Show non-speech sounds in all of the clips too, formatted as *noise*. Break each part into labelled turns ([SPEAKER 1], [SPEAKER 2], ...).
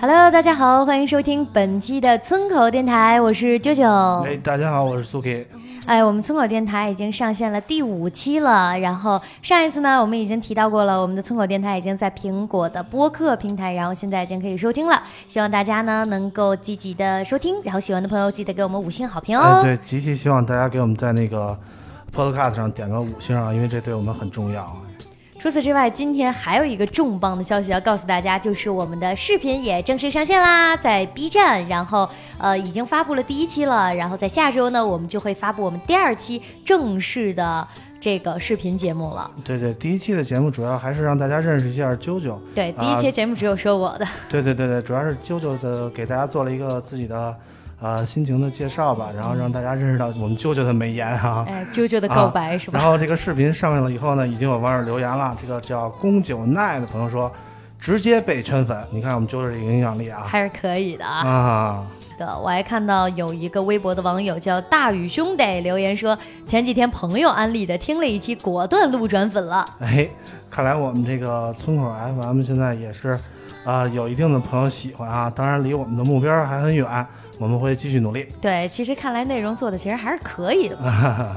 [SPEAKER 1] Hello，大家好，欢迎收听本期的村口电台，我是啾啾。
[SPEAKER 2] 哎，大家好，我是苏 k
[SPEAKER 1] 哎，我们村口电台已经上线了第五期了。然后上一次呢，我们已经提到过了，我们的村口电台已经在苹果的播客平台，然后现在已经可以收听了。希望大家呢能够积极的收听，然后喜欢的朋友记得给我们五星好评哦。
[SPEAKER 2] 哎，对，极其希望大家给我们在那个 Podcast 上点个五星啊，因为这对我们很重要。啊
[SPEAKER 1] 除此之外，今天还有一个重磅的消息要告诉大家，就是我们的视频也正式上线啦，在 B 站，然后呃已经发布了第一期了，然后在下周呢，我们就会发布我们第二期正式的这个视频节目了。
[SPEAKER 2] 对对，第一期的节目主要还是让大家认识一下啾啾。
[SPEAKER 1] 对，第
[SPEAKER 2] 啊
[SPEAKER 1] 一期节目只有说我的，
[SPEAKER 2] 对对对对，主要是啾啾的给大家做了一个自己的呃心情的介绍吧，然后让大家认识到我们啾啾的美颜哈、
[SPEAKER 1] 哎，啾啾的告白是
[SPEAKER 2] 啊
[SPEAKER 1] 吧？
[SPEAKER 2] 然后这个视频上面了以后呢，已经有网友留言了，这个叫宫九奈的朋友说，直接被圈粉。你看我们啾啾这个影响力啊
[SPEAKER 1] 还是可以的啊。
[SPEAKER 2] 啊！
[SPEAKER 1] 的，我还看到有一个微博的网友叫大宇兄弟留言说，前几天朋友安利的，听了一期，果断路转粉了。
[SPEAKER 2] 哎，看来我们这个村口 FM 现在也是。啊、有一定的朋友喜欢啊，当然离我们的目标还很远，我们会继续努力。
[SPEAKER 1] 对，其实看来内容做的其实还是可以的嘛。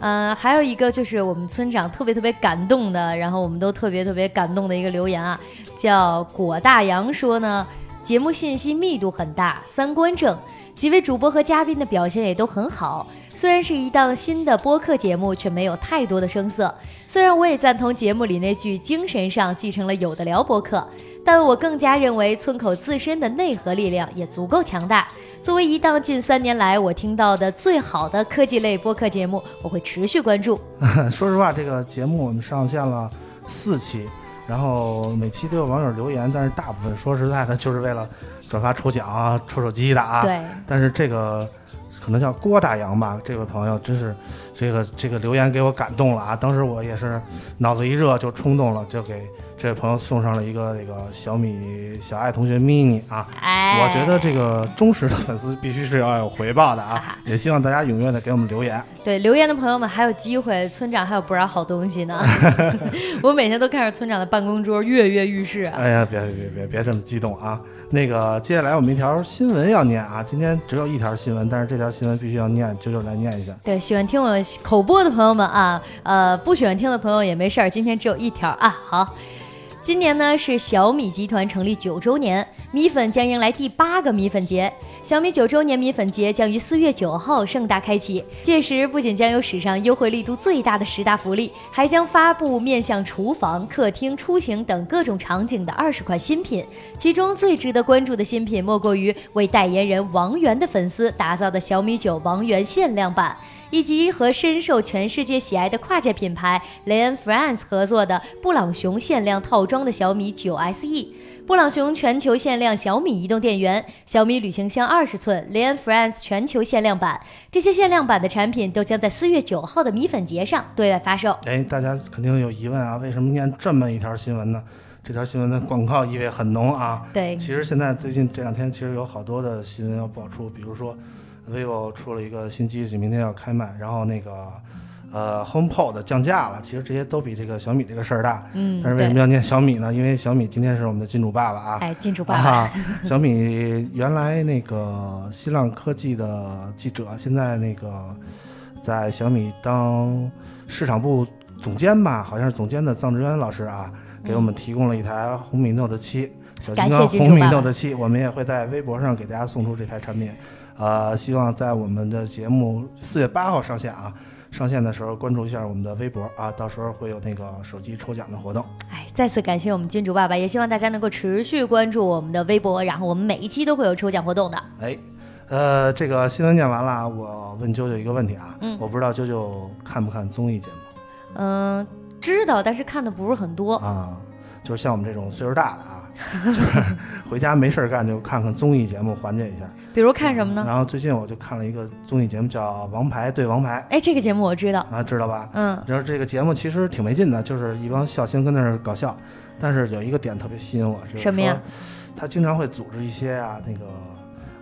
[SPEAKER 1] 呃，还有一个就是我们村长特别特别感动的，然后我们都特别特别感动的一个留言啊，叫果大洋说呢，节目信息密度很大，三观正，几位主播和嘉宾的表现也都很好。虽然是一档新的播客节目，却没有太多的生涩。虽然我也赞同节目里那句“精神上继承了有的聊播客”，但我更加认为村口自身的内核力量也足够强大。作为一档近三年来我听到的最好的科技类播客节目，我会持续关注。
[SPEAKER 2] 说实话，这个节目我们上线了四期，然后每期都有网友留言，但是大部分说实在的，就是为了转发抽奖啊、抽手机的啊。。
[SPEAKER 1] 对，
[SPEAKER 2] 但是这个可能叫郭大洋吧，这位朋友真是这个这个留言给我感动了啊！当时我也是脑子一热就冲动了，就给这位朋友送上了一个这个小米小爱同学 mini 啊。
[SPEAKER 1] 哎，
[SPEAKER 2] 我觉得这个忠实的粉丝必须是要有回报的啊
[SPEAKER 1] 啊！
[SPEAKER 2] 也希望大家踊跃的给我们留言。
[SPEAKER 1] 对留言的朋友们还有机会，村长还有不少好东西呢。 *laughs* 我每天都看着村长的办公桌跃跃欲试。啊
[SPEAKER 2] 哎呀，别别别别别这么激动啊！那个，接下来我们一条新闻要念啊，今天只有一条新闻，但是这条新闻必须要念，九九来念一下。
[SPEAKER 1] 对，喜欢听我口播的朋友们啊，呃，不喜欢听的朋友也没事儿，今天只有一条啊。好，今年呢是小米集团成立九周年，米粉将迎来第八个米粉节。小米九周年米粉节将于四月九号盛大开启，届时不仅将有史上优惠力度最大的十大福利，还将发布面向厨房、客厅、出行等各种场景的二十款新品。其中最值得关注的新品，莫过于为代言人王源的粉丝打造的小米九王源限量版。以及和深受全世界喜爱的跨界品牌雷恩 France 合作的布朗熊限量套装的小米九 SE。布朗熊全球限量小米移动电源、小米旅行箱二十寸、雷恩 France 全球限量版，这些限量版的产品都将在四月九号的米粉节上对外发售。
[SPEAKER 2] 哎，大家肯定有疑问啊，为什么念这么一条新闻呢？这条新闻的广告意味很浓啊。
[SPEAKER 1] 对，
[SPEAKER 2] 其实现在最近这两天，其实有好多的新闻要爆出，比如说 vivo 出了一个新机子，明天要开卖，然后那个呃 HomePod 降价了，其实这些都比这个小米这个事儿大。
[SPEAKER 1] 嗯，
[SPEAKER 2] 但是为什么
[SPEAKER 1] 对，
[SPEAKER 2] 要念小米呢？因为小米今天是我们的金主爸爸啊。
[SPEAKER 1] 哎，金主爸爸，
[SPEAKER 2] 啊，小米原来那个新浪科技的记者，现在那个在小米当市场部总监吧，好像是总监的臧志渊老师啊，给我们提供了一台红米 Note 七，小金刚
[SPEAKER 1] 感谢金主
[SPEAKER 2] 红米
[SPEAKER 1] 爸爸
[SPEAKER 2] Note 七，我们也会在微博上给大家送出这台产品，呃，希望在我们的节目四月八号上线啊。
[SPEAKER 3] 上线的时候关注一下我们的微博啊，到时候会有那个手机抽奖的活动。
[SPEAKER 1] 哎，再次感谢我们君主爸爸，也希望大家能够持续关注我们的微博，然后我们每一期都会有抽奖活动的。
[SPEAKER 3] 哎，呃，这个新闻念完了啊，我问啾啾一个问题啊，
[SPEAKER 1] 嗯
[SPEAKER 3] 我不知道啾啾看不看综艺节目
[SPEAKER 1] 嗯、知道，但是看的不是很多。
[SPEAKER 3] 啊？就是像我们这种岁数大的啊，就是回家没事儿干就看看综艺节目缓解一下。
[SPEAKER 1] 比如看什么呢？
[SPEAKER 3] 然后最近我就看了一个综艺节目叫《王牌对王牌
[SPEAKER 1] 哎，这个节目我知道》，
[SPEAKER 3] 啊，知道吧？
[SPEAKER 1] 嗯，
[SPEAKER 3] 然后这个节目其实挺没劲的，就是一帮笑星跟那儿搞笑，但是有一个点特别吸引我，就是
[SPEAKER 1] 什么呀
[SPEAKER 3] 说他经常会组织一些啊那个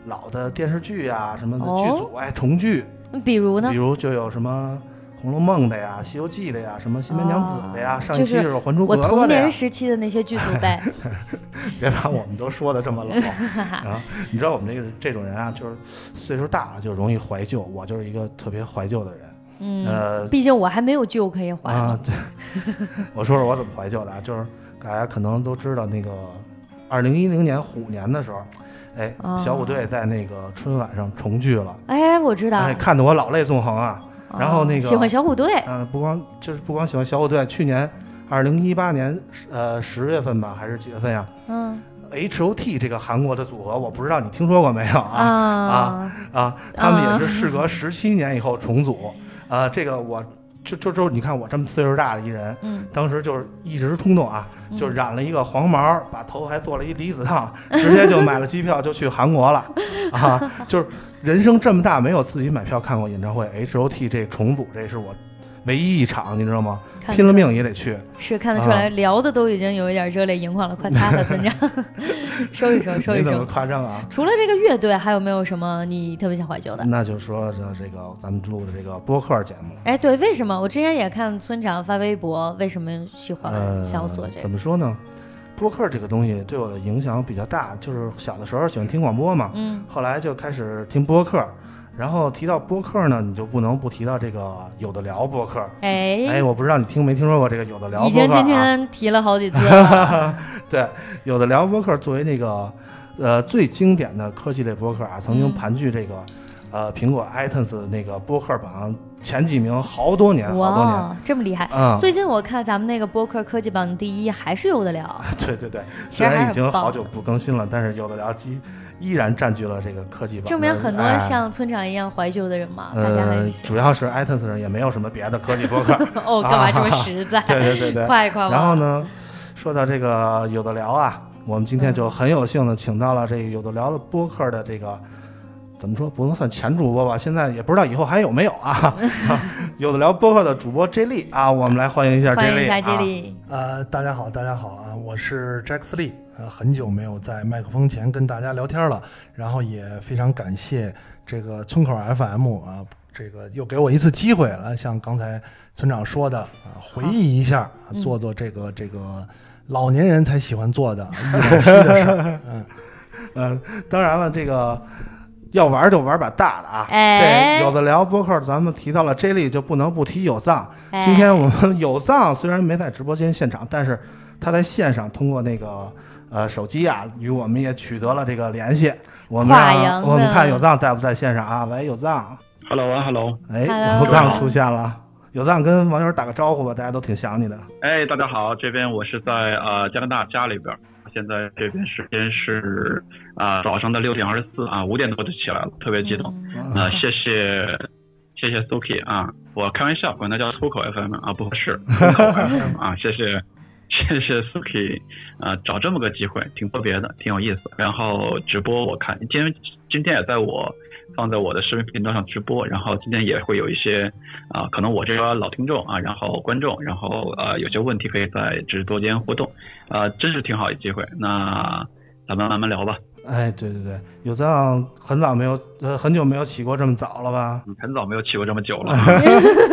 [SPEAKER 3] 老的电视剧啊什么的
[SPEAKER 1] 哦
[SPEAKER 3] 剧组、哎重聚，
[SPEAKER 1] 那比如呢
[SPEAKER 3] 比？如就有什么。《红楼梦》的呀，《西游记》的呀，什么《新白娘子》的呀，
[SPEAKER 1] 哦
[SPEAKER 3] 上一期
[SPEAKER 1] 就是
[SPEAKER 3] 是《还珠格
[SPEAKER 1] 我
[SPEAKER 3] 格》
[SPEAKER 1] 童
[SPEAKER 3] 的呀
[SPEAKER 1] 年，时期的那些剧组呗，
[SPEAKER 3] *laughs* 别把我们都说的这么老。然后你知道我们这个这种人啊，就是岁数大了就容易怀旧，我就是一个特别怀旧的人。
[SPEAKER 1] 嗯， *laughs*
[SPEAKER 3] 呃，
[SPEAKER 1] 毕竟我还没有旧可以还呢。
[SPEAKER 3] 啊，对，我说说我怎么怀旧的啊，就是大家可能都知道那个二零一零年虎年的时候，哎，
[SPEAKER 1] 哦
[SPEAKER 3] 小虎队在那个春晚上重聚了，
[SPEAKER 1] 哎，我知道。
[SPEAKER 3] 哎，看得我老泪纵横啊。
[SPEAKER 1] 哦
[SPEAKER 3] 然后那个
[SPEAKER 1] 喜欢小虎队，
[SPEAKER 3] 嗯、不光就是不光喜欢小虎队，去年二零一八年呃十月份吧，还是几月份呀
[SPEAKER 1] 嗯
[SPEAKER 3] ？H.O.T 这个韩国的组合，我不知道你听说过没有啊？
[SPEAKER 1] 啊，
[SPEAKER 3] 啊，他们也是事隔十七年以后重组，啊，这个我就就就你看我这么岁数大的一人，
[SPEAKER 1] 嗯，
[SPEAKER 3] 当时就是一时冲动啊，
[SPEAKER 1] 嗯
[SPEAKER 3] 就染了一个黄毛，把头还做了一离子烫，直接就买了机票就去韩国了啊！就是人生这么大没有自己买票看过演唱会，H.O.T 这重组这是我唯一一场，你知道吗？
[SPEAKER 1] 看得
[SPEAKER 3] 拼
[SPEAKER 1] 出
[SPEAKER 3] 了啊
[SPEAKER 1] 来
[SPEAKER 3] 命也得去。
[SPEAKER 1] 是看得出来，聊的都已经有一点热泪盈眶了，快擦擦，村长， *laughs* 收一
[SPEAKER 3] *laughs*
[SPEAKER 1] 收，收
[SPEAKER 3] 没
[SPEAKER 1] 一
[SPEAKER 3] 怎么
[SPEAKER 1] 收。
[SPEAKER 3] 夸张啊？
[SPEAKER 1] 除了这个乐队，还有没有什么你特别想怀旧的？
[SPEAKER 3] 那就说说这个咱们录的这个播客节目了。
[SPEAKER 1] 哎，对，为什么我之前也看村长发微博，为什么喜
[SPEAKER 3] 呃
[SPEAKER 1] 欢，想要做这个
[SPEAKER 3] 怎？么说呢？播客这个东西对我的影响比较大，就是小的时候喜欢听广播嘛，
[SPEAKER 1] 嗯，
[SPEAKER 3] 后来就开始听播客，然后提到播客呢，你就不能不提到这个有的聊播客。哎，
[SPEAKER 1] 哎，
[SPEAKER 3] 我不知道你听没听说过这个有的聊播
[SPEAKER 1] 已
[SPEAKER 3] 客、啊、
[SPEAKER 1] 经今天提了好几
[SPEAKER 3] *laughs*
[SPEAKER 1] 次了。
[SPEAKER 3] 对有的聊播客作为那个呃最经典的科技类播客啊，曾经
[SPEAKER 1] 嗯
[SPEAKER 3] 盘踞这个、呃苹果 iTunes 那个播客榜前几名好多年，好多年。
[SPEAKER 1] 哇，这么厉害！
[SPEAKER 3] 嗯，
[SPEAKER 1] 最近我看咱们那个播客科技榜第一还是有的聊，
[SPEAKER 3] *laughs* 对对对，
[SPEAKER 1] 其
[SPEAKER 3] 虽
[SPEAKER 1] 实还
[SPEAKER 3] 然
[SPEAKER 1] 是
[SPEAKER 3] 已经
[SPEAKER 1] 很
[SPEAKER 3] 好
[SPEAKER 1] 棒
[SPEAKER 3] 久
[SPEAKER 1] 的。
[SPEAKER 3] 不更新了，但是有的聊机依然占据了这个科技榜的。
[SPEAKER 1] 证明很多
[SPEAKER 3] 哎
[SPEAKER 1] 像村长一样怀旧的人嘛，大家还
[SPEAKER 3] 呃，
[SPEAKER 1] 是
[SPEAKER 3] 主要是 iTunes 上也没有什么别的科技播客。
[SPEAKER 1] 哦，干嘛这么实在？
[SPEAKER 3] 啊 *laughs* 对对对
[SPEAKER 1] *laughs*
[SPEAKER 3] 对。
[SPEAKER 1] 夸一夸我。
[SPEAKER 3] 然后呢，说到这个有的聊啊，我们今天就很有幸的请到了这个有的聊的播客的这个。怎么说不能算前主播吧？现在也不知道以后还有没有啊。啊 *laughs* 有的聊播客的主播 J 莉啊，我们来欢迎一下 J
[SPEAKER 1] 欢迎
[SPEAKER 3] 莉。
[SPEAKER 1] 一下
[SPEAKER 3] 啊
[SPEAKER 1] J 莉。
[SPEAKER 4] 呃，大家好，大家好啊，我是 Jack Lee，呃，很久没有在麦克风前跟大家聊天了，然后也非常感谢这个村口 FM 啊，这个又给我一次机会了，像刚才村长说的啊，回忆一下，啊
[SPEAKER 1] 嗯
[SPEAKER 4] 做做这个这个老年人才喜欢做的一两期的事儿，嗯，
[SPEAKER 3] 嗯，当然了，这个要玩就玩把大的啊。
[SPEAKER 1] 哎
[SPEAKER 3] 这有的聊播客，咱们提到了 J 莉，就不能不提有藏。
[SPEAKER 1] 哎
[SPEAKER 3] 今天我们有藏虽然没在直播间现场，但是他在线上通过那个呃手机啊，与我们也取得了这个联系。我们
[SPEAKER 1] 跨洋
[SPEAKER 3] 让
[SPEAKER 1] 的
[SPEAKER 3] 我们看有藏在不在线上啊？喂，有藏，
[SPEAKER 5] Hello 啊，Hello，
[SPEAKER 3] 哎
[SPEAKER 1] Hello
[SPEAKER 3] 有藏出现了。有藏跟网友打个招呼吧，大家都挺想你的。
[SPEAKER 5] 哎，大家好，这边我是在呃加拿大家里边儿，现在这边时间是啊、早上的六点二十四啊，五点多就起来了，特别激动
[SPEAKER 1] 嗯
[SPEAKER 5] 啊、谢谢谢谢 Suki 啊，我开玩笑管它叫粗口 FM 啊，不合适，村口 FM 啊，谢谢谢谢 Suki 啊，找这么个机会挺特别的，挺有意思。然后直播我看，今天今天也在我放在我的视频频道上直播，然后今天也会有一些啊、可能我这个老听众啊，然后观众，然后呃有些问题可以在直播间互动，啊，真是挺好的机会。那咱们慢慢聊吧，
[SPEAKER 3] 哎，对对对，有藏很早没有，呃，很久没有起过这么早了吧？
[SPEAKER 5] 嗯很早没有起过这么久了，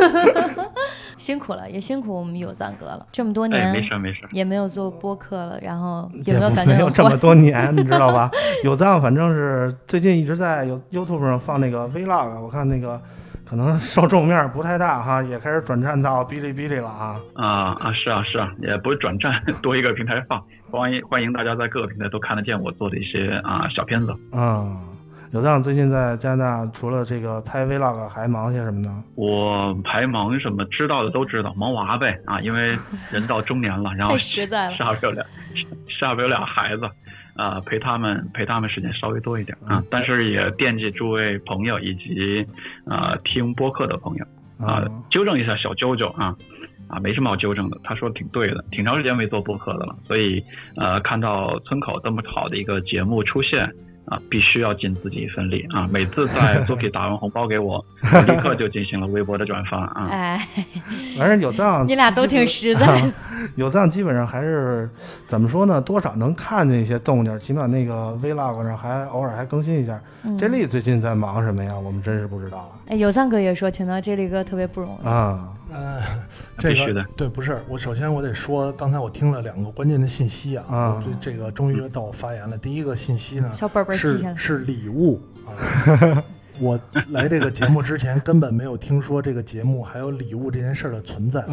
[SPEAKER 1] *laughs* 辛苦了，也辛苦我们有赞哥了，这么多
[SPEAKER 5] 哎，没
[SPEAKER 1] 年
[SPEAKER 5] 事没事。
[SPEAKER 1] 也没有做播客了，然后有
[SPEAKER 3] 也
[SPEAKER 1] 没有
[SPEAKER 3] 不
[SPEAKER 1] 感觉
[SPEAKER 3] 有
[SPEAKER 1] 很
[SPEAKER 3] 这么
[SPEAKER 1] 怀
[SPEAKER 3] 多年，你知道吧？有藏反正是最近一直在有 YouTube 上放那个 Vlog，我看那个可能受众面不太大哈，也开始转战到哔哩哔哩了啊。
[SPEAKER 5] 啊啊是啊是啊，也不是转战， *laughs* 多一个平台放，欢迎欢迎大家在各个平台都看得见我做的一些啊小片子。
[SPEAKER 3] 嗯，刘浪最近在加拿大除了这个拍 vlog 还忙些什么呢？
[SPEAKER 5] 我排忙什么知道的都知道，忙娃呗啊，因为人到中年了，然后
[SPEAKER 1] *laughs* 太实在了
[SPEAKER 5] 下边 *laughs* 有俩，下边有俩孩子，啊、陪他们陪他们时间稍微多一点啊，但是也惦记诸位朋友以及啊、听播客的朋友啊、
[SPEAKER 3] 啊
[SPEAKER 5] 纠正一下小啾啾啊。啊，没什么好纠正的，他说的挺对的，挺长时间没做播客的了，所以，呃，看到村口这么好的一个节目出现，啊，必须要尽自己一份力啊！每次在 Suki 打完红包给我，我立刻就进行了微博的转发啊！
[SPEAKER 1] 哎，
[SPEAKER 3] 反正有藏，
[SPEAKER 1] 你俩都挺实在
[SPEAKER 3] 嗯
[SPEAKER 1] 的。
[SPEAKER 3] 有藏基本上还是怎么说呢？多少能看见一些动静，起码那个 vlog 上还偶尔还更新一下。
[SPEAKER 1] 嗯
[SPEAKER 3] 这丽最近在忙什么呀？我们真是不知道了
[SPEAKER 1] *laughs* 哎，有藏哥也说，请到这里哥特别不容易。
[SPEAKER 3] 啊。 *laughs*
[SPEAKER 4] 嗯，这
[SPEAKER 5] 必须
[SPEAKER 4] 个
[SPEAKER 5] 的
[SPEAKER 4] 对，不是我。首先我得说，刚才我听了两个关键的信息啊，
[SPEAKER 3] 啊
[SPEAKER 4] 我对这个终于到我发言了。第一个信息呢，
[SPEAKER 1] 小本本记下来
[SPEAKER 4] 是是礼物啊。我来这个节目之前，根本没有听说这个节目还有礼物这件事儿的存在。
[SPEAKER 3] 啊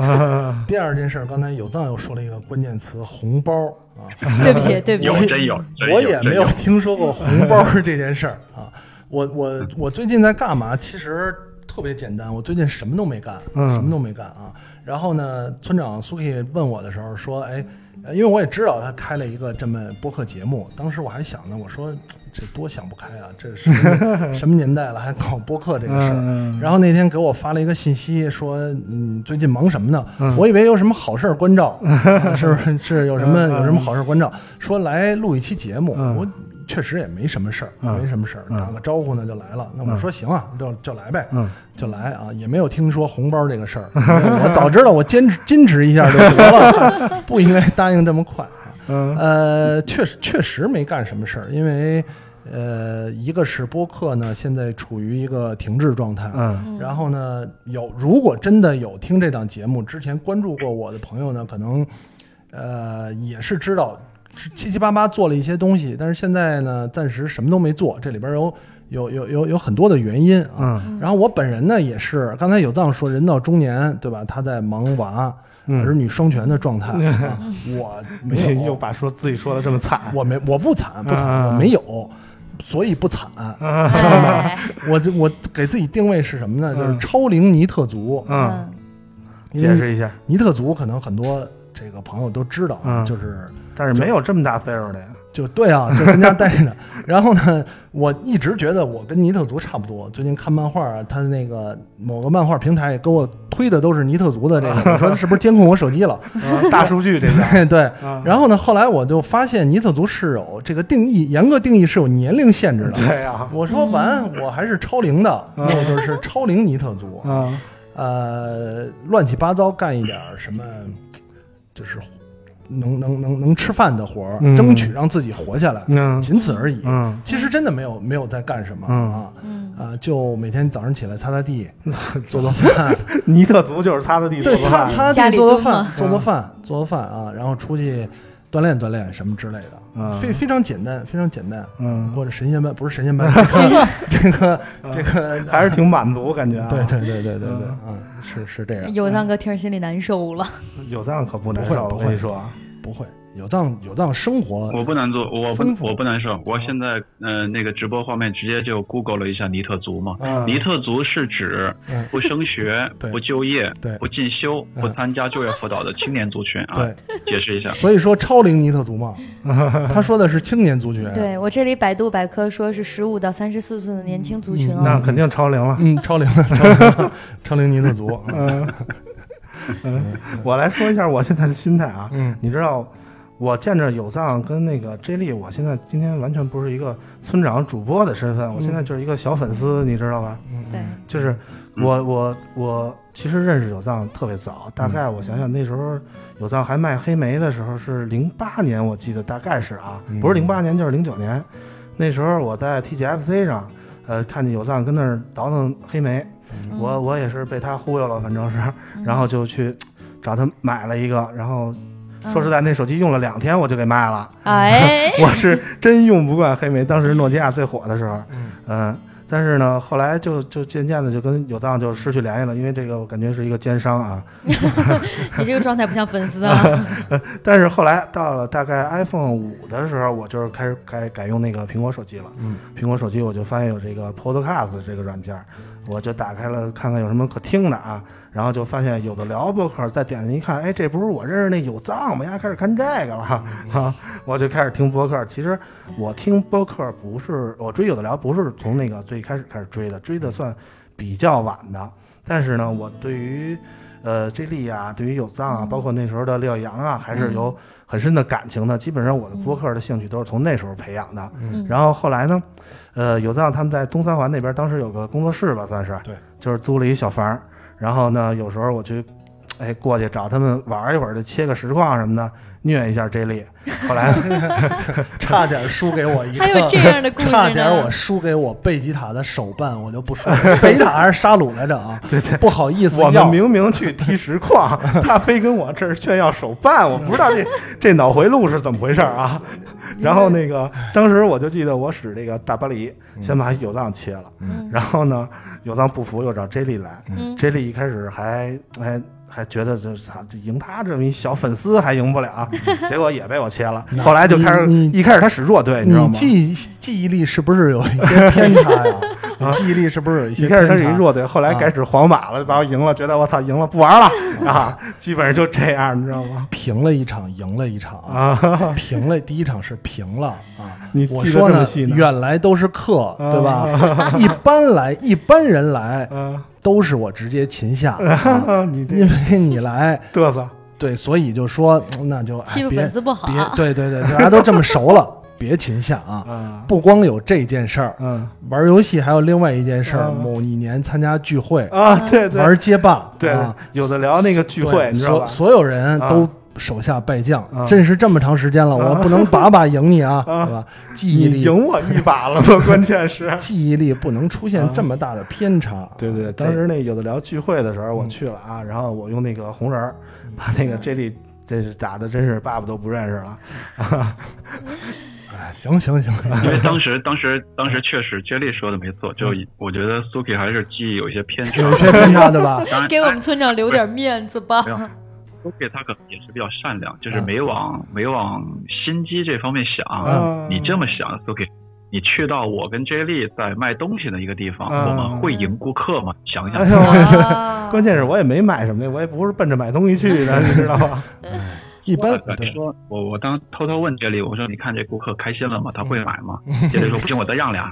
[SPEAKER 1] 嗯
[SPEAKER 4] 第二件事儿，刚才有藏又说了一个关键词“红包”啊，
[SPEAKER 3] *laughs*
[SPEAKER 1] 对不起，对不
[SPEAKER 5] 有
[SPEAKER 1] 起，
[SPEAKER 5] 真有，真
[SPEAKER 4] 我也没有
[SPEAKER 5] 真
[SPEAKER 4] 听说过红包这件事儿啊。我我我最近在干嘛？其实特别简单，我最近什么都没干，
[SPEAKER 3] 嗯
[SPEAKER 4] 什么都没干啊。然后呢，村长苏 k 问我的时候说：“哎，呃因为我也知道他开了一个这么播客节目，当时我还想呢，我说这多想不开啊，这什
[SPEAKER 3] *laughs*
[SPEAKER 4] 么什么年代了还搞播客这个事儿。
[SPEAKER 3] 嗯
[SPEAKER 4] 然后那天给我发了一个信息，说嗯，最近忙什么呢？
[SPEAKER 3] 嗯
[SPEAKER 4] 我以为有什么好事儿关
[SPEAKER 3] *laughs*
[SPEAKER 4] 照，啊是不是是有什么
[SPEAKER 3] 嗯嗯
[SPEAKER 4] 有什么好事儿关照？说来录一期节目，
[SPEAKER 3] 嗯
[SPEAKER 4] 我确实也没什么事儿，
[SPEAKER 3] 嗯
[SPEAKER 4] 没什么事儿，
[SPEAKER 3] 嗯
[SPEAKER 4] 打个招呼呢就来了。那我说行啊，就就来呗，
[SPEAKER 3] 嗯
[SPEAKER 4] 就来啊，也没有听说红包这个事儿。 *laughs* 我早知道我坚持矜持一下就得了， *laughs* 不应该答应这么快啊。
[SPEAKER 3] 嗯
[SPEAKER 4] 呃，确实确实没干什么事儿，因为呃，一个是播客呢现在处于一个停滞状态，
[SPEAKER 3] 嗯
[SPEAKER 4] 然后呢，有如果真的有听这档节目之前关注过我的朋友呢，可能呃也是知道七七八八做了一些东西，但是现在呢，暂时什么都没做，这里边有有有有有很多的原因啊。
[SPEAKER 3] 嗯
[SPEAKER 4] 然后我本人呢，也是刚才有藏说，人到中年，对吧？他在忙娃，
[SPEAKER 3] 嗯
[SPEAKER 4] 儿女双全的
[SPEAKER 3] *laughs*
[SPEAKER 4] 状态，啊我没
[SPEAKER 3] 你 *laughs* 又
[SPEAKER 4] 有，
[SPEAKER 3] 把说自己说的这么惨，
[SPEAKER 4] 我没，我不惨，不
[SPEAKER 3] 啊
[SPEAKER 4] 惨，我没有，所以不惨。
[SPEAKER 1] 哎
[SPEAKER 4] 我这我给自己定位是什么呢？就是
[SPEAKER 3] 嗯
[SPEAKER 4] 超龄尼特族。
[SPEAKER 3] 嗯，
[SPEAKER 4] 因为
[SPEAKER 3] 解释一下，
[SPEAKER 4] 尼特族可能很多这个朋友都知道啊，
[SPEAKER 3] 嗯
[SPEAKER 4] 就是
[SPEAKER 3] 但是没有这么大岁数的呀。
[SPEAKER 4] 就对啊，就跟家待着。然后呢，我一直觉得我跟尼特族差不多。最近看漫画啊，他那个某个漫画平台也给我推的都是尼特族的这
[SPEAKER 3] *laughs*
[SPEAKER 4] 个，我说是不是监控我手机了？ *laughs*
[SPEAKER 3] 嗯 *laughs* 大数据这个，
[SPEAKER 4] 对对。
[SPEAKER 3] 啊
[SPEAKER 4] 然后呢，后来我就发现尼特族是有这个定义，严格定义是有年龄限制的。
[SPEAKER 3] 对呀，
[SPEAKER 4] 我说完，我还是超龄的，我就是超龄尼特族。
[SPEAKER 3] 嗯
[SPEAKER 4] 呃，乱七八糟干一点儿什么，就是能能能能吃饭的活儿，
[SPEAKER 3] 嗯
[SPEAKER 4] 争取让自己活下来，
[SPEAKER 3] 嗯
[SPEAKER 4] 仅此而已。
[SPEAKER 3] 嗯，
[SPEAKER 4] 其实真的没有没有在干什么、
[SPEAKER 3] 嗯
[SPEAKER 4] 啊，
[SPEAKER 1] 嗯
[SPEAKER 4] 啊、就每天早上起来擦擦
[SPEAKER 3] *laughs*
[SPEAKER 4] 地，做做饭，
[SPEAKER 3] 尼特族就是擦的地
[SPEAKER 4] 对，
[SPEAKER 3] 做
[SPEAKER 4] 擦
[SPEAKER 3] 饭嗯
[SPEAKER 4] 擦
[SPEAKER 1] 家
[SPEAKER 4] 地
[SPEAKER 1] 里
[SPEAKER 4] 做做
[SPEAKER 1] 蹲嘛
[SPEAKER 4] 饭，做做饭，做做饭啊，然后出去锻炼锻炼什么之类的，
[SPEAKER 3] 嗯
[SPEAKER 4] 非非常简单，非常简单，
[SPEAKER 3] 嗯
[SPEAKER 4] 过着神仙般 *laughs* 不是神
[SPEAKER 3] *laughs*
[SPEAKER 4] 仙般，这个这个
[SPEAKER 3] 还是挺满足感啊觉啊。啊
[SPEAKER 4] 对对对对对对，嗯，是是这样。
[SPEAKER 1] 有藏哥听着心里难受了。
[SPEAKER 3] 有藏可不难
[SPEAKER 4] 不会
[SPEAKER 3] 受，我
[SPEAKER 4] 不会嗯
[SPEAKER 3] 跟你说，啊
[SPEAKER 4] 不会，有藏有藏生活
[SPEAKER 5] 有我不难做，我不
[SPEAKER 4] 丰富
[SPEAKER 5] 我不难受。我现在呃那个直播画面直接就 Google 了一下尼特族嘛，
[SPEAKER 4] 啊，
[SPEAKER 5] 尼特族是指
[SPEAKER 4] 嗯
[SPEAKER 5] 不升学
[SPEAKER 4] *laughs* 对、
[SPEAKER 5] 不就业
[SPEAKER 4] 对、
[SPEAKER 5] 不进修、
[SPEAKER 4] 嗯
[SPEAKER 5] 不参加就业辅导的青年族群啊
[SPEAKER 4] 对。，
[SPEAKER 5] 解释一下，
[SPEAKER 4] 所以说超龄尼特
[SPEAKER 3] *laughs*
[SPEAKER 4] 族嘛，他说的是青年族群，，
[SPEAKER 1] 对我这里百度百科说是十五到三十四岁的年轻族群哦。
[SPEAKER 3] 嗯那肯定超龄了。
[SPEAKER 4] 嗯，
[SPEAKER 3] *laughs*
[SPEAKER 4] 超龄的超龄的超龄尼特族，嗯
[SPEAKER 3] 我来说一下我现在的心态啊，
[SPEAKER 4] 嗯
[SPEAKER 3] 你知道，我见着有藏跟那个 J 莉，我现在今天完全不是一个村长主播的身份，我
[SPEAKER 4] 嗯
[SPEAKER 3] 现在就是一个小粉丝，你知道吧？
[SPEAKER 1] 对，
[SPEAKER 3] 就是我我我其实认识有藏特别早，大概我想想那时候有藏还卖黑莓的时候是零八年，我记得大概是啊，不是零八年就是零九年，那时候我在 TGFC 上，呃，看见有藏跟那儿倒腾黑莓，
[SPEAKER 1] 嗯
[SPEAKER 3] 我我也是被他忽悠了，反正是， *laughs* 然后就去找他买了一个，然后说实在那手机用了两天我就给卖了。
[SPEAKER 1] 哎，
[SPEAKER 3] *laughs* 我是真用不惯黑莓，当时诺基亚最火的时候，
[SPEAKER 4] 嗯
[SPEAKER 3] 嗯，但是呢，后来就就渐渐的就跟有档就失去联系了，因为这个我感觉是一个奸商啊。
[SPEAKER 1] 你这个状态不像粉丝
[SPEAKER 3] *laughs*
[SPEAKER 1] 啊。
[SPEAKER 3] 但是后来到了大概 iPhone 五的时候，我就是开始改改用那个苹果手机了。
[SPEAKER 4] 嗯，
[SPEAKER 3] 苹果手机我就发现有这个 Podcast 这个软件儿，我就打开了看看有什么可听的啊，然后就发现有的聊播客，再点进一看，哎，这不是我认识那有藏吗？呀，开始看这个了啊， *laughs* 我就开始听播客。其实我听播客不是我追有的聊，不是从那个最开始开始追的，追的算比较晚的。但是呢，我对于呃 J 莉啊，对于有藏啊，包括那时候的廖阳啊，还是有很深的感情的。基本上我的播客的兴趣都是从那时候培养的。
[SPEAKER 1] 嗯
[SPEAKER 3] 然后后来呢，呃，有藏他们在东三环那边当时有个工作室吧，算是
[SPEAKER 4] 对，
[SPEAKER 3] 就是租了一小房儿。然后呢，有时候我去。哎，过去找他们玩一会儿，就切个实况什么的，虐一下 J 莉。后来
[SPEAKER 4] 差点输给我一个，
[SPEAKER 1] 还有这样的故事呢
[SPEAKER 4] 差点我输给我贝吉塔的手办，我就不说了，贝吉塔还是沙鲁来着啊，
[SPEAKER 3] *laughs* 对对
[SPEAKER 4] 不好意思
[SPEAKER 3] 我
[SPEAKER 4] 要
[SPEAKER 3] 们明明去踢实况，他非跟我这儿炫耀手办，我不知道这这脑回路是怎么回事儿啊。然后那个当时我就记得我使这个大巴黎，先把有藏切了，
[SPEAKER 1] 嗯
[SPEAKER 3] 然后呢有藏不服又找 J 莉来
[SPEAKER 1] 嗯
[SPEAKER 3] ，J 莉一开始还还还觉得这操这赢他这么一小粉丝还赢不了，结果也被我切了。后来就开始
[SPEAKER 4] 你
[SPEAKER 3] 一开始他使弱队，你知道
[SPEAKER 4] 你
[SPEAKER 3] 吗？
[SPEAKER 4] 记记忆力是不是有一些偏差
[SPEAKER 3] *laughs*
[SPEAKER 4] 呀？你记忆力是不是有一些啊
[SPEAKER 3] 一开始
[SPEAKER 4] 偏差？
[SPEAKER 3] 他是一弱队，后来改使皇马了，把我赢了，觉得我操赢了不玩了啊，基本上就这样，你知道吗？
[SPEAKER 4] 平了一场，赢了一场啊！平了第一场是平了啊！
[SPEAKER 3] 你
[SPEAKER 4] 我
[SPEAKER 3] 记得
[SPEAKER 4] 说
[SPEAKER 3] 这么
[SPEAKER 4] 呢
[SPEAKER 3] 细，呢啊
[SPEAKER 4] 远来都是客，对吧？
[SPEAKER 3] *laughs*
[SPEAKER 4] 一般来一般人来
[SPEAKER 3] 嗯，
[SPEAKER 4] 都是我直接擒下，啊
[SPEAKER 3] *laughs* 你这
[SPEAKER 4] 因为你来，
[SPEAKER 3] 嘚瑟，
[SPEAKER 4] 对，所以就说那就哎
[SPEAKER 1] 欺负
[SPEAKER 4] 别
[SPEAKER 1] 粉丝不好
[SPEAKER 4] 别对对对，大家都这么熟了， *laughs* 别擒下啊
[SPEAKER 3] 啊！
[SPEAKER 4] 不光有这件事儿，
[SPEAKER 3] 嗯
[SPEAKER 4] 玩游戏还有另外一件事儿，
[SPEAKER 3] 嗯
[SPEAKER 4] 某一年参加聚会，
[SPEAKER 3] 啊，对对
[SPEAKER 4] 玩街霸，
[SPEAKER 3] 对
[SPEAKER 4] 啊，，
[SPEAKER 3] 有的聊那个聚会
[SPEAKER 4] 对，
[SPEAKER 3] 你知道吧
[SPEAKER 4] 所？所有人
[SPEAKER 3] 啊
[SPEAKER 4] 都手下败将，
[SPEAKER 3] 啊
[SPEAKER 4] 认识这么长时间了，我不能把把赢你啊，
[SPEAKER 3] 啊
[SPEAKER 4] 对吧？记忆
[SPEAKER 3] 你
[SPEAKER 4] 力，
[SPEAKER 3] 赢我一把了 *laughs* 吗？关键是，
[SPEAKER 4] 记忆力不能出现这么大的偏差。
[SPEAKER 3] 啊对对，对，
[SPEAKER 4] 这
[SPEAKER 3] 当时那有的聊聚会的时候，我去了啊，然后我用那个红人儿把那个 J 莉。这是打的，真是爸爸都不认识了。
[SPEAKER 4] 哎行行 *laughs* 行，
[SPEAKER 5] 因为当时当时当时确实接力说的没错，就我觉得 Suki 还是记忆有一些偏差
[SPEAKER 4] 嗯有。些偏差对吧？
[SPEAKER 5] 当然，
[SPEAKER 1] 给我们村长留点面子吧
[SPEAKER 5] 没。有 Suki 他可能也是比较善良，就是没往没往心机这方面
[SPEAKER 3] 啊
[SPEAKER 5] 想。你这么想，Suki，你去到我跟 J 莉在卖东西的一个地方，
[SPEAKER 3] 啊
[SPEAKER 5] 我们会赢顾客吗？想想
[SPEAKER 3] 哎。呦，
[SPEAKER 1] 啊 *laughs*
[SPEAKER 3] 关键是我也没买什么，我也不是奔着买东西去 *laughs* 的，你知道吧？
[SPEAKER 4] 一
[SPEAKER 5] *laughs*
[SPEAKER 4] 般
[SPEAKER 5] 我
[SPEAKER 4] 哎
[SPEAKER 3] 哎
[SPEAKER 4] 对
[SPEAKER 5] 说我我当偷偷问这里，我说你看这顾客开心了吗？他会买吗？这里说不行，我再让俩。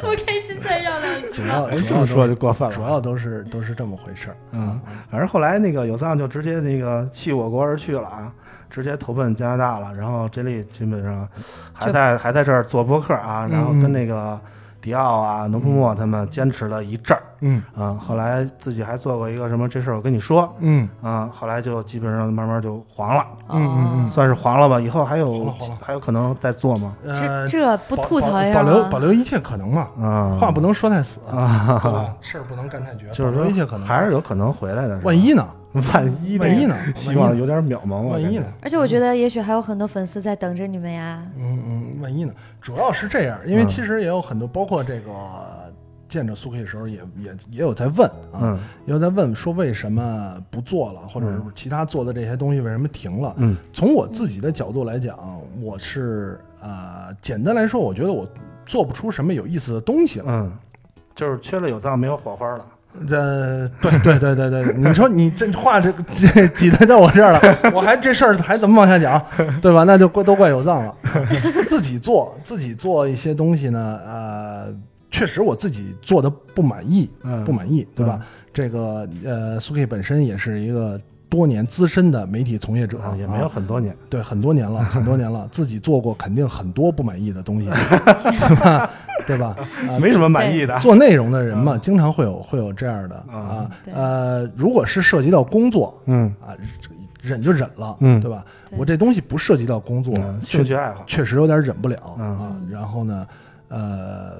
[SPEAKER 1] 多开心才要两
[SPEAKER 4] 主要
[SPEAKER 3] 哎，
[SPEAKER 4] 主
[SPEAKER 3] 这
[SPEAKER 4] 要
[SPEAKER 3] 么说
[SPEAKER 4] 都
[SPEAKER 3] 就过分了。
[SPEAKER 4] 主要都是都是这么回事儿。
[SPEAKER 3] 嗯，反正后来那个有藏就直接那个弃我国而去了啊，直接投奔加拿大了。然后这里基本上还在还在这儿做播客啊，然后
[SPEAKER 4] 嗯
[SPEAKER 3] 跟那个迪奥啊、农夫莫他们坚持了一阵儿。
[SPEAKER 4] 嗯
[SPEAKER 3] 嗯，后来自己还做过一个什么这事儿我跟你说，
[SPEAKER 4] 嗯
[SPEAKER 3] 嗯，后来就基本上慢慢就黄了，
[SPEAKER 4] 嗯嗯
[SPEAKER 1] 啊
[SPEAKER 3] 算是黄了吧。以后还有
[SPEAKER 4] 黄了黄了
[SPEAKER 3] 还有可能再做吗？
[SPEAKER 4] 呃
[SPEAKER 1] 这，这不
[SPEAKER 4] 保
[SPEAKER 1] 吐槽一下
[SPEAKER 4] 保保留保
[SPEAKER 1] 吗？
[SPEAKER 4] 留一切可能嘛，
[SPEAKER 3] 嗯，
[SPEAKER 4] 话不能说太死啊，对吧？事儿不能干太绝，
[SPEAKER 3] 就是
[SPEAKER 4] 保留一切
[SPEAKER 3] 说
[SPEAKER 4] 可能。
[SPEAKER 3] 还是有可能回来的，是吧
[SPEAKER 4] 万一呢？
[SPEAKER 3] 万一
[SPEAKER 4] 万一呢
[SPEAKER 3] 希望有点渺茫，我
[SPEAKER 4] 万
[SPEAKER 3] 感
[SPEAKER 4] 一
[SPEAKER 3] 觉
[SPEAKER 4] 呢？？
[SPEAKER 1] 而且我觉得也许还有很多粉丝在等着你们呀。
[SPEAKER 4] 嗯嗯，万一呢？主要是这样，因为
[SPEAKER 3] 嗯
[SPEAKER 4] 其实也有很多，包括这个见着苏 K 的时候也，也也有在问啊，
[SPEAKER 3] 嗯
[SPEAKER 4] 也有在问说为什么不做了，或者是其他做的这些东西为什么停了。
[SPEAKER 3] 嗯，
[SPEAKER 4] 从我自己的角度来讲，我是呃，简单来说，我觉得我做不出什么有意思的东西了。
[SPEAKER 3] 嗯，就是缺了有藏没有火花了。
[SPEAKER 4] 呃，对对对对对，你说你这话这这挤兑到我这儿了，我还这事儿还怎么往下讲，对吧？那就怪都怪有藏了。 *laughs* 自己做自己做一些东西呢，呃，确实我自己做的不满意，
[SPEAKER 3] 嗯
[SPEAKER 4] 不满意，对吧？这个呃，苏 K 本身也是一个多年资深的媒体从业者，
[SPEAKER 3] 啊，也没有
[SPEAKER 4] 啊
[SPEAKER 3] 很多年。
[SPEAKER 4] 对，很多年了，很多年了，自己做过肯定很多不满意
[SPEAKER 3] *laughs*
[SPEAKER 4] 的东西，对吧？对吧？啊
[SPEAKER 3] 没什么满意的。
[SPEAKER 4] 做内容的人
[SPEAKER 3] 嗯
[SPEAKER 4] 嘛，经常会有会有这样的啊
[SPEAKER 3] 啊，
[SPEAKER 1] 对
[SPEAKER 4] 呃，如果是涉及到工作
[SPEAKER 3] 嗯
[SPEAKER 4] 啊，忍就忍了，
[SPEAKER 3] 嗯
[SPEAKER 4] 对吧？
[SPEAKER 1] 对
[SPEAKER 4] 我这东西不涉及到工作，
[SPEAKER 3] 嗯，
[SPEAKER 4] 确
[SPEAKER 3] 兴趣爱好。
[SPEAKER 4] 确实有点忍不了
[SPEAKER 3] 嗯
[SPEAKER 4] 啊。然后呢，呃，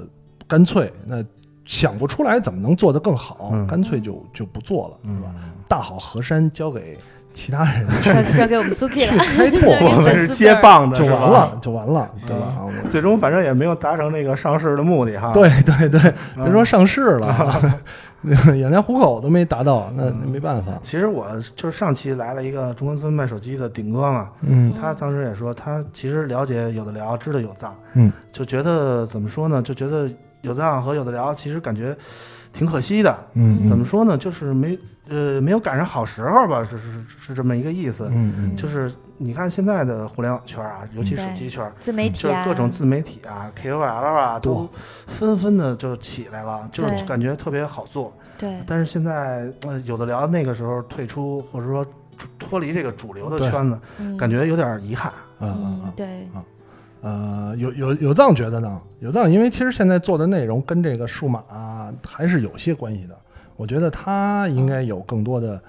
[SPEAKER 4] 干脆那想不出来怎么能做得更好
[SPEAKER 3] 嗯，
[SPEAKER 4] 干脆就就不做了，对吧？大好河山交给其他人去
[SPEAKER 1] 交交给我们 Suki 了，*laughs*
[SPEAKER 4] 开拓
[SPEAKER 1] 交给
[SPEAKER 3] 我们
[SPEAKER 1] 粉
[SPEAKER 3] 是
[SPEAKER 1] 丝
[SPEAKER 3] 接
[SPEAKER 1] 们儿。
[SPEAKER 3] 棒的，
[SPEAKER 4] 就完
[SPEAKER 3] 是吧。嗯
[SPEAKER 4] 了，就完了，对吧？啊
[SPEAKER 3] 最终反正也没有达成那个上市的目的哈。，
[SPEAKER 4] 对对对，别说上市 *laughs* 了，啊养家糊口都没达到，那那没办法。
[SPEAKER 3] 其实我就是上期来了一个中关村卖手机的顶哥嘛，
[SPEAKER 4] 嗯
[SPEAKER 3] 他当时也说他其实了解有的聊，知道有藏，
[SPEAKER 4] 嗯，
[SPEAKER 3] 就觉得怎么说呢？就觉得有藏和有的聊其实感觉挺可惜的。
[SPEAKER 4] 嗯
[SPEAKER 3] 怎么说呢？就是没呃没有赶上好时候吧，是是是这么一个意思。
[SPEAKER 4] 嗯嗯
[SPEAKER 3] 就是你看现在的互联网圈啊，尤其手机圈，
[SPEAKER 1] *laughs* 自媒体
[SPEAKER 3] 就是
[SPEAKER 1] 啊，
[SPEAKER 3] 各种自媒体啊、KOL 啊，都纷纷的就起来了，就是感觉特别好做。
[SPEAKER 1] 对
[SPEAKER 3] 但是现在呃，有的聊那个时候退出，或者说出脱离这个主流的
[SPEAKER 4] 对
[SPEAKER 3] 圈子，
[SPEAKER 1] 嗯
[SPEAKER 3] 感觉有点遗憾。
[SPEAKER 4] 啊啊
[SPEAKER 1] 嗯
[SPEAKER 4] 啊！
[SPEAKER 1] 对
[SPEAKER 4] 呃，有有有藏觉得呢？有藏，因为其实现在做的内容跟这个数码、还是有些关系的。我觉得他应该有更多的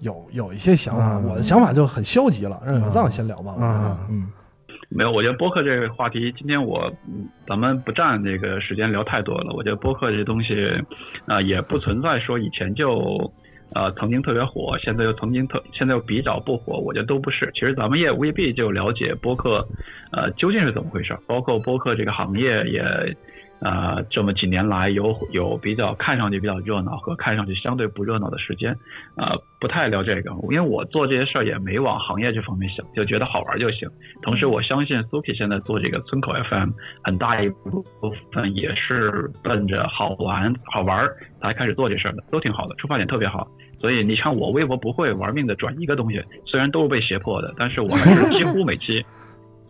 [SPEAKER 4] 有有一些想法，
[SPEAKER 3] 嗯
[SPEAKER 4] 我的想法就很消极了。让有藏先聊吧，我觉得
[SPEAKER 3] 嗯，
[SPEAKER 4] 嗯
[SPEAKER 5] 没有，我觉得播客这个话题，今天我嗯咱们不占这个时间聊太多了。我觉得播客这东西，啊、也不存在说以前就，呃，曾经特别火，现在又曾经特，现在又比较不火。我觉得都不是。其实咱们也未必就了解播客，呃，究竟是怎么回事儿。包括播客这个行业也，呃，这么几年来有有比较看上去比较热闹和看上去相对不热闹的时间，呃，不太聊这个，因为我做这些事儿也没往行业这方面想，就觉得好玩就行。同时，我相信 Suki 现在做这个村口 FM，很大一部分也是奔着好玩、好玩儿才开始做这事儿的，都挺好的，出发点特别好。所以你看，我微博不会玩命的转一个东西，虽然都是被胁迫的，但是我还是几乎每期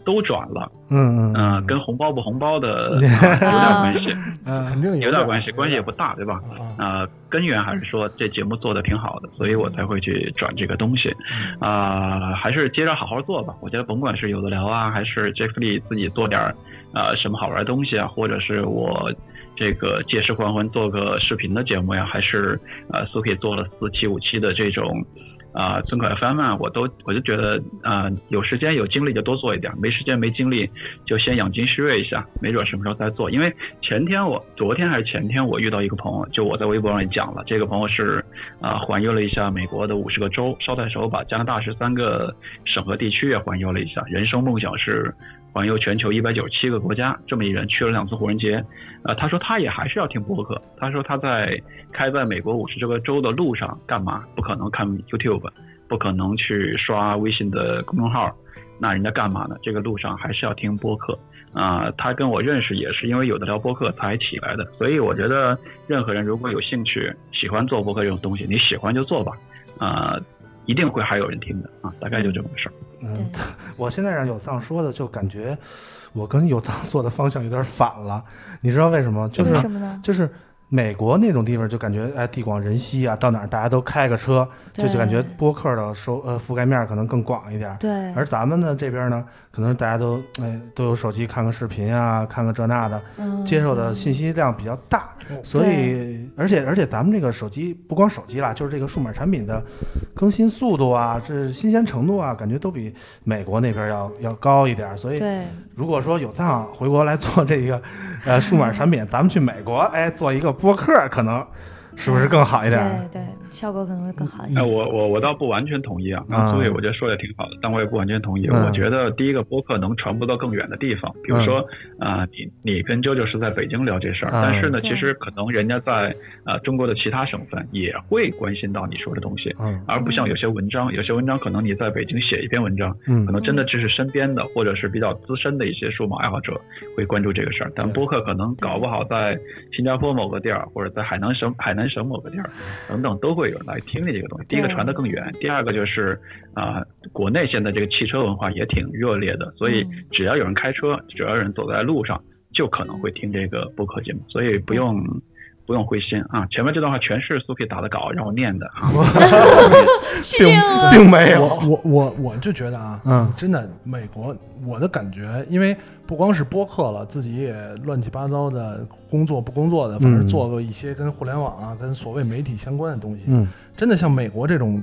[SPEAKER 5] 都转了。
[SPEAKER 3] 嗯
[SPEAKER 5] 嗯、跟红包不红包的、啊有点关系，
[SPEAKER 3] 嗯
[SPEAKER 4] 呃肯定
[SPEAKER 5] 有点
[SPEAKER 4] 点
[SPEAKER 5] 关系，关系也不大，对吧？
[SPEAKER 4] 啊。
[SPEAKER 5] 呃，根源还是说这节目做的挺好的，所以我才会去转这个东西。
[SPEAKER 4] 嗯
[SPEAKER 5] 啊、还是接着好好做吧。我觉得甭管是有的聊啊，还是 Jeff Lee 自己做点儿呃什么好玩的东西啊，或者是我这个借尸还魂做个视频的节目呀，还是呃 Suki 做了四期五期的这种。啊、村口 FM 啊，我都我就觉得，啊，有时间有精力就多做一点，没时间没精力就先养精蓄锐一下，没准什么时候再做。因为前天我昨天还是前天我遇到一个朋友，就我在微博上也讲了，这个朋友是啊、呃环游了一下美国的五十个州，捎带手把加拿大十三个省和地区也环游了一下，人生梦想是。环游全球一百九十七个国家，这么一人去了两次火人节，呃，他说他也还是要听播客。他说他在开在美国五十这个州的路上干嘛？不可能看 YouTube，不可能去刷微信的公众号，那人家干嘛呢？这个路上还是要听播客。啊、他跟我认识也是因为有的聊播客才起来的，所以我觉得任何人如果有兴趣、喜欢做播客这种东西，你喜欢就做吧，啊、一定会还有人听的啊，大概就这么个事儿。
[SPEAKER 3] 嗯，我现在让有藏说的，就感觉我跟有藏做的方向有点反了。你知道为什么？就是
[SPEAKER 1] 为什么呢？
[SPEAKER 3] 就是美国那种地方，就感觉哎地广人稀啊，到哪儿大家都开个车，就就感觉
[SPEAKER 1] 对
[SPEAKER 3] 播客的收呃覆盖面可能更广一点。
[SPEAKER 1] 对，
[SPEAKER 3] 而咱们呢这边呢，可能大家都哎都有手机看个视频啊，看个这那的，
[SPEAKER 1] 嗯
[SPEAKER 3] 接受的信息量比较大，
[SPEAKER 4] 哦
[SPEAKER 3] 所以而且而且咱们这个手机不光手机啦，就是这个数码产品的更新速度啊，这新鲜程度啊，感觉都比美国那边要要高一点儿。所以
[SPEAKER 1] 对
[SPEAKER 3] 如果说有藏回国来做这个呃数码产品，咱们去美国哎做一个播客，可能是不是更好一点儿？
[SPEAKER 1] 对对，效果可能会更好一些
[SPEAKER 5] 哎，。我我我倒不完全同意啊，
[SPEAKER 3] 嗯啊
[SPEAKER 5] 刚苏伟我觉得说的挺好的，但我也不完全同意。
[SPEAKER 3] 嗯
[SPEAKER 5] 我觉得第一个播客能传播到更远的地方，比如说啊、呃你你跟啾啾是在北京聊这事儿，
[SPEAKER 3] 嗯
[SPEAKER 5] 但是呢，
[SPEAKER 1] 对
[SPEAKER 5] 其实可能人家在呃中国的其他省份也会关心到你说的东西，
[SPEAKER 3] 嗯
[SPEAKER 5] 而不像有些文章，有些文章可能你在北京写一篇文章，
[SPEAKER 3] 嗯
[SPEAKER 5] 可能真的只是身边的或者是比较资深的一些数码爱好者会关注这个事儿，但播客可能搞不好在新加坡某个地儿，或者在海南省海南省某个地儿等等，都会有人来听你这个东西。第一个
[SPEAKER 1] 对
[SPEAKER 5] 传得更远，第二个就是啊、国内现在这个汽车文化也挺热烈的，所以
[SPEAKER 1] 嗯
[SPEAKER 5] 只要有人开车，只要有人走在路上，就可能会听这个播客节目，所以不用。不用灰心啊！前面这段话全是苏菲打的稿，让我念的啊。
[SPEAKER 1] 是
[SPEAKER 3] 并
[SPEAKER 1] 这样吗？
[SPEAKER 3] 并没有，
[SPEAKER 4] 我我我我就觉得啊，
[SPEAKER 3] 嗯
[SPEAKER 4] 真的，美国我的感觉，因为不光是播客了，自己也乱七八糟的工作不工作的，反正
[SPEAKER 3] 嗯
[SPEAKER 4] 做过一些跟互联网啊、跟所谓媒体相关的东西。
[SPEAKER 3] 嗯
[SPEAKER 4] 真的像美国这种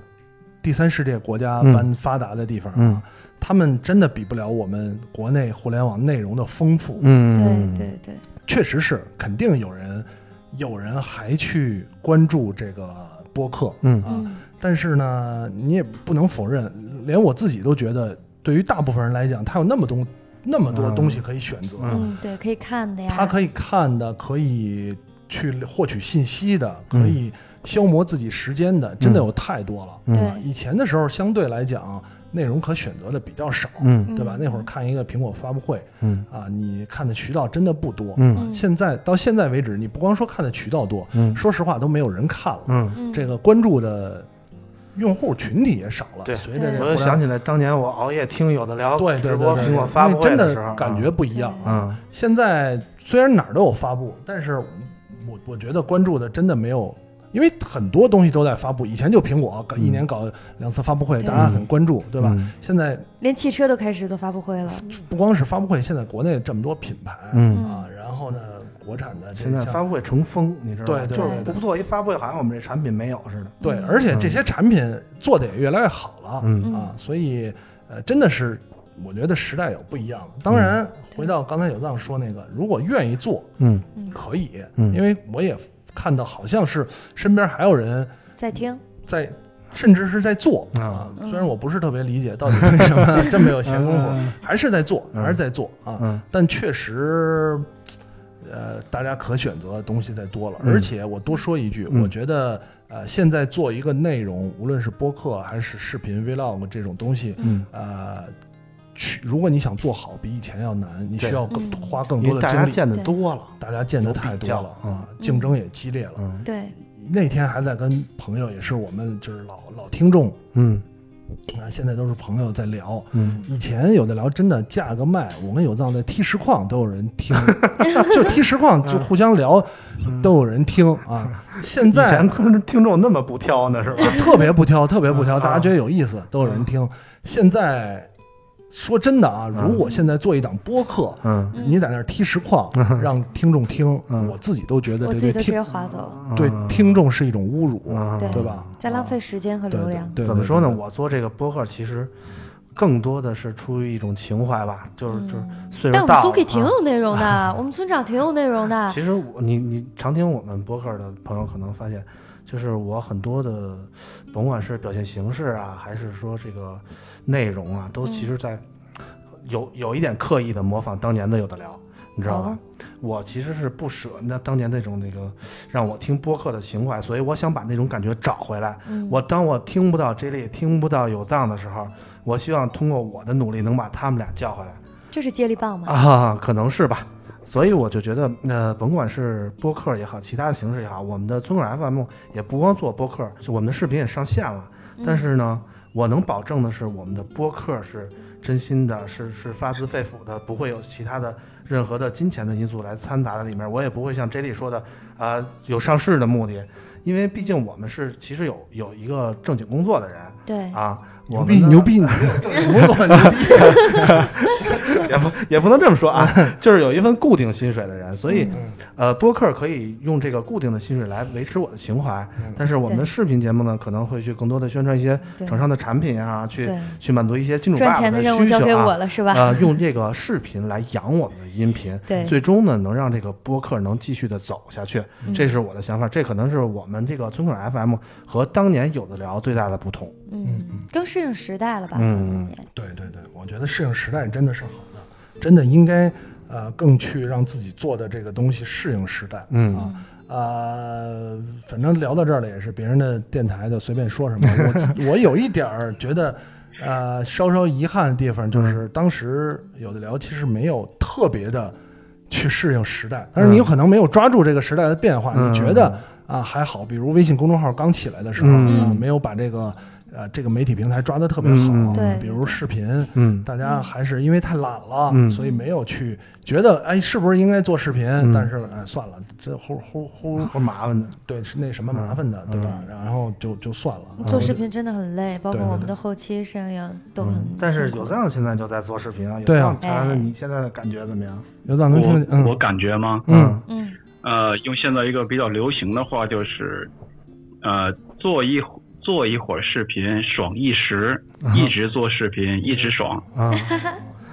[SPEAKER 4] 第三世界国家
[SPEAKER 3] 嗯
[SPEAKER 4] 般发达的地方啊，
[SPEAKER 3] 嗯
[SPEAKER 4] 他们真的比不了我们国内互联网内容的丰富。
[SPEAKER 3] 嗯
[SPEAKER 1] 对，对对，
[SPEAKER 4] 确实是，肯定有人有人还去关注这个播客，
[SPEAKER 3] 嗯
[SPEAKER 4] 啊，
[SPEAKER 1] 嗯
[SPEAKER 4] 但是呢，你也不能否认，连我自己都觉得，对于大部分人来讲，它有那么东那么多东西可以选择，
[SPEAKER 3] 嗯
[SPEAKER 1] 嗯，对，可以看的呀。
[SPEAKER 4] 它可以看的，可以去获取信息的，
[SPEAKER 3] 嗯
[SPEAKER 4] 可以消磨自己时间的，真的有太多了。
[SPEAKER 3] 嗯
[SPEAKER 1] 对，
[SPEAKER 4] 以前的时候，相对来讲，内容可选择的比较少，
[SPEAKER 3] 嗯
[SPEAKER 4] 对吧？
[SPEAKER 1] 嗯
[SPEAKER 4] 那会儿看一个苹果发布会
[SPEAKER 3] 嗯
[SPEAKER 4] 啊，你看的渠道真的不多。
[SPEAKER 3] 嗯
[SPEAKER 1] 嗯
[SPEAKER 4] 现在到现在为止，你不光说看的渠道多，
[SPEAKER 3] 嗯
[SPEAKER 4] 说实话都没有人看了，
[SPEAKER 3] 嗯，
[SPEAKER 1] 嗯
[SPEAKER 4] 这个关注的用户群体也少了。
[SPEAKER 3] 对
[SPEAKER 4] 随着这
[SPEAKER 1] 对
[SPEAKER 3] 我
[SPEAKER 4] 互
[SPEAKER 3] 又
[SPEAKER 4] 联
[SPEAKER 3] 想起来当年我熬夜听有的聊
[SPEAKER 4] 对对
[SPEAKER 3] 直
[SPEAKER 4] 对
[SPEAKER 3] 播
[SPEAKER 4] 对
[SPEAKER 3] 苹果
[SPEAKER 4] 对
[SPEAKER 3] 发
[SPEAKER 4] 因
[SPEAKER 3] 布
[SPEAKER 4] 为
[SPEAKER 3] 会
[SPEAKER 4] 真
[SPEAKER 3] 的时候
[SPEAKER 4] 的
[SPEAKER 3] 啊，
[SPEAKER 4] 感觉不一样啊。
[SPEAKER 3] 嗯
[SPEAKER 4] 现在虽然哪儿都有发布，但是我我觉得关注的真的没有，因为很多东西都在发布。以前就苹果搞一年搞两次发布会，
[SPEAKER 1] 对
[SPEAKER 4] 大家很关注，对吧？
[SPEAKER 3] 嗯
[SPEAKER 4] 现在
[SPEAKER 1] 连汽车都开始做发布会了。
[SPEAKER 4] 不光是发布会，现在国内这么多品牌、
[SPEAKER 3] 嗯，
[SPEAKER 4] 啊，然后呢，国产的这
[SPEAKER 3] 现在
[SPEAKER 4] 像
[SPEAKER 3] 发布会成风，你知道吗？
[SPEAKER 4] 对对
[SPEAKER 3] 就是
[SPEAKER 4] 对对
[SPEAKER 3] 不做一发布会，好像我们这产品没有似的。
[SPEAKER 4] 对，而且这些产品做的也越来越好了。
[SPEAKER 3] 嗯
[SPEAKER 4] 啊，所以呃，真的是我觉得时代有不一样了。当然，回到刚才有藏说那个，如果愿意做，
[SPEAKER 3] 嗯
[SPEAKER 4] 可以，
[SPEAKER 3] 嗯
[SPEAKER 4] 因为我也看到好像是身边还有人
[SPEAKER 1] 在听，
[SPEAKER 4] 在。甚至是在做啊
[SPEAKER 3] 啊，
[SPEAKER 4] 虽然我不是特别理解
[SPEAKER 3] *laughs*
[SPEAKER 4] 到底为什么这么有闲工
[SPEAKER 3] 嗯
[SPEAKER 4] 夫，还是在做，
[SPEAKER 3] 嗯
[SPEAKER 4] 还是在做啊。
[SPEAKER 3] 嗯
[SPEAKER 4] 但确实，呃，大家可选择的东西太多了。
[SPEAKER 3] 嗯
[SPEAKER 4] 而且我多说一句，
[SPEAKER 3] 嗯
[SPEAKER 4] 我觉得呃，现在做一个内容，无论是播客还是视频、vlog 这种东西，
[SPEAKER 3] 嗯，
[SPEAKER 4] 呃，去如果你想做好，比以前要难，你
[SPEAKER 3] 对
[SPEAKER 4] 需要更
[SPEAKER 1] 嗯
[SPEAKER 4] 花更
[SPEAKER 3] 因
[SPEAKER 4] 多
[SPEAKER 3] 为
[SPEAKER 4] 的
[SPEAKER 3] 大
[SPEAKER 4] 精
[SPEAKER 3] 家
[SPEAKER 4] 力。
[SPEAKER 3] 见的
[SPEAKER 1] 对
[SPEAKER 3] 多了，
[SPEAKER 4] 大家见得太多了
[SPEAKER 3] 有比较
[SPEAKER 4] 啊，竞争也激烈了。
[SPEAKER 3] 嗯
[SPEAKER 1] 对，
[SPEAKER 4] 那天还在跟朋友，也是我们就是老老听众
[SPEAKER 3] 嗯
[SPEAKER 4] 啊，现在都是朋友在聊。
[SPEAKER 3] 嗯
[SPEAKER 4] 以前有的聊真的价格卖，我跟有藏在踢实况都有人
[SPEAKER 1] *laughs*
[SPEAKER 4] 听，就踢实况就互相聊，都有人听啊。现
[SPEAKER 3] 嗯以前 *laughs*
[SPEAKER 4] 在
[SPEAKER 3] 观众听众那么不挑呢，是吧？
[SPEAKER 4] 就特别不挑，特别不挑，
[SPEAKER 3] 嗯
[SPEAKER 4] 大家觉得有意思，都有人听。现在说真的啊，如果现在做一档播客，
[SPEAKER 3] 嗯
[SPEAKER 1] 嗯
[SPEAKER 4] 你在那儿踢实况，让听众听，
[SPEAKER 3] 嗯
[SPEAKER 4] 我自己都觉得
[SPEAKER 1] 我自
[SPEAKER 4] 这
[SPEAKER 1] 己都
[SPEAKER 4] 对
[SPEAKER 1] 直
[SPEAKER 4] 听
[SPEAKER 1] 接划走了，
[SPEAKER 4] 对
[SPEAKER 3] 嗯
[SPEAKER 4] 听众是一种侮辱，
[SPEAKER 3] 嗯
[SPEAKER 1] 对
[SPEAKER 4] 对吧？
[SPEAKER 1] 在浪费时间和
[SPEAKER 4] 对
[SPEAKER 1] 流
[SPEAKER 4] 对
[SPEAKER 1] 量。
[SPEAKER 4] 对，
[SPEAKER 3] 怎么说呢？
[SPEAKER 4] 对
[SPEAKER 3] 我做这个播客其实更多的是出于一种情怀吧，就是就是岁
[SPEAKER 1] 嗯但我们
[SPEAKER 3] 数大了
[SPEAKER 1] Suki 挺
[SPEAKER 3] 啊
[SPEAKER 1] 有内容的， *laughs* 我们村长挺有内容的。
[SPEAKER 3] 其实我你你常听我们播客的朋友可能发现，就是我很多的，甭管是表现形式啊，还是说这个内容啊，都其实在有有一点刻意的模仿当年的有的聊，你知道吧？我其实是不舍那当年那种那个让我听播客的情怀，所以我想把那种感觉找回来。
[SPEAKER 1] 嗯
[SPEAKER 3] 我当我听不到 J 莉，听不到有藏的时候，我希望通过我的努力能把他们俩叫回来。
[SPEAKER 1] 这是接力棒嘛？
[SPEAKER 3] 啊，可能是吧。所以我就觉得，呃，甭管是播客也好，其他的形式也好，我们的村口 FM 也不光做播客，是我们的视频也上线了。但是呢，我能保证的是，我们的播客是真心的，是是发自肺腑的，不会有其他的任何的金钱的因素来掺杂在里面。我也不会像 J 莉说的，啊，有上市的目的，因为毕竟我们是其实有有一个正经工作的人
[SPEAKER 1] 对，
[SPEAKER 3] 啊。我
[SPEAKER 4] 牛
[SPEAKER 3] 们
[SPEAKER 4] 逼
[SPEAKER 3] 呢
[SPEAKER 4] 牛逼，你牛逼牛逼，
[SPEAKER 3] 也不也不能这么说啊，就是有一份固定薪水的人，所以、呃，播客可以用这个固定的薪水来维持我的情怀，但是我们的
[SPEAKER 1] 对
[SPEAKER 3] 视频节目呢，可能会去更多的宣传一些
[SPEAKER 1] 对
[SPEAKER 3] 厂商的产品啊，去
[SPEAKER 1] 对
[SPEAKER 3] 去满足一些金主
[SPEAKER 1] 赚
[SPEAKER 3] 爸爸
[SPEAKER 1] 钱
[SPEAKER 3] 的
[SPEAKER 1] 任务
[SPEAKER 3] 需
[SPEAKER 1] 交给
[SPEAKER 3] 求
[SPEAKER 1] 我
[SPEAKER 3] 啊。
[SPEAKER 1] 了是吧？
[SPEAKER 3] 呃，用这个视频来养我们的音频，
[SPEAKER 1] 对
[SPEAKER 3] 最终呢能让这个播客能继续的走下去，
[SPEAKER 1] 嗯
[SPEAKER 3] 这是我的想法。这可能是我们这个村口 FM 和当年有的聊最大的不同。
[SPEAKER 1] 嗯，更适应时代了吧？
[SPEAKER 3] 嗯
[SPEAKER 1] 可能也
[SPEAKER 4] *laughs* 对对对，我觉得适应时代真的是好的，真的应该呃更去让自己做的这个东西适应时代。
[SPEAKER 3] 嗯
[SPEAKER 4] 啊呃，反正聊到这儿了也是别人的电台就随便说什么， *laughs* 我我有一点儿觉得。呃，稍稍遗憾的地方就是，当时有的聊其实没有特别的去适应时代，但是你有可能没有抓住这个时代的变化，
[SPEAKER 3] 嗯
[SPEAKER 4] 你觉得啊还好，比如微信公众号刚起来的时候、
[SPEAKER 3] 嗯
[SPEAKER 4] 啊，没有把这个呃这个媒体平台抓得特别好，
[SPEAKER 3] 嗯
[SPEAKER 1] 对
[SPEAKER 4] 比如视频，
[SPEAKER 3] 嗯
[SPEAKER 4] 大家还是因为太懒了，
[SPEAKER 3] 嗯
[SPEAKER 4] 所以没有去觉得哎，是不是应该做视频？
[SPEAKER 3] 嗯
[SPEAKER 4] 但是哎，算了，这忽忽忽，
[SPEAKER 3] 多麻烦的，
[SPEAKER 4] 对，是那什
[SPEAKER 3] 嗯
[SPEAKER 4] 么麻烦的，对吧？然后就就算了。啊
[SPEAKER 1] 做
[SPEAKER 4] 我
[SPEAKER 1] 视
[SPEAKER 4] 就
[SPEAKER 1] 频真的很累，包括
[SPEAKER 4] 对对
[SPEAKER 1] 我们
[SPEAKER 4] 对
[SPEAKER 1] 的后期、摄影都很辛苦。
[SPEAKER 3] 但是有藏现在就在做视频啊，有
[SPEAKER 4] 对啊
[SPEAKER 3] 藏，查查
[SPEAKER 1] 哎
[SPEAKER 3] 你现在的感觉怎么样？
[SPEAKER 4] 有藏能听
[SPEAKER 5] 我
[SPEAKER 4] 见，嗯
[SPEAKER 5] 我感觉吗？
[SPEAKER 4] 嗯
[SPEAKER 1] 嗯，
[SPEAKER 5] 呃，用现在一个比较流行的话就是，呃，做一会做
[SPEAKER 4] 啊
[SPEAKER 3] 嗯
[SPEAKER 4] 嗯
[SPEAKER 5] 一会儿视频爽一时，一直做视频一直爽。
[SPEAKER 3] 啊，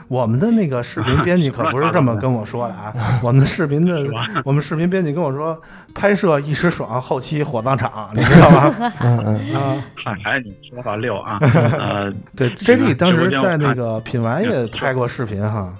[SPEAKER 3] 我们的那个视频编辑可不是这么跟我说的
[SPEAKER 4] *laughs*
[SPEAKER 3] 啊，我们的视频的我们视频编辑跟我说，拍摄一时爽，后期火葬场，你知道
[SPEAKER 4] *laughs*
[SPEAKER 3] 吗？
[SPEAKER 4] 嗯嗯，
[SPEAKER 3] 啊，
[SPEAKER 5] 看来你哎说到六啊，呃，
[SPEAKER 3] 对
[SPEAKER 5] 是的
[SPEAKER 3] ，JD 当时
[SPEAKER 5] 直播间
[SPEAKER 3] 在那
[SPEAKER 5] 我看
[SPEAKER 3] 个品玩也拍过视频哈，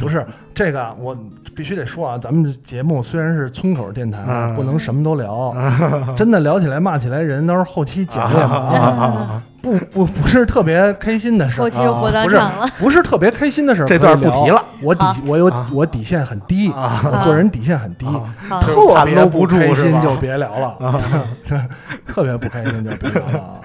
[SPEAKER 4] 不是这个啊，我必须得说啊，咱们节目虽然是村口电台啊，
[SPEAKER 3] 嗯
[SPEAKER 4] 不能什么都聊，
[SPEAKER 3] *laughs*
[SPEAKER 4] 真的聊起来骂起来人，到时候后期剪不了啊，
[SPEAKER 3] 啊，
[SPEAKER 4] 不不不是特别开心的事
[SPEAKER 1] 嗯
[SPEAKER 4] 儿
[SPEAKER 1] 后
[SPEAKER 4] 啊，
[SPEAKER 1] 期又火葬
[SPEAKER 4] 不是
[SPEAKER 1] 场
[SPEAKER 4] *laughs*
[SPEAKER 1] 了。
[SPEAKER 4] 不是特别开心的事儿，
[SPEAKER 3] 这段不
[SPEAKER 4] 可以聊
[SPEAKER 3] 提了。
[SPEAKER 4] 我底
[SPEAKER 1] 好
[SPEAKER 4] 我有
[SPEAKER 3] 啊
[SPEAKER 4] 我底线很低，
[SPEAKER 3] 啊
[SPEAKER 4] 我做人底线很低，
[SPEAKER 3] 啊
[SPEAKER 1] 好
[SPEAKER 4] 特
[SPEAKER 3] 就是
[SPEAKER 4] 别开
[SPEAKER 3] 怕搂不住是
[SPEAKER 4] 心
[SPEAKER 3] 吧
[SPEAKER 4] 就别聊了，啊 *laughs* 特别不开心就别聊了啊，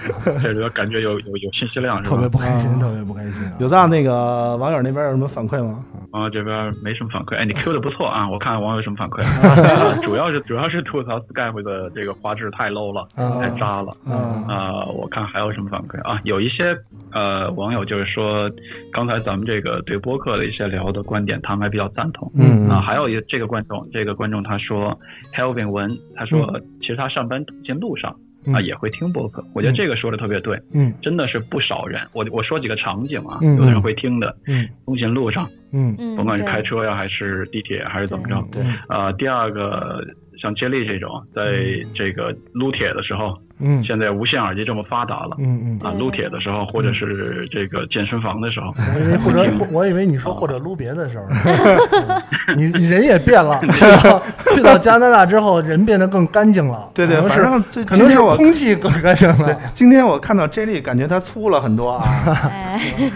[SPEAKER 5] 这个感觉有有有信
[SPEAKER 4] *laughs*
[SPEAKER 5] 息量是
[SPEAKER 4] 特别
[SPEAKER 5] 吧？
[SPEAKER 4] 不开
[SPEAKER 3] 啊
[SPEAKER 4] 心，特别不开心啊。
[SPEAKER 3] 有藏那个网友那边有什么反馈吗？
[SPEAKER 5] 啊，这边没什么反馈。哎，你 Q 的不错啊，我看网友有什么反馈。啊主要是主要是吐槽 Skype 的这个画质太 low 了，
[SPEAKER 4] 啊
[SPEAKER 5] 太渣了。
[SPEAKER 3] 嗯
[SPEAKER 5] 啊、我看还有什么反馈啊？有一些呃网友就是说，刚才咱们这个对播客的一些聊的观点，他们还比较赞同。
[SPEAKER 3] 嗯
[SPEAKER 5] 啊，还有一这个观众，这个观众他说 Helvin 文，他说其实他上班通勤路上啊
[SPEAKER 4] 嗯
[SPEAKER 5] 也会听播客，我觉得这个说的特别对，
[SPEAKER 4] 嗯
[SPEAKER 5] 真的是不少人。我我说几个场景啊，
[SPEAKER 4] 嗯
[SPEAKER 5] 有的人会听的，
[SPEAKER 4] 嗯
[SPEAKER 5] 通勤路上，
[SPEAKER 4] 嗯
[SPEAKER 1] 嗯，
[SPEAKER 5] 甭管是
[SPEAKER 1] 对
[SPEAKER 5] 开车呀，还是地铁，还是怎么着。
[SPEAKER 3] 对
[SPEAKER 5] 啊，第二个像接力这种，在这个撸铁的时候，
[SPEAKER 4] 嗯
[SPEAKER 5] 现在无线耳机这么发达了。
[SPEAKER 4] 嗯嗯，
[SPEAKER 5] 啊，
[SPEAKER 1] 对
[SPEAKER 5] 撸铁的时候，或者是这个健身房的时候，
[SPEAKER 4] 我以为或者我以为你说或者撸别的时候，
[SPEAKER 3] *laughs*
[SPEAKER 4] 你你人也变了，去到去到加拿大之后，人变得更干净了，
[SPEAKER 3] 对对
[SPEAKER 4] 可能
[SPEAKER 3] 反正
[SPEAKER 4] 是
[SPEAKER 3] 这
[SPEAKER 4] 可能
[SPEAKER 3] 今
[SPEAKER 4] 是
[SPEAKER 3] 天我
[SPEAKER 4] 空气更干净
[SPEAKER 3] 对
[SPEAKER 4] 了。，
[SPEAKER 3] 今天我看到 J 莉，感觉她粗了很多啊。
[SPEAKER 1] 哎， *laughs*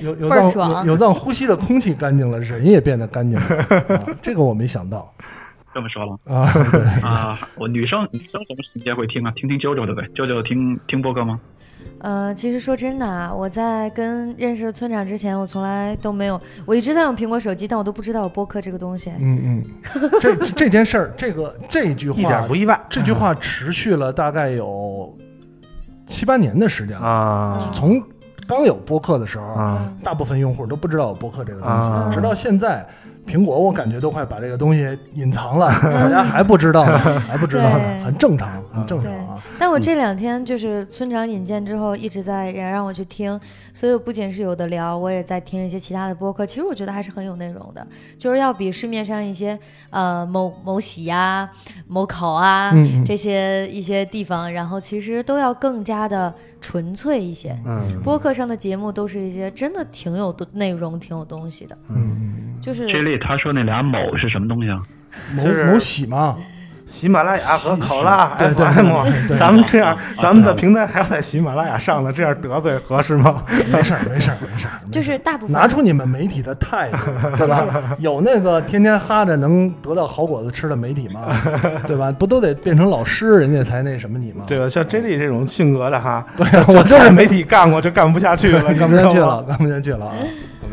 [SPEAKER 4] 有有
[SPEAKER 1] 倍儿
[SPEAKER 4] 藏
[SPEAKER 1] 爽
[SPEAKER 4] 有有藏呼吸的空气干净了，人也变得干净
[SPEAKER 3] *laughs*
[SPEAKER 4] 了，啊这个我没想到
[SPEAKER 5] 这么说了
[SPEAKER 4] 啊。对
[SPEAKER 5] 啊，我女生女生什么时间会听啊？听听啾啾的呗，啾啾听听播客吗？
[SPEAKER 1] 呃，其实说真的啊，我在跟认识村长之前，我从来都没有，我一直在用苹果手机，但我都不知道有播客这个东西。
[SPEAKER 4] 嗯，嗯，这这件事儿，这个这句话，
[SPEAKER 3] 一点不意外
[SPEAKER 4] 这句话持续了大概有七八年的时间了。
[SPEAKER 3] 啊
[SPEAKER 4] 从刚有播客的时候，
[SPEAKER 3] 啊
[SPEAKER 4] 大部分用户都不知道有播客这个东西，
[SPEAKER 3] 啊
[SPEAKER 4] 直到现在。苹果，我感觉都快把这个东西隐藏
[SPEAKER 3] *laughs*
[SPEAKER 4] 了，大家还不知道呢，还不知道呢，
[SPEAKER 1] 对
[SPEAKER 4] 很正常，很正常
[SPEAKER 1] 对
[SPEAKER 4] 啊。，
[SPEAKER 1] 但我这两天就是村长引荐之后，一直在让让我去听，所以我不仅是有的聊，我也在听一些其他的播客。其实我觉得还是很有内容的，就是要比市面上一些呃某某喜呀、某考啊、
[SPEAKER 4] 嗯嗯
[SPEAKER 1] 这些一些地方，然后其实都要更加的纯粹一些。
[SPEAKER 3] 嗯
[SPEAKER 1] 播客上的节目都是一些真的挺有的内容、挺有东西的，
[SPEAKER 4] 嗯，
[SPEAKER 1] 就是
[SPEAKER 5] 这里他说那俩某是什么东西啊？
[SPEAKER 4] 某
[SPEAKER 3] 就是
[SPEAKER 4] 某喜嘛，
[SPEAKER 3] 喜马拉雅和
[SPEAKER 4] 喜
[SPEAKER 3] 考拉
[SPEAKER 4] 对对
[SPEAKER 3] FM，
[SPEAKER 4] 对啊
[SPEAKER 3] 咱们这样
[SPEAKER 5] 对，对
[SPEAKER 3] 咱们的平台还要在喜马拉雅上了，这样得罪合适吗？
[SPEAKER 4] 没事儿，没事儿，没事儿，没事
[SPEAKER 1] 就
[SPEAKER 4] 儿
[SPEAKER 1] 是大部分
[SPEAKER 4] 拿出你们媒体的态度，
[SPEAKER 3] *laughs*
[SPEAKER 4] 对吧？有那个天天哈着能得到好果子吃的媒体
[SPEAKER 3] *laughs*
[SPEAKER 4] 吗？对吧？不都得变成老师，人家才那什么你吗？
[SPEAKER 3] 对，吧？像 J 莉这种性格的哈，
[SPEAKER 4] 对啊，
[SPEAKER 3] 我
[SPEAKER 4] *laughs* 我
[SPEAKER 3] 都 *laughs*
[SPEAKER 4] 就是是
[SPEAKER 3] 媒体干过就干不下去了，
[SPEAKER 4] *laughs* 干不下去
[SPEAKER 3] 你知道
[SPEAKER 4] 了，
[SPEAKER 3] 吗。
[SPEAKER 4] 干不下
[SPEAKER 3] *laughs*
[SPEAKER 4] 去了啊，干不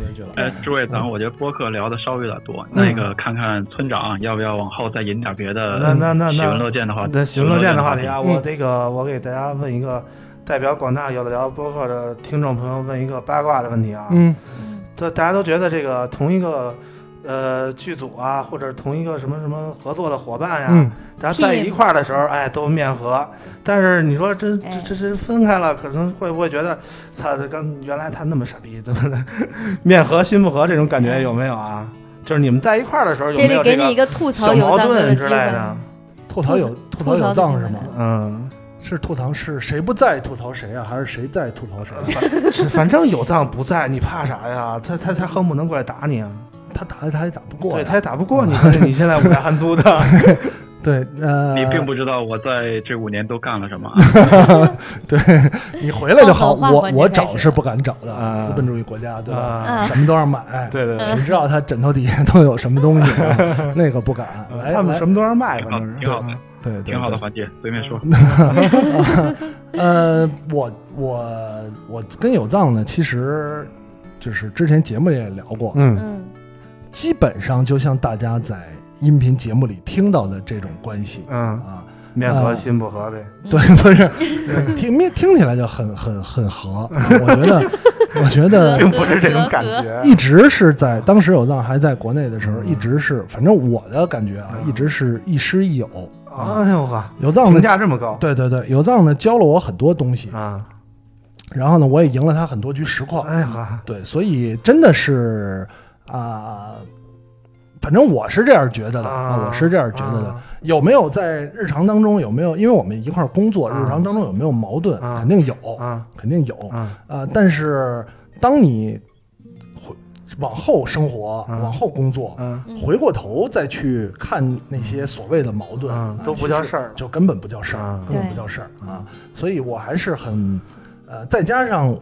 [SPEAKER 4] 下去了。
[SPEAKER 5] 哎，诸位，咱们我觉得播客聊的稍微有点多，那个看看村长啊要不要往后再引点别的
[SPEAKER 3] 那那那那
[SPEAKER 5] 喜闻乐见的话题，
[SPEAKER 3] 那喜闻乐见的话题啊，
[SPEAKER 4] 嗯
[SPEAKER 3] 我这个我给大家问一个代表广大有的聊播客的听众朋友问一个八卦的问题啊。
[SPEAKER 4] 嗯
[SPEAKER 3] 这大家都觉得这个同一个呃剧组啊，或者同一个什么什么合作的伙伴呀、
[SPEAKER 4] 嗯，
[SPEAKER 3] 大家在一块儿的时候，哎，都面和。但是你说这这
[SPEAKER 1] 哎
[SPEAKER 3] 这这分开了，可能会不会觉得，操，这刚原来他那么傻逼，怎么的？ *laughs* 面和心不和这种感觉有没有啊？就是你们在一块儿的时候有
[SPEAKER 1] 哎这
[SPEAKER 3] 没
[SPEAKER 1] 里
[SPEAKER 3] 有
[SPEAKER 1] 给你一
[SPEAKER 3] 个
[SPEAKER 1] 个吐槽
[SPEAKER 3] 小
[SPEAKER 1] 有
[SPEAKER 3] 矛
[SPEAKER 1] 脏的
[SPEAKER 3] 盾
[SPEAKER 1] 机
[SPEAKER 3] 之类
[SPEAKER 1] 会。
[SPEAKER 3] 的？
[SPEAKER 4] 吐槽有
[SPEAKER 1] 吐
[SPEAKER 4] 吐
[SPEAKER 1] 槽
[SPEAKER 4] 槽
[SPEAKER 1] 吐
[SPEAKER 4] 有藏是
[SPEAKER 1] 槽
[SPEAKER 4] 吗
[SPEAKER 1] 的？
[SPEAKER 3] 嗯，
[SPEAKER 4] 是吐槽是谁不在吐槽谁啊？还是谁在吐槽
[SPEAKER 3] *laughs*
[SPEAKER 4] 谁啊？
[SPEAKER 3] 反是反正有藏不在，你怕啥呀？他他他恨不能过来打你啊！
[SPEAKER 4] 他打他也打不过
[SPEAKER 3] 对，
[SPEAKER 4] 呀。
[SPEAKER 3] 他也打不过你，可是你现在五代汗租
[SPEAKER 5] *laughs*
[SPEAKER 3] 的，
[SPEAKER 4] 对，呃，
[SPEAKER 5] 你并不知道我在这五年都干了什么啊。
[SPEAKER 4] *laughs* 对，你回来就好。
[SPEAKER 1] 换个
[SPEAKER 4] 我
[SPEAKER 1] 换个
[SPEAKER 4] 我
[SPEAKER 1] 环节开始
[SPEAKER 4] 找是不敢找的，
[SPEAKER 3] 啊
[SPEAKER 4] 资本主义国家对吧？
[SPEAKER 3] 啊
[SPEAKER 1] 啊
[SPEAKER 4] 什么都让买。
[SPEAKER 3] 对对对，
[SPEAKER 4] 谁知道他枕头底下都有什么东西啊？
[SPEAKER 3] *laughs*
[SPEAKER 4] 那个不敢。
[SPEAKER 1] 嗯
[SPEAKER 4] 来
[SPEAKER 3] 他们
[SPEAKER 4] 来
[SPEAKER 3] 什么都让卖，反正是
[SPEAKER 5] 哎挺好的
[SPEAKER 4] 对对对
[SPEAKER 5] 挺好的环节，随便说。
[SPEAKER 4] 呃，我我我跟有藏呢，其实就是之前节目也聊过，
[SPEAKER 3] 嗯
[SPEAKER 1] 嗯
[SPEAKER 4] 基本上就像大家在音频节目里听到的这种关系
[SPEAKER 3] 嗯，
[SPEAKER 4] 啊，
[SPEAKER 3] 面和心不和呗。
[SPEAKER 4] 对， *laughs* 不是呃听听起来就很很很和、啊我觉得，我觉得
[SPEAKER 3] 并不是这种感 *laughs* 觉。
[SPEAKER 4] 一直是在当时有藏还在国内的时候，
[SPEAKER 3] 嗯
[SPEAKER 4] 一直是，反正我的感觉啊，
[SPEAKER 3] 嗯
[SPEAKER 4] 一直是亦师亦友啊。
[SPEAKER 3] 哎呦呵，
[SPEAKER 4] 有藏
[SPEAKER 3] 评
[SPEAKER 4] 呢，
[SPEAKER 3] 价这么高嗯
[SPEAKER 4] 对对对，有藏呢教了我很多东西，
[SPEAKER 3] 啊！
[SPEAKER 4] 然后呢，我也赢了他很多局实况。
[SPEAKER 3] 哎呀，
[SPEAKER 4] 对，所以真的是啊、反正我是这样觉得的
[SPEAKER 3] 啊
[SPEAKER 4] 我是这样觉得的。
[SPEAKER 3] 啊
[SPEAKER 4] 有没有在日常当中有没有？因为我们一块儿工作，
[SPEAKER 3] 啊
[SPEAKER 4] 日常当中有没有矛盾？
[SPEAKER 3] 啊
[SPEAKER 4] 肯定有，
[SPEAKER 3] 啊
[SPEAKER 4] 肯定有。
[SPEAKER 3] 啊
[SPEAKER 4] 啊，但是当你回往后生活、
[SPEAKER 3] 啊
[SPEAKER 4] 往后工作，
[SPEAKER 1] 嗯
[SPEAKER 3] 啊
[SPEAKER 4] 嗯回过头再去看那些所谓的矛盾，
[SPEAKER 3] 啊
[SPEAKER 4] 啊
[SPEAKER 3] 都不叫
[SPEAKER 4] 其实
[SPEAKER 3] 事儿了
[SPEAKER 4] 就根本不叫事儿，
[SPEAKER 3] 啊
[SPEAKER 4] 根本不叫事儿啊！所以我还是很，呃，再加上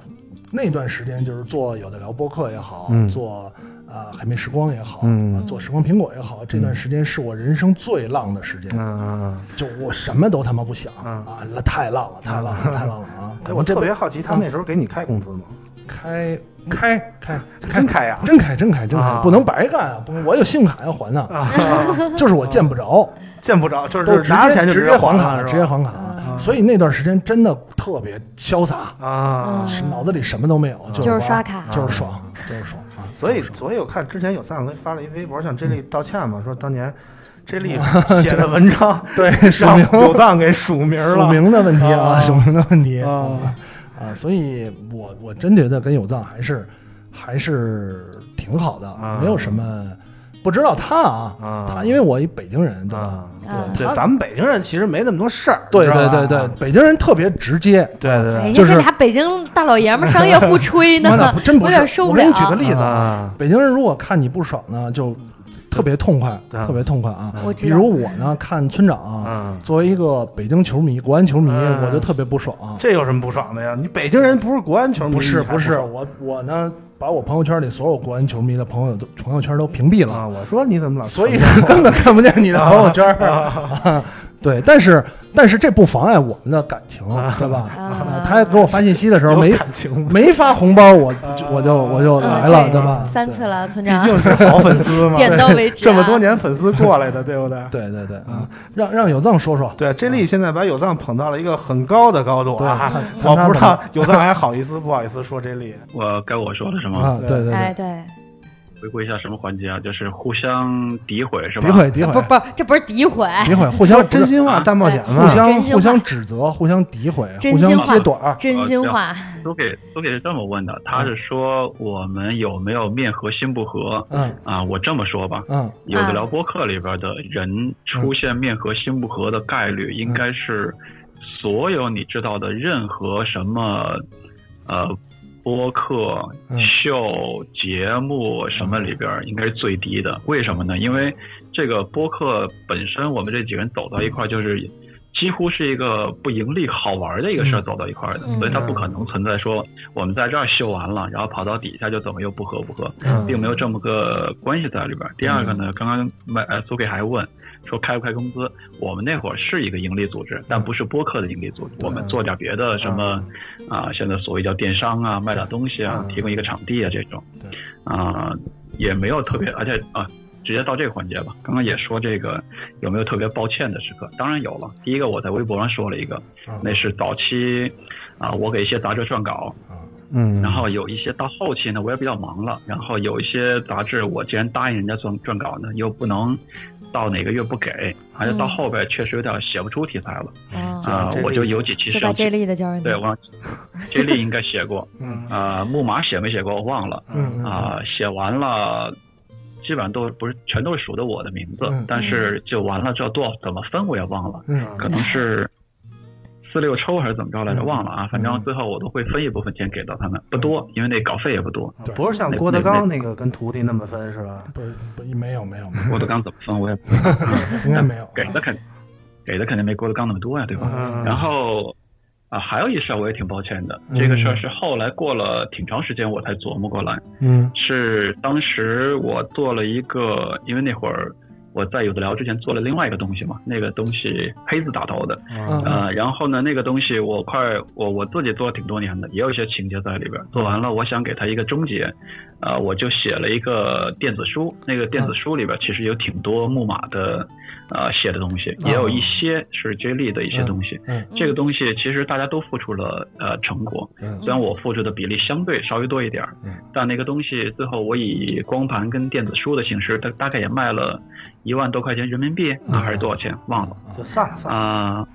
[SPEAKER 4] 那段时间就是做有的聊播客也好，
[SPEAKER 3] 嗯
[SPEAKER 4] 做啊、海面时光也好，
[SPEAKER 3] 嗯
[SPEAKER 4] 啊做时光苹果也好，这段时间是我人生最浪的时间，
[SPEAKER 3] 啊！
[SPEAKER 4] 就我什么都他妈不想
[SPEAKER 3] 啊
[SPEAKER 4] 啊，太浪了，太
[SPEAKER 3] *laughs*
[SPEAKER 4] 浪了，太浪了啊！
[SPEAKER 3] 哎，我
[SPEAKER 4] 这
[SPEAKER 3] 特别好奇，他们那时候给你开工资吗？
[SPEAKER 4] 开开开
[SPEAKER 3] 真开呀！
[SPEAKER 4] 真开真开真
[SPEAKER 3] 啊
[SPEAKER 4] 开，不能白干啊！不，我有信用卡要还呢，就是我见不着，
[SPEAKER 3] 见不着，就
[SPEAKER 4] 都
[SPEAKER 3] 是
[SPEAKER 4] 直接
[SPEAKER 3] 拿钱就
[SPEAKER 4] 直
[SPEAKER 3] 接
[SPEAKER 4] 还
[SPEAKER 3] 卡，
[SPEAKER 4] 卡，直接还
[SPEAKER 3] 嗯
[SPEAKER 4] 卡。所以那段时间真的特别潇洒，
[SPEAKER 3] 啊！
[SPEAKER 1] 嗯
[SPEAKER 4] 脑子里什么都没有，
[SPEAKER 1] 就
[SPEAKER 4] 就
[SPEAKER 1] 是
[SPEAKER 4] 玩
[SPEAKER 1] 刷卡
[SPEAKER 4] 就是爽，
[SPEAKER 3] 嗯
[SPEAKER 4] 就是爽啊！
[SPEAKER 3] 所以，
[SPEAKER 4] 就是爽
[SPEAKER 3] 所以我看之前有三回发了一微博向 J 莉道歉嘛，说当年 J 莉写的文章
[SPEAKER 4] 对署
[SPEAKER 3] 让
[SPEAKER 4] 名
[SPEAKER 3] 有档给署名
[SPEAKER 4] 署
[SPEAKER 3] 了，
[SPEAKER 4] 名的问题啊，
[SPEAKER 3] 啊
[SPEAKER 4] 署名的问题
[SPEAKER 3] 啊
[SPEAKER 4] 啊，所以我我真觉得跟有藏还是还是挺好的，
[SPEAKER 3] 啊
[SPEAKER 4] 没有什么。不知道他啊
[SPEAKER 3] 啊，
[SPEAKER 4] 他因为我一北京人，对吧
[SPEAKER 3] 啊？
[SPEAKER 1] 啊
[SPEAKER 4] 对
[SPEAKER 3] 对，
[SPEAKER 4] 他
[SPEAKER 3] 咱们北京人其实没那么多事儿，
[SPEAKER 4] 对
[SPEAKER 3] 你知
[SPEAKER 4] 对
[SPEAKER 3] 道嗯吧
[SPEAKER 4] 对对，北京人特别直接。
[SPEAKER 3] 对对
[SPEAKER 1] 哎
[SPEAKER 3] 对
[SPEAKER 1] 呀，
[SPEAKER 4] 就是
[SPEAKER 1] 这俩北京大老爷们儿商业互吹呢
[SPEAKER 4] *laughs* 妈的，不，真不
[SPEAKER 1] 我
[SPEAKER 4] 是
[SPEAKER 1] *laughs* 有点受
[SPEAKER 4] 我
[SPEAKER 1] 不
[SPEAKER 4] 给
[SPEAKER 1] 了。
[SPEAKER 4] 你举个例子啊，
[SPEAKER 3] 啊
[SPEAKER 4] 北京人如果看你不爽呢，就特别痛快，
[SPEAKER 3] 啊
[SPEAKER 4] 特别痛快啊。
[SPEAKER 1] 我
[SPEAKER 4] 比
[SPEAKER 1] 知道
[SPEAKER 4] 如我呢，看村长，
[SPEAKER 3] 啊，
[SPEAKER 4] 作为一个北京球迷、国安球迷，
[SPEAKER 3] 嗯
[SPEAKER 4] 我就特别不爽。
[SPEAKER 3] 这有什么不爽的呀？你北京人不是国安球迷，
[SPEAKER 4] 不是
[SPEAKER 3] 你还不
[SPEAKER 4] 不是，我我呢，把我朋友圈里所有国安球迷的朋友都朋友圈都屏蔽
[SPEAKER 3] 爽啊！
[SPEAKER 4] 了，
[SPEAKER 3] 我说你怎么老
[SPEAKER 4] 所以
[SPEAKER 3] 看
[SPEAKER 4] *laughs* 根本看不见你的朋友圈。啊对，但是但是这不妨碍我们的感情，对吧？
[SPEAKER 1] 啊
[SPEAKER 4] 他给我发信息的时候
[SPEAKER 3] 有
[SPEAKER 4] 没
[SPEAKER 3] 感情吗，
[SPEAKER 4] 没发红包，我就我就我就
[SPEAKER 1] 嗯
[SPEAKER 4] 来
[SPEAKER 1] 这
[SPEAKER 4] 了，对吧？
[SPEAKER 1] 三次了，村
[SPEAKER 3] *laughs* 毕
[SPEAKER 1] 长，
[SPEAKER 3] 竟是好粉丝嘛，
[SPEAKER 1] 啊 *laughs* 点到为止啊。
[SPEAKER 3] 这么多年粉丝过来的，对不对？
[SPEAKER 5] *laughs*
[SPEAKER 4] 对对对
[SPEAKER 5] 嗯
[SPEAKER 4] 啊，让让有藏说说，
[SPEAKER 3] 对，J 莉现在把有藏捧到了一个很高的高度啊
[SPEAKER 4] 对！他
[SPEAKER 3] *laughs* 我
[SPEAKER 4] 他
[SPEAKER 3] 不知
[SPEAKER 4] 他
[SPEAKER 3] 道有藏还好意思不好意思说 J 莉
[SPEAKER 5] 我该我说了是吗？
[SPEAKER 4] 啊，对对
[SPEAKER 1] 哎，
[SPEAKER 4] 对，
[SPEAKER 1] 对，
[SPEAKER 5] 回顾一下什么环节啊？就是互相诋毁是吧？
[SPEAKER 4] 诋毁诋
[SPEAKER 1] 不
[SPEAKER 4] 毁
[SPEAKER 1] 不，这不是诋毁，
[SPEAKER 4] 诋毁，互相
[SPEAKER 3] *laughs* 真心话大冒险嘛
[SPEAKER 4] 互，
[SPEAKER 1] 真
[SPEAKER 4] 相
[SPEAKER 1] 心话
[SPEAKER 4] 互相指责，互相诋毁，
[SPEAKER 1] 真
[SPEAKER 4] 互
[SPEAKER 1] 心
[SPEAKER 4] 相
[SPEAKER 1] 话
[SPEAKER 4] 揭短儿，
[SPEAKER 1] 真心话。
[SPEAKER 5] 苏给苏给是这么问的，他是说我们有没有面和心不和？
[SPEAKER 4] 嗯
[SPEAKER 5] 啊，我这么说吧，
[SPEAKER 4] 嗯
[SPEAKER 5] 有的聊播客里边的人出现面和心不和的概
[SPEAKER 4] 嗯
[SPEAKER 5] 率，应该是所有你知道的任何什么呃播客
[SPEAKER 4] 嗯、
[SPEAKER 5] 秀、节目什么里边，应该是最低的。为什么呢？因为这个播客本身，我们这几个人走到一块儿，就是几乎是一个不盈利、好玩的一个事儿
[SPEAKER 4] 嗯
[SPEAKER 5] 走到一块儿的，
[SPEAKER 1] 嗯
[SPEAKER 5] 所以它不可能存在说我们在这儿秀完了，然后跑到底下就怎么又不合不合。
[SPEAKER 4] 嗯
[SPEAKER 5] 嗯并没有这么个关系在里边儿。第二个呢，刚刚麦呃苏给还问说开不开工资，我们那会儿是一个盈利组织，但不是播客的盈利组织，我们做点别的什么啊，现在所谓叫电商啊，卖点东西啊，
[SPEAKER 3] 嗯
[SPEAKER 5] 提供一个场地啊这种
[SPEAKER 4] 对，
[SPEAKER 5] 啊也没有特别，而且啊。直接到这个环节吧。刚刚也说这个有没有特别抱歉的时刻？当然有了。第一个我在微博上说了一个，
[SPEAKER 4] 嗯
[SPEAKER 5] 那是早期啊，我给一些杂志撰稿，
[SPEAKER 3] 嗯
[SPEAKER 5] 然后有一些到后期呢，我也比较忙了，然后有一些杂志，我既然答应人家撰撰稿呢，又不能到哪个月不给，而且到后边确实有点写不出题材了
[SPEAKER 1] 哦
[SPEAKER 4] 嗯
[SPEAKER 5] 啊、
[SPEAKER 3] 这个
[SPEAKER 5] 我就有几期
[SPEAKER 1] 就把
[SPEAKER 5] 生
[SPEAKER 1] 这嗯
[SPEAKER 5] 气。
[SPEAKER 1] 例的交给你
[SPEAKER 5] 对，。我让 J 莉应该写过，
[SPEAKER 4] 嗯
[SPEAKER 5] 啊、木马写没写过我忘了
[SPEAKER 4] 嗯嗯
[SPEAKER 5] 啊、写完了。基本上都不是全都是数的我的名字，
[SPEAKER 4] 嗯
[SPEAKER 5] 但是就完了之后多少怎么分我也忘了，
[SPEAKER 4] 嗯
[SPEAKER 5] 可能是四六抽还是怎么着来着，
[SPEAKER 4] 嗯
[SPEAKER 5] 忘了啊。反正最后我都会分一部分钱给到他们，不多，因为那稿费也不多。
[SPEAKER 3] 啊不是像郭德纲那个跟徒弟那么分是吧？
[SPEAKER 4] 不不没有没有，没
[SPEAKER 5] 郭德纲怎么分
[SPEAKER 4] *laughs*
[SPEAKER 5] 我也不 *laughs*
[SPEAKER 4] 有应该没有，
[SPEAKER 5] 给的肯给的肯定没郭德纲那么多呀、对吧？
[SPEAKER 3] 嗯
[SPEAKER 5] 然后啊，还有一事儿我也挺抱歉的，
[SPEAKER 4] 嗯
[SPEAKER 5] 这个事儿是后来过了挺长时间我才琢磨过来，
[SPEAKER 4] 嗯
[SPEAKER 5] 是当时我做了一个，因为那会儿。我在有的聊之前做了另外一个东西嘛，那个东西黑字打头的，
[SPEAKER 4] 嗯
[SPEAKER 5] 呃，然后呢，那个东西我快我我自己做了挺多年的，也有一些情节在里边儿。做完了，我想给它一个终结，呃，我就写了一个电子书。那个电子书里边儿其实有挺多木马的，呃，写的东西，也有一些是 J 莉的一些东西。
[SPEAKER 4] 哦嗯
[SPEAKER 5] 这个东西其实大家都付出了呃成果，
[SPEAKER 4] 嗯
[SPEAKER 5] 虽然我付出的比例相对稍微多一点儿
[SPEAKER 4] 嗯，
[SPEAKER 5] 但那个东西最后我以光盘跟电子书的形式，大大概也卖
[SPEAKER 3] 嗯
[SPEAKER 5] 了一万多块钱人民币，啊还是多少钱忘了。
[SPEAKER 3] 就算了算了，
[SPEAKER 5] 啊、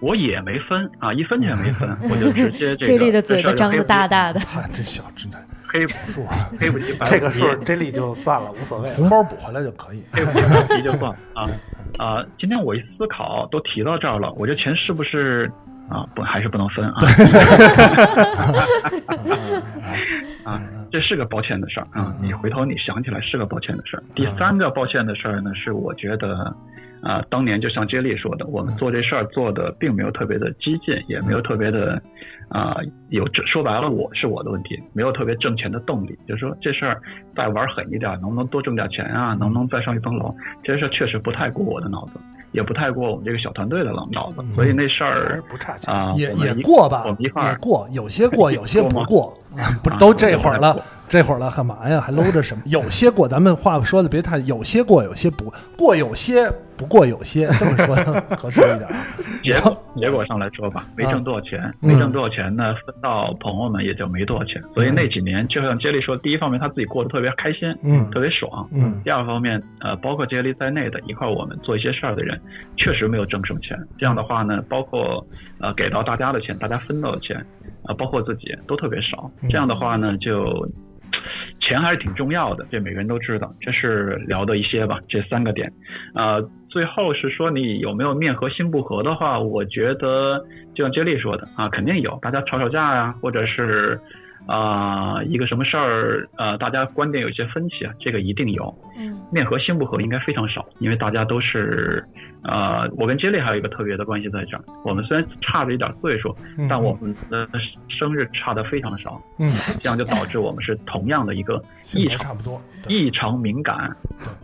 [SPEAKER 5] 我也没分啊，一分钱没
[SPEAKER 1] *laughs*
[SPEAKER 5] 分，我就直接这
[SPEAKER 1] 这
[SPEAKER 5] 个
[SPEAKER 1] 里的嘴巴张得大，大的，
[SPEAKER 4] 他哎这小直男
[SPEAKER 5] 黑不
[SPEAKER 4] 数啊，
[SPEAKER 5] 黑不及白不及，
[SPEAKER 3] 这个数儿这里就算了，无所谓
[SPEAKER 4] 红
[SPEAKER 3] 了。
[SPEAKER 4] 包补回来就可以。
[SPEAKER 5] 这个题就算了啊啊！今天我一思考，都提到这儿了，我这钱是不是啊？不，还是不能分啊！
[SPEAKER 4] 嗯
[SPEAKER 5] 啊，这是个抱歉的事儿啊！
[SPEAKER 4] 嗯
[SPEAKER 5] 你回头你想起来是个抱歉的事儿。第三个抱歉的事儿呢，是我觉得。啊，当年就像接力说的，我们做这事儿做的并没有特别的激进，
[SPEAKER 4] 嗯
[SPEAKER 5] 也没有特别的，啊、有这说白了我是我的问题，没有特别挣钱的动力。就是说这事儿再玩狠一点，能不能多挣点钱
[SPEAKER 4] 嗯
[SPEAKER 5] 啊？能不能再上一层楼？这事儿确实不太过我的脑子，也不太过我们这个小团队的脑脑子。所以那事
[SPEAKER 3] 还是
[SPEAKER 5] 儿
[SPEAKER 3] 不差钱，
[SPEAKER 5] 啊，
[SPEAKER 4] 嗯也
[SPEAKER 5] 我们
[SPEAKER 4] 也
[SPEAKER 5] 一
[SPEAKER 4] 过吧
[SPEAKER 5] 我们一，块
[SPEAKER 4] 也
[SPEAKER 5] 儿
[SPEAKER 4] 过，有些过，有
[SPEAKER 5] *laughs*
[SPEAKER 4] 些不过，啊不
[SPEAKER 5] 啊
[SPEAKER 4] 都这会儿
[SPEAKER 5] *laughs* 有些不
[SPEAKER 4] 了
[SPEAKER 5] 过，
[SPEAKER 4] 这会儿了干嘛呀？还搂着什么？有些过，咱们话说的别太，有些过，有些不过，有些不过，有些这么说
[SPEAKER 5] *laughs*
[SPEAKER 4] 合适一点啊。
[SPEAKER 5] 结果结果上来说吧，没挣多少钱，没挣多少钱呢，分到朋友们也就没多少钱。所以那几年，就像接力说，第一方面他自己过得特别开心，
[SPEAKER 4] 嗯
[SPEAKER 5] 特别爽。
[SPEAKER 4] 嗯
[SPEAKER 5] 第二方面，呃，包括接力在内的一块儿我们做一些事儿的人，确实没有挣什么钱。这样的话呢，包括呃给到大家的钱，大家分到的钱，呃，包括自己都特别少。这样的话呢，就钱还是挺重要的，这每个人都知道。这是聊的一些吧，这三个点。呃，最后是说你有没有面和心不和的话，我觉得就像接力说的啊，肯定有，大家吵吵架呀、或者是啊、一个什么事儿，呃，大家观点有些分歧啊，这个一定有。
[SPEAKER 1] 嗯
[SPEAKER 5] 面和心不和应该非常少，因为大家都是，呃，我跟接力还有一个特别的关系在这儿，我们虽然差着一点岁数，
[SPEAKER 4] 嗯
[SPEAKER 5] *laughs* 但我们的生日差的非常少，
[SPEAKER 4] 嗯，
[SPEAKER 5] 这样就导致我们是同样的一个
[SPEAKER 4] *laughs* 性
[SPEAKER 5] 异
[SPEAKER 4] 格
[SPEAKER 5] 常
[SPEAKER 4] 差不多，对
[SPEAKER 5] 异常敏感，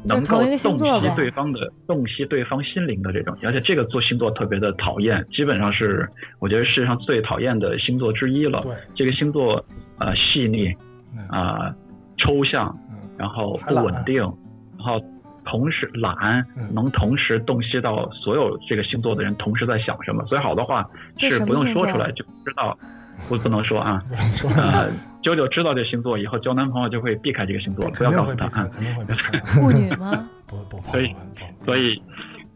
[SPEAKER 5] 能
[SPEAKER 1] 同
[SPEAKER 5] 够
[SPEAKER 1] 一个星
[SPEAKER 5] 洞
[SPEAKER 1] 座
[SPEAKER 5] 悉
[SPEAKER 1] 呗
[SPEAKER 5] 对方的洞悉对方心灵的这种，而且这个做星座特别的讨厌，基本上是我觉得世界上最讨厌的星座之一了。
[SPEAKER 4] 对
[SPEAKER 5] 这个星座呃细腻
[SPEAKER 4] 嗯
[SPEAKER 5] 啊、呃抽象，
[SPEAKER 4] 嗯
[SPEAKER 5] 然后
[SPEAKER 4] 还
[SPEAKER 5] 不
[SPEAKER 4] 懒
[SPEAKER 5] 稳定，然后同时懒，
[SPEAKER 4] 嗯
[SPEAKER 5] 能同时洞悉到所有这个星座的人同时在想什么，所以好多话
[SPEAKER 1] 这
[SPEAKER 5] 是
[SPEAKER 1] 什么
[SPEAKER 5] 不用
[SPEAKER 1] 星
[SPEAKER 5] 说
[SPEAKER 1] 座
[SPEAKER 5] 出来就知
[SPEAKER 1] *laughs*
[SPEAKER 5] 道，不不能说啊。
[SPEAKER 4] 说
[SPEAKER 5] 呃，九九知道这星座以后交男朋友就会避开这个星座，
[SPEAKER 4] *laughs*
[SPEAKER 5] 不
[SPEAKER 4] 肯
[SPEAKER 5] 要
[SPEAKER 4] 定
[SPEAKER 5] 告诉
[SPEAKER 4] 会避
[SPEAKER 5] 他
[SPEAKER 4] 开，
[SPEAKER 5] 啊。
[SPEAKER 4] 肯定会避开，
[SPEAKER 5] *laughs*
[SPEAKER 1] 处女吗？
[SPEAKER 4] 不不不不
[SPEAKER 5] 所以
[SPEAKER 4] 不，
[SPEAKER 5] 所以，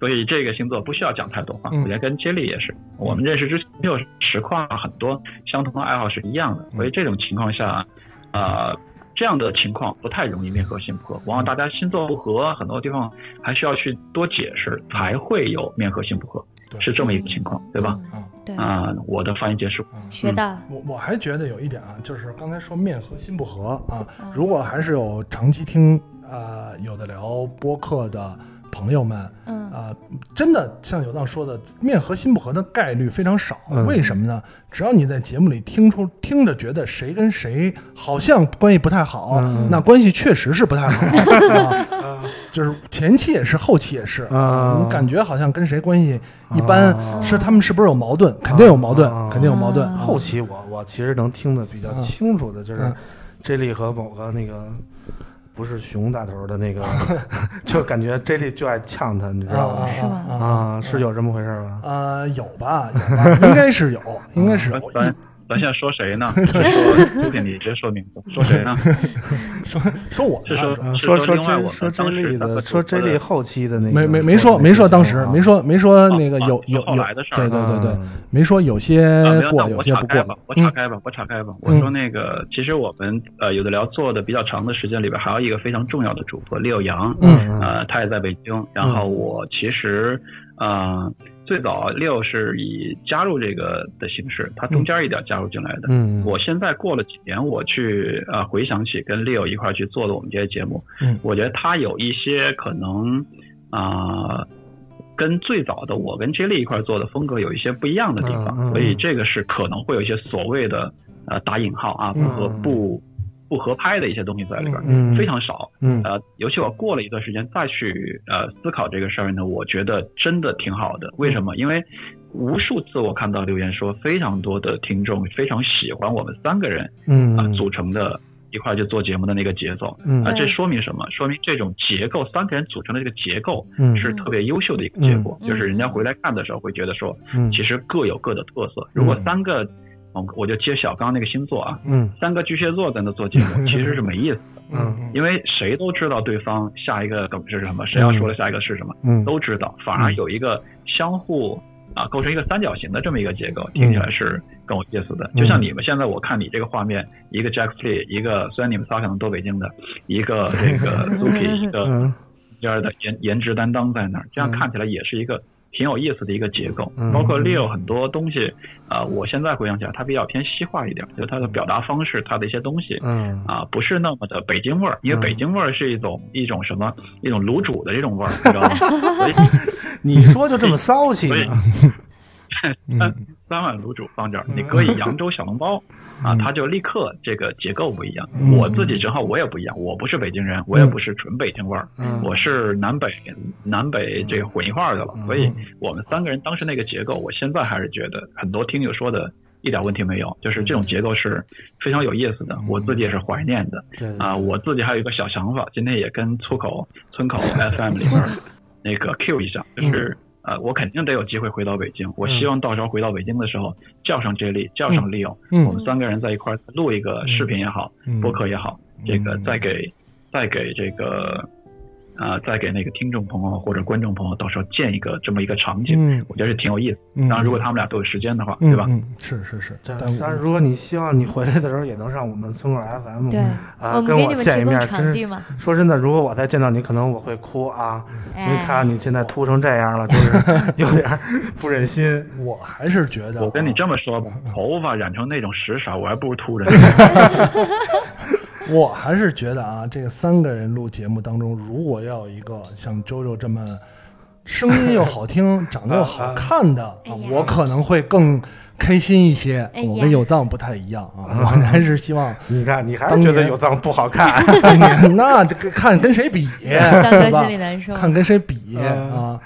[SPEAKER 5] 所以这个星座不需要讲太多话。
[SPEAKER 4] 嗯
[SPEAKER 5] 我觉得跟接力也是，我们认识之前就实况很多相同的爱好是一样
[SPEAKER 4] 嗯
[SPEAKER 5] 的，所以这种情况下，呃，这样的情况不太容易面和心不合，往往大家星座不合，很多地方还是要去多解释，才会有面和心不合，
[SPEAKER 4] 对
[SPEAKER 5] 是这么一个情况，对吧？
[SPEAKER 1] 嗯？
[SPEAKER 4] 嗯
[SPEAKER 1] 对，
[SPEAKER 5] 啊、我的发言结束。
[SPEAKER 4] 嗯。
[SPEAKER 1] 学到了，
[SPEAKER 4] 我我还觉得有一点啊，就是刚才说面和心不和啊
[SPEAKER 1] 嗯，
[SPEAKER 4] 如果还是有长期听呃有的聊播客的朋友们，
[SPEAKER 1] 嗯
[SPEAKER 4] 啊，真的像有道说的，面和心不和的概率非常少。
[SPEAKER 3] 嗯
[SPEAKER 4] 为什么呢？只要你在节目里听出听着觉得谁跟谁好像关系不太好，
[SPEAKER 3] 嗯
[SPEAKER 4] 那关系确实是不太
[SPEAKER 3] *laughs*
[SPEAKER 4] 好，啊就是前期也是，后期也是。
[SPEAKER 3] 啊
[SPEAKER 4] 你感觉好像跟谁关系一般，
[SPEAKER 3] 啊
[SPEAKER 4] 是他们是不是有矛盾？肯定有矛盾，
[SPEAKER 3] 啊
[SPEAKER 4] 肯定有矛盾。
[SPEAKER 1] 啊
[SPEAKER 3] 后期我我其实能听得比较清楚的，就是
[SPEAKER 4] 嗯
[SPEAKER 3] 这里和某个那个不是熊大头的那
[SPEAKER 4] *laughs*
[SPEAKER 3] 个，就感觉这里就爱呛他，你知道
[SPEAKER 4] 啊
[SPEAKER 3] 吗？
[SPEAKER 1] 是吗
[SPEAKER 4] 啊啊
[SPEAKER 3] 啊，是有这么回事吧？
[SPEAKER 4] 呃，有吧，有吧，应该是有，
[SPEAKER 5] *laughs*
[SPEAKER 4] 应该是
[SPEAKER 5] 咱
[SPEAKER 4] 有。
[SPEAKER 5] 咱咱现在呃说
[SPEAKER 4] *laughs*
[SPEAKER 5] 谁呢？是说朱品，你直接说名字，说谁呢？
[SPEAKER 4] 说说我
[SPEAKER 5] 是
[SPEAKER 4] 呢
[SPEAKER 5] 说
[SPEAKER 3] 嗯，
[SPEAKER 5] 啊是
[SPEAKER 3] 说
[SPEAKER 5] 说
[SPEAKER 3] 说
[SPEAKER 5] 另外我
[SPEAKER 3] 这
[SPEAKER 5] 们
[SPEAKER 3] 说这
[SPEAKER 5] 当时
[SPEAKER 3] 里
[SPEAKER 5] 咱们
[SPEAKER 3] 的说这
[SPEAKER 5] 说的
[SPEAKER 3] 里后期的那个啊
[SPEAKER 4] 没没没说没说当时没说没说那个
[SPEAKER 5] 啊
[SPEAKER 4] 有有
[SPEAKER 5] 后
[SPEAKER 4] 有
[SPEAKER 5] 来的事儿啊
[SPEAKER 4] 对对对对
[SPEAKER 3] 嗯，
[SPEAKER 4] 没说有些
[SPEAKER 5] 啊，没有，那
[SPEAKER 4] 过有
[SPEAKER 5] 我
[SPEAKER 4] 些
[SPEAKER 5] 岔
[SPEAKER 4] 呃不
[SPEAKER 5] 开
[SPEAKER 4] 过
[SPEAKER 5] 吧，我岔
[SPEAKER 4] 嗯
[SPEAKER 5] 开吧，我岔开吧。我
[SPEAKER 4] 嗯
[SPEAKER 5] 说那个，其实我们呃有的聊做的比较长的时间里边，还有一个非常重要的主播六阳，
[SPEAKER 4] 嗯
[SPEAKER 5] 呃，他也在北京。然后我其实呃最早六是以加入这个的形式，他
[SPEAKER 4] 嗯
[SPEAKER 5] 中间一点加入进来的。
[SPEAKER 3] 嗯，
[SPEAKER 5] 我现在过了几年，我去呃回想起跟 Leo 一块儿去做的我们这些节目，
[SPEAKER 4] 嗯
[SPEAKER 5] 我觉得他有一些可能啊、跟最早的我跟 j 莉一块儿做的风格有一些不一样的地方，
[SPEAKER 3] 嗯嗯
[SPEAKER 5] 所以这个是可能会有一些所谓的呃打引号啊不合
[SPEAKER 3] 嗯
[SPEAKER 5] 不不合拍的一些东西在里边儿，
[SPEAKER 3] 嗯
[SPEAKER 5] 非常少。
[SPEAKER 3] 嗯
[SPEAKER 5] 呃，尤其我过了一段时间再去呃思考这个事儿呢，我觉得真的挺好的。为什么？因为无数次我看到留言说，非常多的听众非常喜欢我们三个人啊、
[SPEAKER 3] 嗯
[SPEAKER 5] 组成的一块儿去做节目的那个节奏
[SPEAKER 3] 嗯
[SPEAKER 5] 啊、这
[SPEAKER 1] 对
[SPEAKER 5] 说明什么？说明这种结构，三个人组成的这个结构
[SPEAKER 3] 嗯
[SPEAKER 5] 是特别优秀的一个结果，就是人家回来看的时候会觉得说，
[SPEAKER 3] 嗯
[SPEAKER 5] 其实各有各的特色。如果三个，嗯我就接小刚那个星座啊，
[SPEAKER 3] 嗯
[SPEAKER 5] 三个巨蟹座在那做节
[SPEAKER 3] *laughs*
[SPEAKER 5] 目，其实是没意思。
[SPEAKER 3] 嗯
[SPEAKER 5] 因为谁都知道对方下一个梗是什么，谁要说的下一个是什么，
[SPEAKER 3] 嗯
[SPEAKER 5] 都知道。反而有一个相互啊，构成一个三角形的这么一个结构，听起来是更有意思的。就像你们现在，我看你这个画面，一个 Jack Lee，一个虽然你们仨可能都北京的，一个这个 Suki，一个
[SPEAKER 4] 嗯
[SPEAKER 5] 这样的颜颜值担当在那儿，这样看起来也是一个挺有意思的一个结构。
[SPEAKER 4] 嗯
[SPEAKER 5] 包括 Leo 很多东西，呃，我现在回想起来，它比较偏西化一点，就是它的表达方式，它的一些东西。
[SPEAKER 4] 嗯
[SPEAKER 5] 啊，不是那么的北京味儿，因为
[SPEAKER 4] 嗯
[SPEAKER 5] 北京味儿是一种、一种什么一种卤煮的这种味儿，你知道吗？所以
[SPEAKER 3] 你说就这么骚
[SPEAKER 4] *laughs*
[SPEAKER 3] 气
[SPEAKER 5] *laughs* 所以
[SPEAKER 3] 呢？
[SPEAKER 4] 嗯
[SPEAKER 5] *laughs* 三碗卤煮放这儿，你搁一扬州小笼包啊，它就立刻这个结构不一样。
[SPEAKER 4] 嗯
[SPEAKER 5] 我自己正好我也不一样，我不是北京人，我也不是纯北京味儿，
[SPEAKER 4] 嗯
[SPEAKER 5] 我是南北南北这个混一块儿的
[SPEAKER 4] 嗯
[SPEAKER 5] 了。所以我们三个人当时那个结构，我现在还是觉得很多听友说的一点问题没有，就是这种结构是非常有意思
[SPEAKER 4] 嗯
[SPEAKER 5] 的，我自己也是怀念的。
[SPEAKER 3] 对对
[SPEAKER 5] 啊，我自己还有一个小想法，今天也跟粗口村
[SPEAKER 4] *laughs*
[SPEAKER 5] 口 FM 里边儿那个 Q 一下，
[SPEAKER 4] 嗯
[SPEAKER 5] 就是、呃，我肯定得有机会回到北京。我希望到时候回到北京的时候，叫上 J 莉，叫上 Leo，、我
[SPEAKER 4] 嗯
[SPEAKER 5] 们三个人在一块儿录一个视频也好，
[SPEAKER 4] 嗯
[SPEAKER 5] 播客也好，这个再给再给这个啊、再给那个听众朋友或者观众朋友，到时候建一个这么一个场景，
[SPEAKER 4] 嗯
[SPEAKER 5] 我觉得是挺有意思。
[SPEAKER 4] 嗯，
[SPEAKER 5] 当然，如果他们俩都有时间的话，
[SPEAKER 4] 嗯
[SPEAKER 5] 对吧？
[SPEAKER 4] 嗯，是是是，
[SPEAKER 3] 对
[SPEAKER 4] 但
[SPEAKER 3] 但是如果你希望你回来的时候也能上我们村口 FM，
[SPEAKER 1] 对，
[SPEAKER 3] 啊，
[SPEAKER 1] 们
[SPEAKER 3] 跟
[SPEAKER 1] 给你们
[SPEAKER 3] 见
[SPEAKER 1] 提
[SPEAKER 3] 一
[SPEAKER 1] 供
[SPEAKER 3] 面，
[SPEAKER 1] 场
[SPEAKER 3] 真
[SPEAKER 1] 地
[SPEAKER 3] 是
[SPEAKER 1] 嘛，
[SPEAKER 3] 说真的，如果我再见到你，可能我会哭啊，因为
[SPEAKER 1] 哎，
[SPEAKER 3] 看到你现在秃成这样了，就是 *laughs* 有点儿不忍心。
[SPEAKER 4] 我还是觉得啊，
[SPEAKER 5] 我跟你这么说吧，
[SPEAKER 4] 嗯
[SPEAKER 5] 头发染成那种石色，我还不如秃着呢。
[SPEAKER 4] *laughs* 我还是觉得啊，这个三个人录节目当中，如果要有一个像周周这么声音又好听、长得又好看的，啊
[SPEAKER 1] 哎呀
[SPEAKER 4] 我可能会更开心一些。
[SPEAKER 1] 哎呀
[SPEAKER 4] 我跟有藏不太一样啊，我还是希望
[SPEAKER 3] 你看，你还是觉
[SPEAKER 4] 当
[SPEAKER 3] 得
[SPEAKER 4] 年
[SPEAKER 3] 有藏不好看，
[SPEAKER 4] 当年那这个看跟谁
[SPEAKER 1] *laughs*
[SPEAKER 4] 比，
[SPEAKER 1] 大哥
[SPEAKER 4] 对吧
[SPEAKER 1] 心里？难受。
[SPEAKER 4] 看跟谁比
[SPEAKER 3] 嗯
[SPEAKER 4] 啊？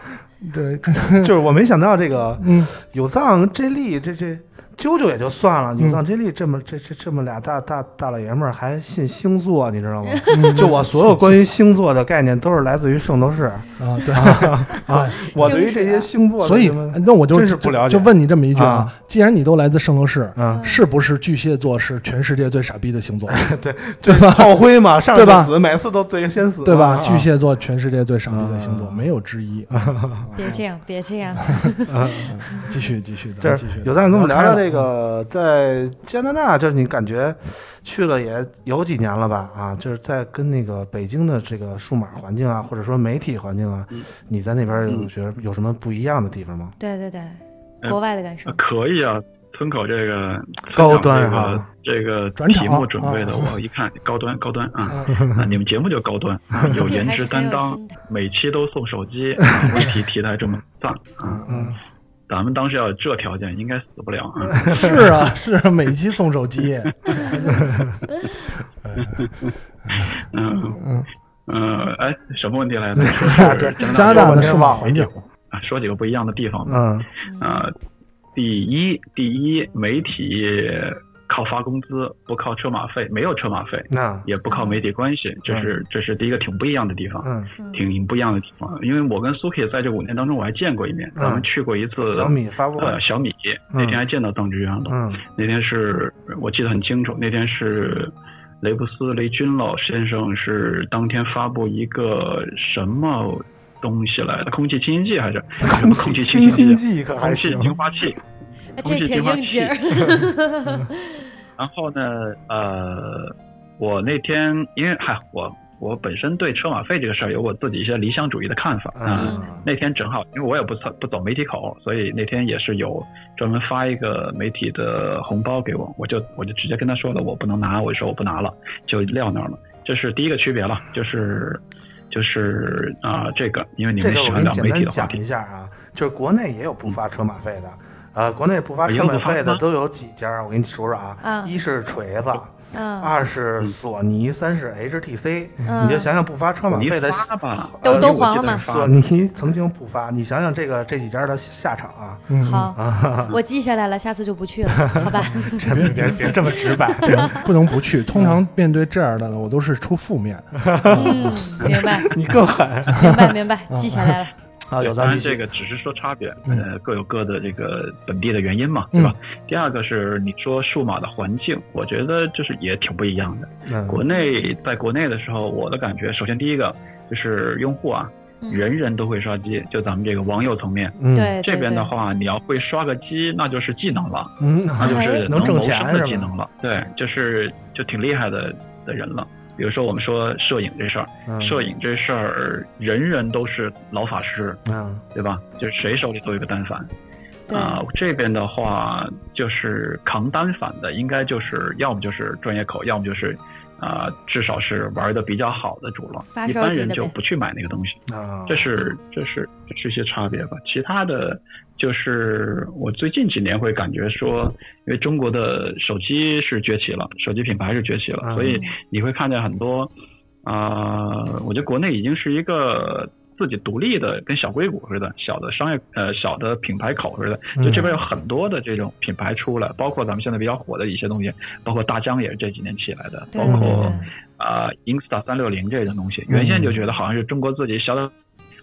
[SPEAKER 4] 对，
[SPEAKER 3] *laughs*
[SPEAKER 4] *laughs*
[SPEAKER 3] 就是我没想到这个
[SPEAKER 4] 嗯
[SPEAKER 3] 有藏 J 莉这这啾啾也就算了，
[SPEAKER 4] 嗯
[SPEAKER 3] 有藏 J 莉这么这这这么俩大大大老爷们儿还信星座，你知道吗？
[SPEAKER 4] 嗯
[SPEAKER 3] 就我所有关于星座的概念都是来自于圣斗士
[SPEAKER 4] 啊，对对
[SPEAKER 3] *laughs* 啊，我对于这些星座的
[SPEAKER 4] 所以
[SPEAKER 3] 什么，
[SPEAKER 4] 那我就
[SPEAKER 3] 真是不了解
[SPEAKER 4] 就问你这么一句啊
[SPEAKER 3] 啊：
[SPEAKER 4] 既然你都来自圣斗士，
[SPEAKER 3] 嗯
[SPEAKER 4] 是不是巨蟹座是全世界最傻逼的星座，
[SPEAKER 3] 对对吧？ *laughs* 炮灰嘛，上
[SPEAKER 4] 对
[SPEAKER 3] 去
[SPEAKER 4] 吧
[SPEAKER 3] 死，每次都最先死嘛，
[SPEAKER 4] 对吧？
[SPEAKER 3] 啊
[SPEAKER 4] 巨蟹座全世界最傻逼的星座，
[SPEAKER 3] 啊
[SPEAKER 4] 没有之一。
[SPEAKER 1] 别这样，别这样，
[SPEAKER 5] 嗯
[SPEAKER 4] 继续，继续，咱
[SPEAKER 3] 这
[SPEAKER 4] 们继续。
[SPEAKER 3] 有咱跟我们聊聊这
[SPEAKER 4] 开了，
[SPEAKER 3] 个在加拿大，就是你感觉去了也有几年了吧？啊，就是在跟那个北京的这个数码环境啊，或者说媒体环境啊，你在那边有
[SPEAKER 5] 嗯
[SPEAKER 3] 觉得有什么不一样的地方吗？
[SPEAKER 1] 对对对，国外的感受
[SPEAKER 5] 呃，可以啊，村口这个
[SPEAKER 3] 高端
[SPEAKER 5] 啊
[SPEAKER 3] 啊，
[SPEAKER 5] 这个
[SPEAKER 4] 转场
[SPEAKER 5] 题目准备的，
[SPEAKER 4] 啊
[SPEAKER 5] 我一看高端高端啊，啊你们节目就高端，
[SPEAKER 1] *laughs*
[SPEAKER 5] 啊有
[SPEAKER 1] 还是
[SPEAKER 5] 颜
[SPEAKER 1] 很
[SPEAKER 5] 值
[SPEAKER 1] 有
[SPEAKER 5] 担当
[SPEAKER 1] 心的，
[SPEAKER 5] 每期都送手机，啊
[SPEAKER 1] *laughs*
[SPEAKER 5] 问题题材这么赞啊，
[SPEAKER 3] 嗯，
[SPEAKER 5] 咱们当时要有这条件，应该死不了啊。
[SPEAKER 4] 是啊，是啊，每期送手机。
[SPEAKER 5] 嗯
[SPEAKER 4] 嗯
[SPEAKER 5] 嗯，哎，什么问题
[SPEAKER 4] *laughs*
[SPEAKER 5] 来着？
[SPEAKER 3] 这
[SPEAKER 4] 加拿大的数码环
[SPEAKER 3] 环
[SPEAKER 4] 境
[SPEAKER 3] 境，
[SPEAKER 5] 啊说几个不一样的地方吧。
[SPEAKER 3] 嗯
[SPEAKER 5] 呃，第一，第一，媒体靠发工资，不靠车马费，没有车马费，
[SPEAKER 3] 那
[SPEAKER 5] 也不靠媒体关系，这是这是第一个挺不一样的地方，
[SPEAKER 3] 嗯，
[SPEAKER 5] 挺不一样的地方。因为我跟 Suki 在这五年当中，我还见过一面，
[SPEAKER 3] 嗯
[SPEAKER 5] 咱们去过一次
[SPEAKER 3] 小米发布会，
[SPEAKER 5] 呃小米，那天还见到邓志远了。
[SPEAKER 3] 嗯
[SPEAKER 5] 那天是我记得很清楚，那天是雷布斯雷军老先生是当天发布一个什么东西来的，空气清新剂
[SPEAKER 3] *laughs*
[SPEAKER 5] 还是什么空气
[SPEAKER 3] 清
[SPEAKER 5] 新
[SPEAKER 3] 新
[SPEAKER 5] 剂？
[SPEAKER 3] 剂可
[SPEAKER 5] 空
[SPEAKER 3] 还
[SPEAKER 5] 气
[SPEAKER 3] 行，
[SPEAKER 5] 净化器，空
[SPEAKER 1] 哎这
[SPEAKER 5] 气净
[SPEAKER 1] 挺
[SPEAKER 5] 化
[SPEAKER 1] 应
[SPEAKER 5] 器
[SPEAKER 1] 景。儿。
[SPEAKER 5] 然后呢，呃，我那天因为嗨，我我本身对车马费这个事儿有我自己一些理想主义的看法啊。
[SPEAKER 3] 嗯
[SPEAKER 5] 那天正好，因为我也不走不走媒体口，所以那天也是有专门发一个媒体的红包给我，我就我就直接跟他说了，我不能拿，我就说我不拿了，就撂那儿了。这是第一个区别了，就是就是啊、这个，因为你
[SPEAKER 3] 这
[SPEAKER 5] 们
[SPEAKER 3] 个
[SPEAKER 5] 喜
[SPEAKER 3] 我
[SPEAKER 5] 欢
[SPEAKER 3] 给你
[SPEAKER 5] 聊
[SPEAKER 3] 简
[SPEAKER 5] 媒体
[SPEAKER 3] 单
[SPEAKER 5] 的话
[SPEAKER 3] 讲一
[SPEAKER 5] 题，
[SPEAKER 3] 下啊，就是国内也有不发车马费的，呃，国内不发车马费的都有几家，我给你数数啊，
[SPEAKER 1] 嗯
[SPEAKER 3] 一是锤子，
[SPEAKER 1] *laughs* 嗯，
[SPEAKER 3] 二是索尼，三是 HTC，
[SPEAKER 1] 嗯
[SPEAKER 3] 你就想想不发车马费的
[SPEAKER 5] 索尼发吧啊
[SPEAKER 3] 呃
[SPEAKER 1] 都都黄了吗
[SPEAKER 3] 索尼曾经不发，你想想这个这几家的下场啊，
[SPEAKER 4] 嗯，
[SPEAKER 5] 啊
[SPEAKER 1] 好，我记下来了，下次就不去了，好
[SPEAKER 5] *laughs*
[SPEAKER 1] 吧？
[SPEAKER 3] 别别别这么直白，
[SPEAKER 4] 不能不能不去。通常面对这样的呢，我都是出负面。
[SPEAKER 1] 嗯，明白，
[SPEAKER 3] *laughs* 你更狠
[SPEAKER 1] 明白，明白，记下来了。
[SPEAKER 3] 啊！有
[SPEAKER 5] 当
[SPEAKER 3] 咱
[SPEAKER 5] 然
[SPEAKER 3] 继
[SPEAKER 5] 这
[SPEAKER 3] 续，
[SPEAKER 5] 个只是说差别，呃，各有各的这个本地的原因嘛，对吧？第二个是你说数码的环境，我觉得就是也挺不一样的。
[SPEAKER 3] 嗯
[SPEAKER 5] 国内在国内的时候，我的感觉，首先第一个就是用户啊，
[SPEAKER 1] 嗯
[SPEAKER 5] 人人都会刷机，就咱们这个网友层面。
[SPEAKER 4] 嗯，
[SPEAKER 1] 对，
[SPEAKER 5] 这
[SPEAKER 1] 对
[SPEAKER 5] 边的，
[SPEAKER 1] 对
[SPEAKER 5] 话，你要会刷个机，那就是技能了，
[SPEAKER 4] 嗯，
[SPEAKER 5] 那就
[SPEAKER 1] 哎
[SPEAKER 5] 是
[SPEAKER 4] 能挣
[SPEAKER 5] 谋
[SPEAKER 4] 钱是
[SPEAKER 5] 生的
[SPEAKER 4] 吧
[SPEAKER 5] 技能了。对，就是就挺厉害的的人了。比如说我们说摄影这事儿，
[SPEAKER 4] 嗯
[SPEAKER 5] 摄影这事儿人人都是老法师，
[SPEAKER 4] 啊，
[SPEAKER 5] 对吧？就是谁手里都有一个单反。
[SPEAKER 1] 对，
[SPEAKER 5] 啊、这边的话就是扛单反的，应该就是要么就是专业口，要么就是，呃，至少是玩的比较好的主了
[SPEAKER 1] 发。
[SPEAKER 5] 一
[SPEAKER 1] 烧
[SPEAKER 5] 般
[SPEAKER 1] 级
[SPEAKER 5] 人
[SPEAKER 1] 的
[SPEAKER 5] 就
[SPEAKER 1] 呗
[SPEAKER 5] 不去买那个东西，
[SPEAKER 4] 啊，
[SPEAKER 5] 这是这是这是一些差别吧。其他的，就是我最近几年会感觉说，因为中国的手机是崛起了，手机品牌是崛起了，
[SPEAKER 4] 嗯
[SPEAKER 5] 所以你会看见很多，啊、我觉得国内已经是一个。自己独立的，跟小硅谷似的，小的商业呃小的品牌口似的，就这边有很多的这种品牌出来，包括咱们现在比较火的一些东西，包括大疆也是这几年起来的，
[SPEAKER 1] 对对
[SPEAKER 5] 包括
[SPEAKER 1] 对，
[SPEAKER 5] 啊、Insta 三六零这种东西，原先就觉得好像是中国自己小的，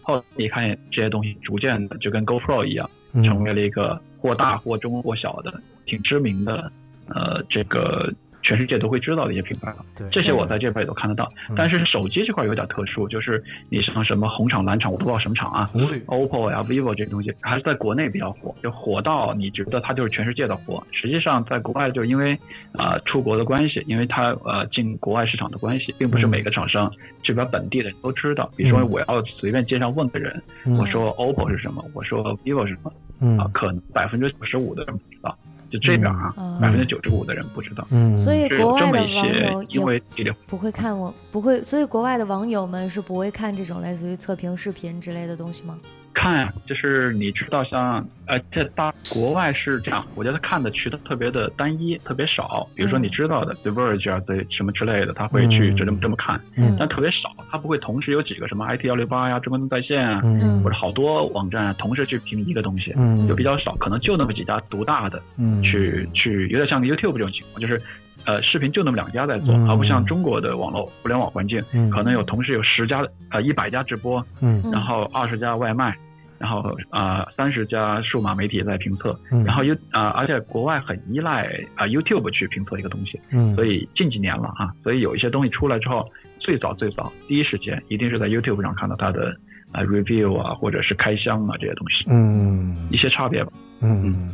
[SPEAKER 5] 后来你看见这些东西逐渐的就跟 GoPro 一样，
[SPEAKER 4] 嗯
[SPEAKER 5] 成为了一个或大或中或小的挺知名的，呃，这个全世界都会知道的一些品牌了。
[SPEAKER 4] 对
[SPEAKER 5] 这些我在这边也都看得到
[SPEAKER 4] 嗯，
[SPEAKER 5] 但是手机这块有点特殊，就是你像什么红厂、蓝厂，我不知道什么厂啊，
[SPEAKER 4] 红绿，
[SPEAKER 5] OPPO 呀、vivo 这些东西还是在国内比较火，就火到你觉得它就是全世界的火。实际上，在国外就是因为啊、呃出国的关系，因为它呃进国外市场的关系，并不是
[SPEAKER 4] 嗯
[SPEAKER 5] 每个厂商这边本地的人都知道。比如说，
[SPEAKER 4] 嗯
[SPEAKER 5] 我要随便街上问个人，
[SPEAKER 4] 嗯
[SPEAKER 5] 我说 OPPO 是什么，我说 vivo 是什么
[SPEAKER 4] 嗯
[SPEAKER 5] 啊、可能百分之九十五的人不知道，就这边啊，
[SPEAKER 1] 嗯
[SPEAKER 5] 百分之九十五的人不知道。
[SPEAKER 4] 嗯，
[SPEAKER 1] 所以
[SPEAKER 5] 是
[SPEAKER 1] 国
[SPEAKER 5] 有
[SPEAKER 1] 外
[SPEAKER 5] 这么
[SPEAKER 1] 的
[SPEAKER 5] 一
[SPEAKER 1] 网
[SPEAKER 5] 些
[SPEAKER 1] 友，
[SPEAKER 5] 因
[SPEAKER 1] 也
[SPEAKER 5] 为地理
[SPEAKER 1] 不会看我，不会，所以国外的网友们是不会看这种类似于测评视频之类的东西吗？
[SPEAKER 5] 看呀，就是你知道像，而且大国外是这样，我觉得看的渠道特别的单一，特别少。比如说
[SPEAKER 1] 嗯
[SPEAKER 5] 你知道的、The Verge 啊，对什么之类的，他会去
[SPEAKER 4] 嗯
[SPEAKER 5] 这么这么看，
[SPEAKER 4] 嗯
[SPEAKER 5] 但特别少，他不会同时有几个什么 IT 幺六八呀、中关村在线啊，
[SPEAKER 4] 嗯
[SPEAKER 5] 或者好多网站啊同时去评一个东西，
[SPEAKER 4] 嗯
[SPEAKER 5] 就比较少，可能就那么几家独大的
[SPEAKER 4] 嗯
[SPEAKER 5] 去去，有点像 YouTube 这种情况，就是。呃，视频就那么两家在做，
[SPEAKER 4] 嗯
[SPEAKER 5] 而不像中国的网络互联网环境，
[SPEAKER 4] 嗯
[SPEAKER 5] 可能有同时有十家、呃一百家直播，
[SPEAKER 4] 嗯
[SPEAKER 5] 然后二十家外卖，然后啊三十家数码媒体在评测，
[SPEAKER 4] 嗯
[SPEAKER 5] 然后 U 啊、而且国外很依赖啊、YouTube 去评测一个东西，
[SPEAKER 4] 嗯，
[SPEAKER 5] 所以近几年了啊，所以有一些东西出来之后，最早最早第一时间一定是在 YouTube 上看到它的啊、review 啊或者是开箱啊这些东西，
[SPEAKER 4] 嗯
[SPEAKER 5] 一些差别吧。
[SPEAKER 4] 嗯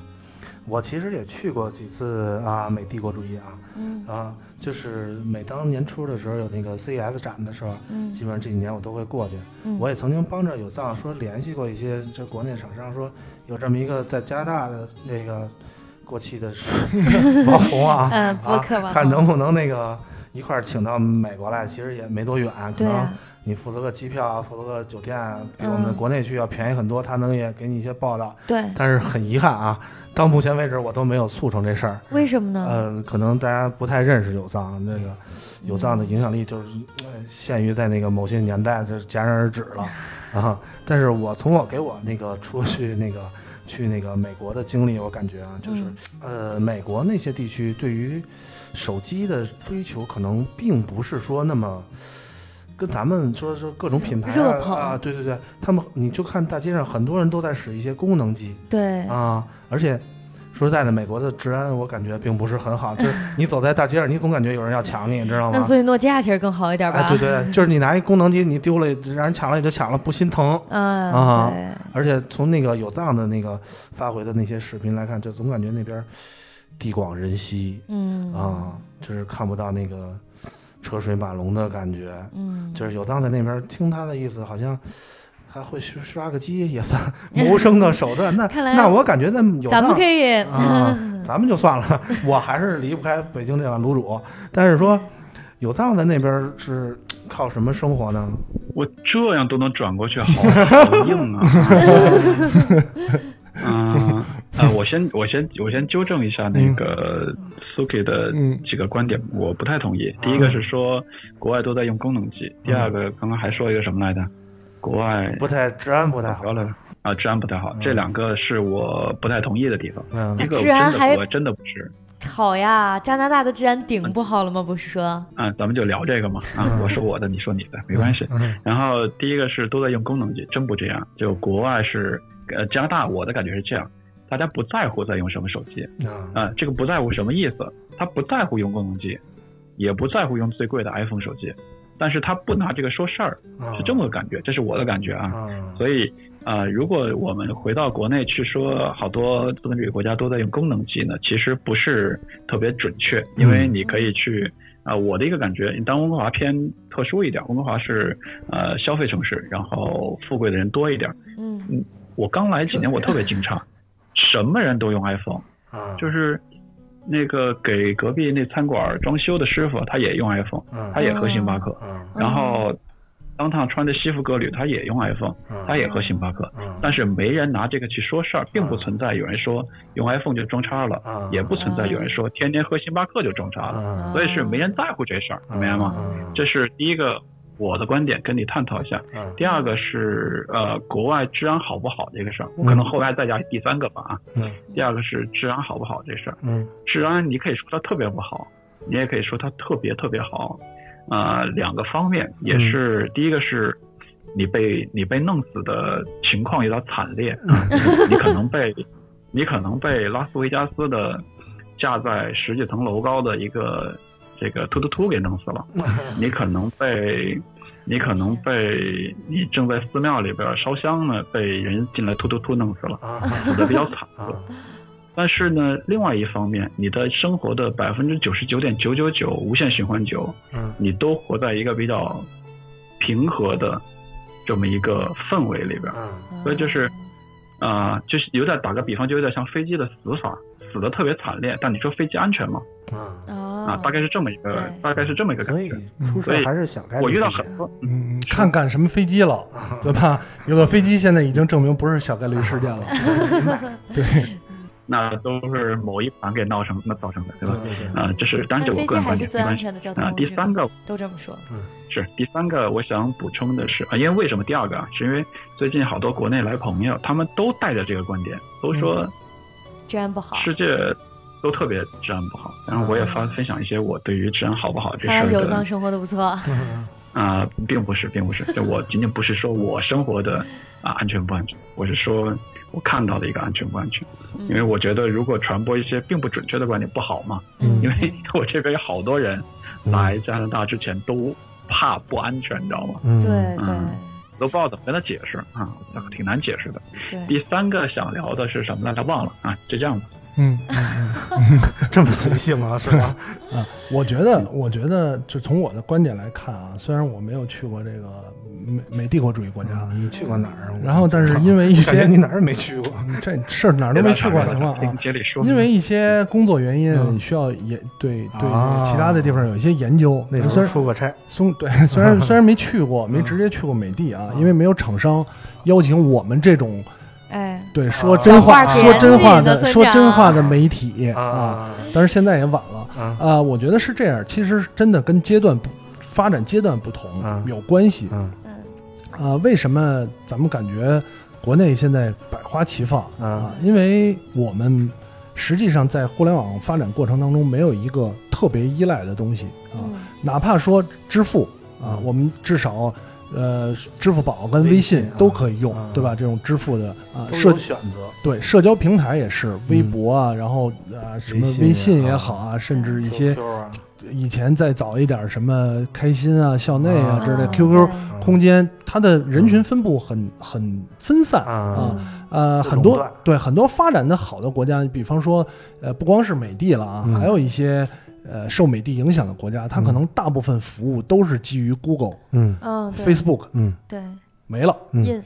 [SPEAKER 3] 我其实也去过几次啊，美帝国主义啊，
[SPEAKER 1] 嗯
[SPEAKER 3] 啊，就是每当年初的时候有那个 CES 展的时候，
[SPEAKER 1] 嗯
[SPEAKER 3] 基本上这几年我都会过去。
[SPEAKER 1] 嗯，
[SPEAKER 3] 我也曾经帮着有藏说联系过一些这国内厂商，说有这么一个在加拿大的那个过气的 *laughs* 网红啊，
[SPEAKER 1] 嗯博
[SPEAKER 3] 啊
[SPEAKER 1] 客网红
[SPEAKER 3] 看能不能那个一块儿请到美国来。其实也没多远，可
[SPEAKER 1] 对
[SPEAKER 3] 能
[SPEAKER 1] 啊
[SPEAKER 3] 你负责个机票啊，负责个酒店啊，比我
[SPEAKER 1] 嗯
[SPEAKER 3] 们国内去要便宜很多。他能也给你一些报道，
[SPEAKER 1] 对，
[SPEAKER 3] 但是很遗憾啊，到目前为止我都没有促成这事儿。
[SPEAKER 1] 为什么呢？
[SPEAKER 3] 嗯，可能大家不太认识有藏，这
[SPEAKER 1] 嗯
[SPEAKER 3] 个有藏的影响力就是呃限于在那个某些年代，就是戛然而止了
[SPEAKER 1] *laughs*
[SPEAKER 3] 啊。但是我从我给我那个出去那个去那个美国的经历，我感觉啊，就是、
[SPEAKER 1] 嗯
[SPEAKER 3] 呃，美国那些地区对于手机的追求，可能并不是说那么。跟咱们说说各种品牌
[SPEAKER 1] 热
[SPEAKER 3] 啊
[SPEAKER 1] 捧
[SPEAKER 3] 啊，对对对，他们你就看大街上很多人都在使一些功能机，
[SPEAKER 1] 对，
[SPEAKER 3] 啊，而且说实在的，美国的治安我感觉并不是很好，
[SPEAKER 1] *laughs*
[SPEAKER 3] 就是你走在大街上，你总感觉有人要抢你，你知道
[SPEAKER 1] 那
[SPEAKER 3] 吗？
[SPEAKER 1] 所以诺基亚其实更好一点
[SPEAKER 3] 啊哎，
[SPEAKER 1] 吧
[SPEAKER 3] 对？对，就是你拿一功能机，你丢了，让人抢了也就抢了，不心疼。
[SPEAKER 1] 啊
[SPEAKER 3] 啊，
[SPEAKER 1] 对，
[SPEAKER 3] 而且从那个有藏的那个发回的那些视频来看，就总感觉那边地广人稀
[SPEAKER 1] 嗯
[SPEAKER 3] 啊，就是看不到那个车水马龙的感觉。
[SPEAKER 1] 嗯，
[SPEAKER 3] 就是有藏在那边，听他的意思，好像还会去刷个机，也算 *laughs* 谋生的手段。那
[SPEAKER 1] 看来
[SPEAKER 3] 那我感觉那有
[SPEAKER 1] 咱们
[SPEAKER 3] 藏
[SPEAKER 1] 可以
[SPEAKER 3] 啊，咱们就算了，我还是离不开北京这碗卤煮。但是说，有藏在那边是靠什么生活呢？
[SPEAKER 5] 我这样都能转过去，好好硬啊！嗯呃，我先我先我先纠正一下那个 Suki 的几个观点，我不太同意。第一个是说国外都在用功能机，第二个刚刚还说一个什么来着？国外
[SPEAKER 3] 不太治安不太好
[SPEAKER 5] 聊。了啊，治安不太好，这两个是我不太同意的地方。
[SPEAKER 3] 嗯
[SPEAKER 5] 一个
[SPEAKER 1] 治安
[SPEAKER 5] 真
[SPEAKER 1] 还
[SPEAKER 5] 的我真的不是
[SPEAKER 1] *laughs* 好呀，加拿大的治安顶不好了吗？不是说，
[SPEAKER 5] 啊，咱们就聊这个嘛啊，我说我的，你说你的，没关系。
[SPEAKER 3] 嗯
[SPEAKER 5] 然后第一个是都在用功能机，真不这样。就国外是，呃，加拿大我的感觉是这样，大家不在乎在用什么手机
[SPEAKER 3] 啊
[SPEAKER 5] 啊、这个不在乎什么意思？他不在乎用功能机，也不在乎用最贵的 iPhone 手机，但是他不拿这个说事儿，
[SPEAKER 3] 嗯
[SPEAKER 4] 啊
[SPEAKER 5] 是这么个感觉，这是我的感觉啊。
[SPEAKER 4] 啊，
[SPEAKER 5] 所以啊、呃如果我们回到国内去说，好多资本主义国家都在用功能机呢，其实不是特别准确，因为你可以去。啊、我的一个感觉，当温哥华偏特殊一点，温哥华是呃消费城市，然后富贵的人多一点。
[SPEAKER 1] 嗯
[SPEAKER 5] 我刚来几年，我特别惊诧，什么人都用 iPhone，
[SPEAKER 3] 嗯
[SPEAKER 4] 啊，
[SPEAKER 5] 就是是那个给隔壁那餐馆装修的师傅，他也用 iPhone，他
[SPEAKER 3] 嗯
[SPEAKER 5] 也喝嗯星巴克。
[SPEAKER 4] 啊
[SPEAKER 5] 然后，当趟穿着西服革履，他也用 iPhone，
[SPEAKER 3] 嗯
[SPEAKER 4] 啊，
[SPEAKER 5] 他也喝星巴克。
[SPEAKER 4] 啊
[SPEAKER 5] 但是没人拿这个去说事儿，并不存在有人说用 iPhone 就装叉了，
[SPEAKER 4] 啊，
[SPEAKER 5] 也不存在有人说天天喝星巴克就装叉了，
[SPEAKER 3] 嗯
[SPEAKER 4] 啊，
[SPEAKER 5] 所以是没人在乎这事儿，
[SPEAKER 4] 啊
[SPEAKER 5] 明白吗？
[SPEAKER 4] 啊
[SPEAKER 5] 这是第一个我的观点，跟你探讨一下。
[SPEAKER 3] 嗯
[SPEAKER 4] 啊
[SPEAKER 5] 第二个是呃，国外治安好不好这个事儿，
[SPEAKER 4] 嗯
[SPEAKER 5] 我可能后来再加第三个吧啊。
[SPEAKER 4] 嗯
[SPEAKER 5] 第二个是治安好不好这事儿，
[SPEAKER 4] 嗯
[SPEAKER 5] 治安你可以说它特别不好，你也可以说它特别特别好，呃，两个方面
[SPEAKER 4] 嗯
[SPEAKER 5] 也是，第一个是你被你被弄死的情况有点惨烈，
[SPEAKER 4] 嗯
[SPEAKER 5] *laughs* 你可能被你可能被拉斯维加斯的架在十几层楼高的一个这个突突突给弄死了，
[SPEAKER 3] 嗯 *laughs*
[SPEAKER 5] 你可能被。你可能被你正在寺庙里边烧香呢，被人进来突突突弄死了，
[SPEAKER 4] 啊
[SPEAKER 5] 死的比较惨。
[SPEAKER 4] *laughs* 啊
[SPEAKER 5] 但是呢，另外一方面，你的生活的百分之九十九点九九九无限循环九，
[SPEAKER 4] 嗯
[SPEAKER 5] 你都活在一个比较平和的这么一个氛围里边儿，
[SPEAKER 3] 嗯
[SPEAKER 4] 啊
[SPEAKER 5] 嗯所以就是，啊、就是有点打个比方，就有点像飞机的死法，死的特别惨烈，但你说飞机安全吗？
[SPEAKER 4] 啊，
[SPEAKER 5] 啊
[SPEAKER 1] 啊，
[SPEAKER 5] 大概是这么一个
[SPEAKER 1] 对，
[SPEAKER 5] 大概是这么一个感
[SPEAKER 3] 嗯所
[SPEAKER 5] 觉
[SPEAKER 3] 以。出事
[SPEAKER 5] 所
[SPEAKER 3] 儿
[SPEAKER 5] 以
[SPEAKER 3] 还是想开
[SPEAKER 5] 我遇到
[SPEAKER 3] 这
[SPEAKER 5] 很
[SPEAKER 3] 些
[SPEAKER 5] 多，
[SPEAKER 4] 嗯，看赶什么飞机了，对吧？有的飞机现在已经证明不是小概率事件了，对
[SPEAKER 5] 那都是某一盘给闹成那造成的，对吧？
[SPEAKER 4] 对对，
[SPEAKER 5] 啊、这是当然
[SPEAKER 1] 但飞
[SPEAKER 5] 这是我
[SPEAKER 1] 机
[SPEAKER 5] 个人
[SPEAKER 1] 还
[SPEAKER 5] 观
[SPEAKER 1] 是
[SPEAKER 5] 点。
[SPEAKER 1] 最安全的交通
[SPEAKER 5] 啊、
[SPEAKER 1] 工具
[SPEAKER 5] 第三个
[SPEAKER 1] 都这么说，
[SPEAKER 5] 是第三个，我想补充的是啊，因为为什么第二个啊？是因为最近好多国内来朋友，他们都带着这个观点，都说
[SPEAKER 1] 嗯治安不好，
[SPEAKER 5] 世界都特别治安不好。然后我也发分享一些我对于治安好不好这事
[SPEAKER 1] 看
[SPEAKER 5] 儿
[SPEAKER 1] 来嗯有藏
[SPEAKER 5] 的
[SPEAKER 1] 生活的不错，
[SPEAKER 5] 啊、并不是，并不是，就我仅仅不是说我生活的啊安全不安全，我是说我看到的一个安全不安全。
[SPEAKER 1] 嗯
[SPEAKER 5] 因为我觉得如果传播一些并不准确的观点不好嘛，
[SPEAKER 1] 嗯
[SPEAKER 5] 因为 *laughs* 我这边有好多人来加拿大之前都怕不安全，你知道吗？
[SPEAKER 4] 嗯
[SPEAKER 1] 对对
[SPEAKER 5] 嗯都不知道怎么跟他解释啊，挺难解释的。
[SPEAKER 1] 对，
[SPEAKER 5] 第三个想聊的是什么来着？忘了啊，就这样吧。
[SPEAKER 4] 嗯。
[SPEAKER 3] *laughs* 这么随性啊，是吧？ *laughs*
[SPEAKER 4] 啊，我觉得，我觉得，就从我的观点来看啊，虽然我没有去过这个美美帝国主义国家，
[SPEAKER 3] 啊你去过哪儿？
[SPEAKER 4] 然后但是因为一
[SPEAKER 3] 嗯我感觉
[SPEAKER 4] 些
[SPEAKER 3] 你哪儿也没去过，
[SPEAKER 4] 这事儿哪儿都没去过，行吗？啊
[SPEAKER 5] 听，杰里说，
[SPEAKER 4] 因为一些工作原因，
[SPEAKER 3] 嗯
[SPEAKER 4] 需要也对对
[SPEAKER 3] 啊
[SPEAKER 4] 其他的地方有一些研究。
[SPEAKER 3] *laughs* 那时
[SPEAKER 4] 虽
[SPEAKER 3] 候
[SPEAKER 4] 然
[SPEAKER 3] 出嗯过差，
[SPEAKER 4] 松对，虽
[SPEAKER 3] *laughs*
[SPEAKER 4] 然虽然没去过，没直接去过美帝啊，
[SPEAKER 3] 嗯
[SPEAKER 4] 因为没有厂商邀请我们这种
[SPEAKER 1] 哎，
[SPEAKER 4] 对说真话
[SPEAKER 1] 小话
[SPEAKER 4] 说真话
[SPEAKER 1] 甜蜜的
[SPEAKER 4] 说
[SPEAKER 1] 村
[SPEAKER 4] 真
[SPEAKER 1] 长
[SPEAKER 4] 话的媒体啊。
[SPEAKER 3] 啊啊
[SPEAKER 4] 但是现在也晚了
[SPEAKER 3] 啊
[SPEAKER 4] 啊、我觉得是这样，其实真的跟阶段不发展阶段不同、
[SPEAKER 3] 啊
[SPEAKER 4] 有关系啊、
[SPEAKER 3] 嗯
[SPEAKER 1] 嗯
[SPEAKER 4] 为什么咱们感觉国内现在百花齐放啊、
[SPEAKER 3] 啊
[SPEAKER 4] 因为我们实际上在互联网发展过程当中，没有一个特别依赖的东西啊、
[SPEAKER 1] 嗯
[SPEAKER 4] 哪怕说支付啊、
[SPEAKER 3] 嗯
[SPEAKER 4] 我们至少。呃，支付宝跟微
[SPEAKER 3] 微
[SPEAKER 4] 信
[SPEAKER 3] 信啊
[SPEAKER 4] 都可以用，
[SPEAKER 3] 啊
[SPEAKER 4] 对吧？这种支付的啊，
[SPEAKER 3] 都
[SPEAKER 4] 社
[SPEAKER 3] 有选择，
[SPEAKER 4] 对，社交平台也是，微博啊，然后呃，什么微
[SPEAKER 3] 微
[SPEAKER 4] 信
[SPEAKER 3] 信
[SPEAKER 4] 也
[SPEAKER 3] 也
[SPEAKER 4] 好
[SPEAKER 3] 好
[SPEAKER 4] 啊，甚至一些
[SPEAKER 3] QQ 啊
[SPEAKER 4] 以前再早一点什么开心啊、校内啊
[SPEAKER 3] 啊
[SPEAKER 4] 之类的
[SPEAKER 1] 啊
[SPEAKER 4] QQ
[SPEAKER 1] 对
[SPEAKER 4] 空间，它的人群分布很很分散啊
[SPEAKER 3] 啊，
[SPEAKER 4] 呃，
[SPEAKER 3] 不
[SPEAKER 4] 很多
[SPEAKER 3] 垄断
[SPEAKER 4] 对很多发展的好的国家，比方说呃，不光是美帝了啊，
[SPEAKER 3] 嗯
[SPEAKER 4] 还有一些呃受美帝影响的国家，它可能大部分服务都是基于 Google、
[SPEAKER 3] 嗯
[SPEAKER 1] 嗯对
[SPEAKER 4] Facebook
[SPEAKER 3] 嗯
[SPEAKER 1] 对
[SPEAKER 4] 没了。
[SPEAKER 3] 嗯
[SPEAKER 1] ins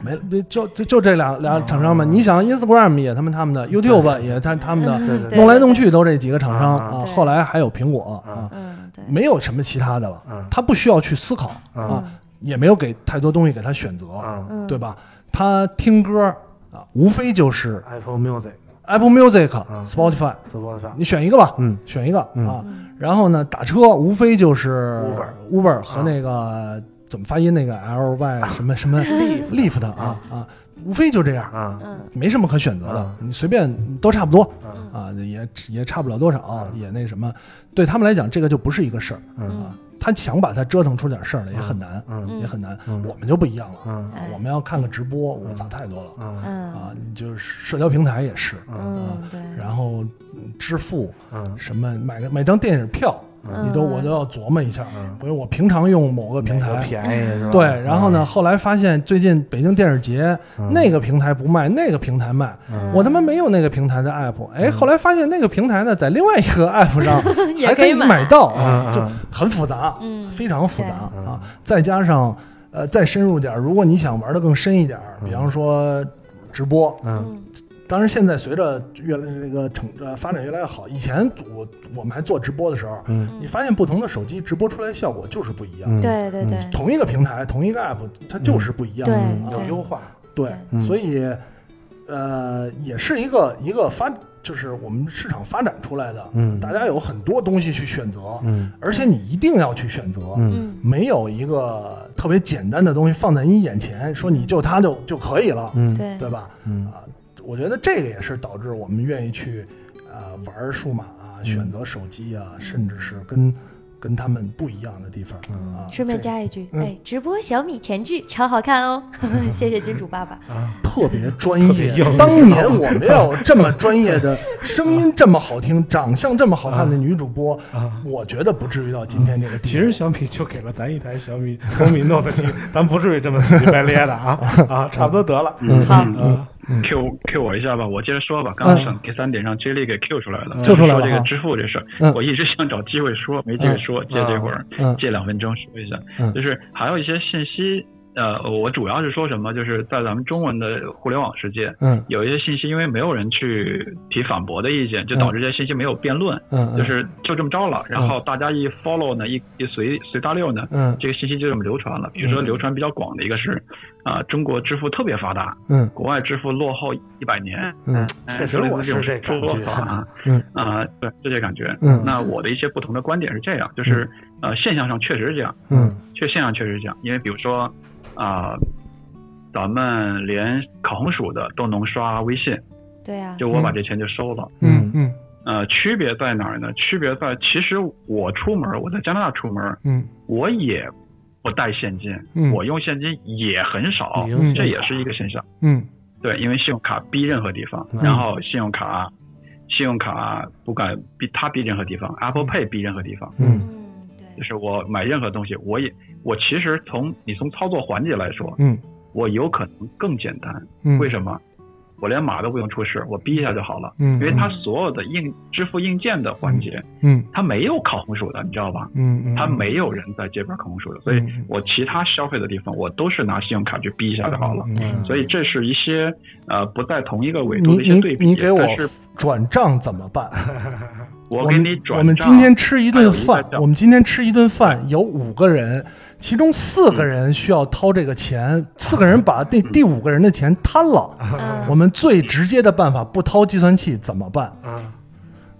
[SPEAKER 4] 没没就就就这俩俩厂商嘛，你想 Instagram 也他们他们的，YouTube 也他他们的，
[SPEAKER 3] 哦对对
[SPEAKER 1] 对
[SPEAKER 4] 弄来弄去都这几个厂商
[SPEAKER 3] 啊
[SPEAKER 4] 啊。
[SPEAKER 1] 对
[SPEAKER 4] 后来还有苹果啊，
[SPEAKER 1] 嗯对
[SPEAKER 4] 没有什么其他的了
[SPEAKER 3] 啊，
[SPEAKER 4] 他不需要去思考啊，也没有给太多东西给他选择，
[SPEAKER 3] 啊
[SPEAKER 1] 嗯
[SPEAKER 4] 对吧？他听歌啊，无非就是
[SPEAKER 3] ，Apple Music、
[SPEAKER 4] Apple Music
[SPEAKER 3] 啊、
[SPEAKER 4] Spotify，
[SPEAKER 3] Spotify
[SPEAKER 4] 你选一个吧，
[SPEAKER 3] 嗯
[SPEAKER 4] 选一个
[SPEAKER 3] 嗯
[SPEAKER 4] 啊。然后呢，打车无非就是
[SPEAKER 3] Uber 啊
[SPEAKER 4] Uber 和那个怎么发音那个 L Y 什么什么 Lift 啊啊，无非就这样。
[SPEAKER 3] 啊
[SPEAKER 1] 嗯
[SPEAKER 4] 没什么可选择的
[SPEAKER 3] 啊，
[SPEAKER 4] 你随便都差不多
[SPEAKER 3] 嗯
[SPEAKER 4] 啊，也也差不了多少，也那什么，对他们来讲，这个就不是一个事儿
[SPEAKER 3] 啊嗯
[SPEAKER 4] 啊。他想把它折腾出点事儿来也很难，
[SPEAKER 3] 嗯
[SPEAKER 4] 也很难。
[SPEAKER 3] 嗯
[SPEAKER 4] 我们就不一样了，
[SPEAKER 3] 嗯
[SPEAKER 4] 啊
[SPEAKER 1] 哎
[SPEAKER 4] 我们要看个直播，我操，太多了
[SPEAKER 3] 嗯
[SPEAKER 1] 嗯
[SPEAKER 4] 啊！你就是社交平台也是，
[SPEAKER 1] 嗯对
[SPEAKER 4] 然后嗯支付
[SPEAKER 3] 嗯
[SPEAKER 4] 什么买个买张电影票你都我都要琢磨一下，因为我平常用某个平
[SPEAKER 3] 哪个
[SPEAKER 4] 台。
[SPEAKER 3] 便宜是吧？
[SPEAKER 4] 对，然后呢？后来发现最近北京电视节那个平台不卖，那个平台卖，我他妈没有那个平台的 app。哎，后来发现那个平台呢，在另外一个 app 上
[SPEAKER 1] 也
[SPEAKER 4] 还
[SPEAKER 1] 可以
[SPEAKER 4] 以
[SPEAKER 1] 买
[SPEAKER 4] 买到
[SPEAKER 3] 嗯
[SPEAKER 4] 啊，
[SPEAKER 3] 嗯
[SPEAKER 4] 就很复杂，
[SPEAKER 1] 嗯
[SPEAKER 4] 非常复杂啊。再加上呃，再深入点儿，如果你想玩的更深一点儿，比方说直播，
[SPEAKER 3] 嗯，
[SPEAKER 4] 当然，现在随着越来这个成呃发展越来越好，以前我我们还做直播的时候，
[SPEAKER 3] 嗯
[SPEAKER 4] 你发现不同的手机直播出来的效果就是不一样。
[SPEAKER 3] 嗯
[SPEAKER 1] 对对对，
[SPEAKER 4] 同一个平台，同一个 app，它就是不一样。
[SPEAKER 1] 对
[SPEAKER 3] 嗯
[SPEAKER 1] 对
[SPEAKER 3] 有优化，
[SPEAKER 4] 对
[SPEAKER 1] 对
[SPEAKER 3] 嗯
[SPEAKER 4] 所以呃，也是一个一个发，就是我们市场发展出来的，
[SPEAKER 3] 嗯
[SPEAKER 4] 大家有很多东西去选择，
[SPEAKER 3] 嗯
[SPEAKER 4] 而且你一定要去选择，
[SPEAKER 3] 嗯
[SPEAKER 1] 嗯
[SPEAKER 4] 没有一个特别简单的东西放在你眼前，说你就它就就可以了，
[SPEAKER 3] 嗯
[SPEAKER 1] 对
[SPEAKER 4] 对吧？
[SPEAKER 3] 嗯
[SPEAKER 4] 啊，我觉得这个也是导致我们愿意去呃玩数码啊，选择手机啊，甚至是跟跟他们不一样的地方啊。
[SPEAKER 1] 顺便
[SPEAKER 4] 这
[SPEAKER 1] 加一句，
[SPEAKER 4] 嗯
[SPEAKER 1] 哎，直播小米前置超好看
[SPEAKER 4] *laughs*
[SPEAKER 1] 哦，谢谢金主爸爸。
[SPEAKER 4] 特别专
[SPEAKER 3] 特别
[SPEAKER 4] 业
[SPEAKER 3] 硬，
[SPEAKER 4] 当年我没有这么专业的声音这么好听、长相这么好看的女主播，我觉得不至于到今天这个地步。
[SPEAKER 3] 其实小米就给了咱一台小米红米 Note 七，咱不至于这么死乞白咧的 *laughs* 啊啊，差不多得了。
[SPEAKER 1] 好，
[SPEAKER 3] 嗯
[SPEAKER 5] Q Q 我一下吧，我接着说吧。刚刚想第三点让 J 力给 Q 出来了，
[SPEAKER 4] Q 嗯出来了
[SPEAKER 5] 说这个
[SPEAKER 4] 哈
[SPEAKER 5] 支付这事儿
[SPEAKER 4] 嗯，
[SPEAKER 5] 我一直想找机会说，没机会说，借这会儿
[SPEAKER 4] 嗯
[SPEAKER 5] 借两分钟说一下
[SPEAKER 4] 嗯，
[SPEAKER 5] 就是还有一些信息。呃，我主要是说什么？就是在咱们中文的互联网世界，
[SPEAKER 4] 嗯
[SPEAKER 5] 有一些信息，因为没有人去提反驳的意见，就导致这些信息没有辩论，
[SPEAKER 4] 嗯，
[SPEAKER 5] 就
[SPEAKER 4] 嗯
[SPEAKER 5] 是就这么着了。然后大家一 follow 呢，一一随随大溜呢，
[SPEAKER 4] 嗯
[SPEAKER 5] 这个信息就这么流传了。比如说流传比较广的一个是，啊、中国支付特别发达，
[SPEAKER 4] 嗯
[SPEAKER 5] 国外支付落后一百年。哎
[SPEAKER 4] 嗯
[SPEAKER 3] 确实我是这感觉
[SPEAKER 5] 啊，
[SPEAKER 4] *laughs* 嗯
[SPEAKER 5] 啊，对，是这感觉。
[SPEAKER 4] 嗯
[SPEAKER 5] 那我的一些不同的观点是这样，就是呃，现象上确实是这样，
[SPEAKER 4] 嗯
[SPEAKER 5] 确现象确实是这样，因为比如说啊、咱们连烤红薯的都能刷微信，
[SPEAKER 1] 对啊，
[SPEAKER 5] 就我把这钱就收了。
[SPEAKER 4] 嗯嗯
[SPEAKER 5] 呃，区别在哪儿呢？区别在其实我出门，我在加拿大出门，
[SPEAKER 4] 嗯
[SPEAKER 5] 我也不带现金，
[SPEAKER 4] 嗯
[SPEAKER 5] 我用现金也很少
[SPEAKER 3] 你用信用，
[SPEAKER 5] 这也是一个现象。
[SPEAKER 4] 嗯
[SPEAKER 5] 对，因为信用卡逼任何地方，
[SPEAKER 3] 嗯
[SPEAKER 5] 然后信用卡，信用卡不管逼它逼任何地方，Apple Pay 逼任何地方，
[SPEAKER 4] 嗯
[SPEAKER 1] 嗯，
[SPEAKER 5] 就
[SPEAKER 1] 对，
[SPEAKER 5] 是我买任何东西，我也我其实从你从操作环节来说，
[SPEAKER 4] 嗯
[SPEAKER 5] 我有可能更简单，
[SPEAKER 4] 嗯，
[SPEAKER 5] 为什么？我连码都不用出示，我逼一下就好了，
[SPEAKER 4] 嗯
[SPEAKER 5] 因为它所有的硬支付硬件的环节，
[SPEAKER 4] 嗯
[SPEAKER 5] 它没有烤红薯的，你知道吧？
[SPEAKER 4] 嗯嗯，
[SPEAKER 5] 它没有人在街边烤红薯的，所以
[SPEAKER 4] 嗯
[SPEAKER 5] 我其他消费的地方，我都是拿信用卡去逼一下就好了。
[SPEAKER 4] 嗯
[SPEAKER 5] 所以这是一些呃不在同一个纬
[SPEAKER 4] 你
[SPEAKER 5] 度的一些对
[SPEAKER 4] 你
[SPEAKER 5] 比。
[SPEAKER 4] 你给我
[SPEAKER 5] 但是
[SPEAKER 4] 转账怎么办？
[SPEAKER 5] 我给你
[SPEAKER 4] 们
[SPEAKER 5] 转账
[SPEAKER 4] 我们今天吃一顿
[SPEAKER 5] 还
[SPEAKER 4] 饭
[SPEAKER 5] 有一个，叫
[SPEAKER 4] 我们今天吃一顿饭，有五个人，其中四
[SPEAKER 5] 嗯
[SPEAKER 4] 个人需要掏这个钱，四个人把那第五个人的钱贪了。
[SPEAKER 1] 嗯
[SPEAKER 4] 我们最直接的办法，不掏计算器怎么办？
[SPEAKER 3] 啊，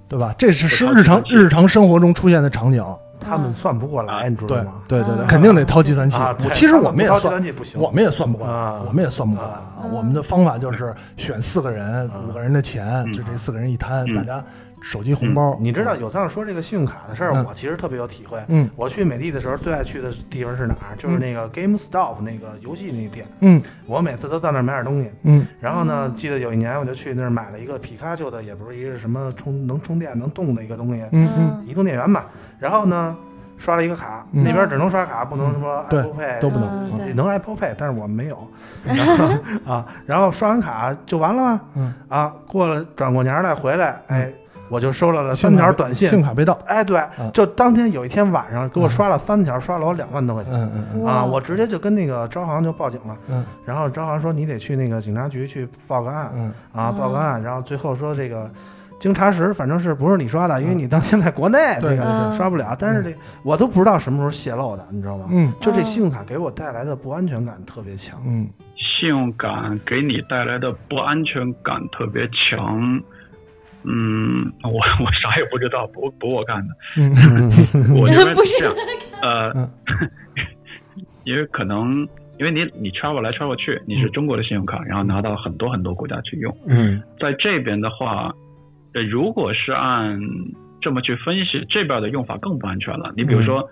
[SPEAKER 4] 对吧？这是是
[SPEAKER 5] 不掏
[SPEAKER 4] 日常
[SPEAKER 5] 计算器
[SPEAKER 4] 日常生活中出现的场景。
[SPEAKER 3] 他们算不过
[SPEAKER 5] 啊
[SPEAKER 3] 来，你知
[SPEAKER 4] 对
[SPEAKER 3] 道吗？
[SPEAKER 4] 对对
[SPEAKER 1] 啊
[SPEAKER 4] 对，肯定得掏计算器
[SPEAKER 3] 啊。
[SPEAKER 4] 我
[SPEAKER 3] 对
[SPEAKER 4] 其
[SPEAKER 3] 他
[SPEAKER 4] 实
[SPEAKER 3] 们
[SPEAKER 4] 我们
[SPEAKER 3] 不
[SPEAKER 4] 也
[SPEAKER 3] 掏计
[SPEAKER 4] 算
[SPEAKER 3] 算器不行
[SPEAKER 4] 我们也算不过来
[SPEAKER 3] 啊，
[SPEAKER 4] 我们也算不过来
[SPEAKER 3] 啊
[SPEAKER 4] 啊。我们的方法就是选四个人，五个人的钱，就这四个人一摊，大家手机红包。
[SPEAKER 3] 嗯你知道有这样说这个信用卡的事儿，
[SPEAKER 4] 嗯
[SPEAKER 3] 我其实特别有体会。
[SPEAKER 4] 嗯
[SPEAKER 3] 我去美的的时候，最爱去的地方是哪儿？就是那个 GameStop 那个游戏那店，
[SPEAKER 4] 嗯
[SPEAKER 3] 我每次都到那儿买点东西。
[SPEAKER 4] 嗯
[SPEAKER 3] 然后呢，记得有一年我就去那儿买了一个皮卡丘的，也不是一个什么充能充电能动的一个东西，
[SPEAKER 4] 嗯嗯，
[SPEAKER 1] 嗯
[SPEAKER 3] 移动电源吧。然后呢，刷了一个卡，
[SPEAKER 4] 嗯
[SPEAKER 3] 那边只能刷卡，不能什么
[SPEAKER 4] 对
[SPEAKER 3] Apple Pay，
[SPEAKER 4] 都不啊
[SPEAKER 1] 嗯
[SPEAKER 4] 能。
[SPEAKER 1] 对
[SPEAKER 3] 能 Apple Pay，但是我没
[SPEAKER 4] *laughs*
[SPEAKER 3] 有然后 *laughs* 啊。然后刷完卡就完了吗？
[SPEAKER 4] 嗯
[SPEAKER 3] 啊，过了转过年儿来回来，哎，我就收到了三
[SPEAKER 4] 信用
[SPEAKER 3] 条
[SPEAKER 4] 卡
[SPEAKER 3] 短
[SPEAKER 4] 信用
[SPEAKER 3] 信。
[SPEAKER 4] 卡被盗。
[SPEAKER 3] 哎，对，就当天有一天晚上给我刷了三条，刷了我两万多块钱
[SPEAKER 4] 嗯嗯嗯
[SPEAKER 3] 啊！
[SPEAKER 1] 哇
[SPEAKER 3] 我直接就跟那个招行就报警了，
[SPEAKER 4] 嗯
[SPEAKER 3] 然后招行说你得去那个警察局去报个案
[SPEAKER 4] 嗯
[SPEAKER 3] 啊，报个案，然后最后说这个。经查实，反正是不是你刷的，因为你当天在国内这
[SPEAKER 4] 对
[SPEAKER 3] 个
[SPEAKER 1] 嗯
[SPEAKER 3] 刷不了，但是这我都不知道什么时候泄露的，你知道吗？
[SPEAKER 4] 嗯
[SPEAKER 3] 就这
[SPEAKER 1] 嗯
[SPEAKER 3] 信用卡给我带来的不安全感特别强。
[SPEAKER 4] 嗯
[SPEAKER 5] 信用卡给你带来的不安全感特别强。嗯，我 *laughs* 我啥也不知道，不不我干的，
[SPEAKER 4] 嗯
[SPEAKER 5] 我这边
[SPEAKER 1] *laughs* 不是
[SPEAKER 5] 这样，呃，
[SPEAKER 4] 嗯
[SPEAKER 5] *laughs* 因为可能因为你你 travel 来 travel 去，你是中国的信用卡，然后拿到很多很多国家去用，
[SPEAKER 3] 嗯
[SPEAKER 5] 在这边的话，呃，如果是按这么去分析，这边的用法更不安全了。你比如说，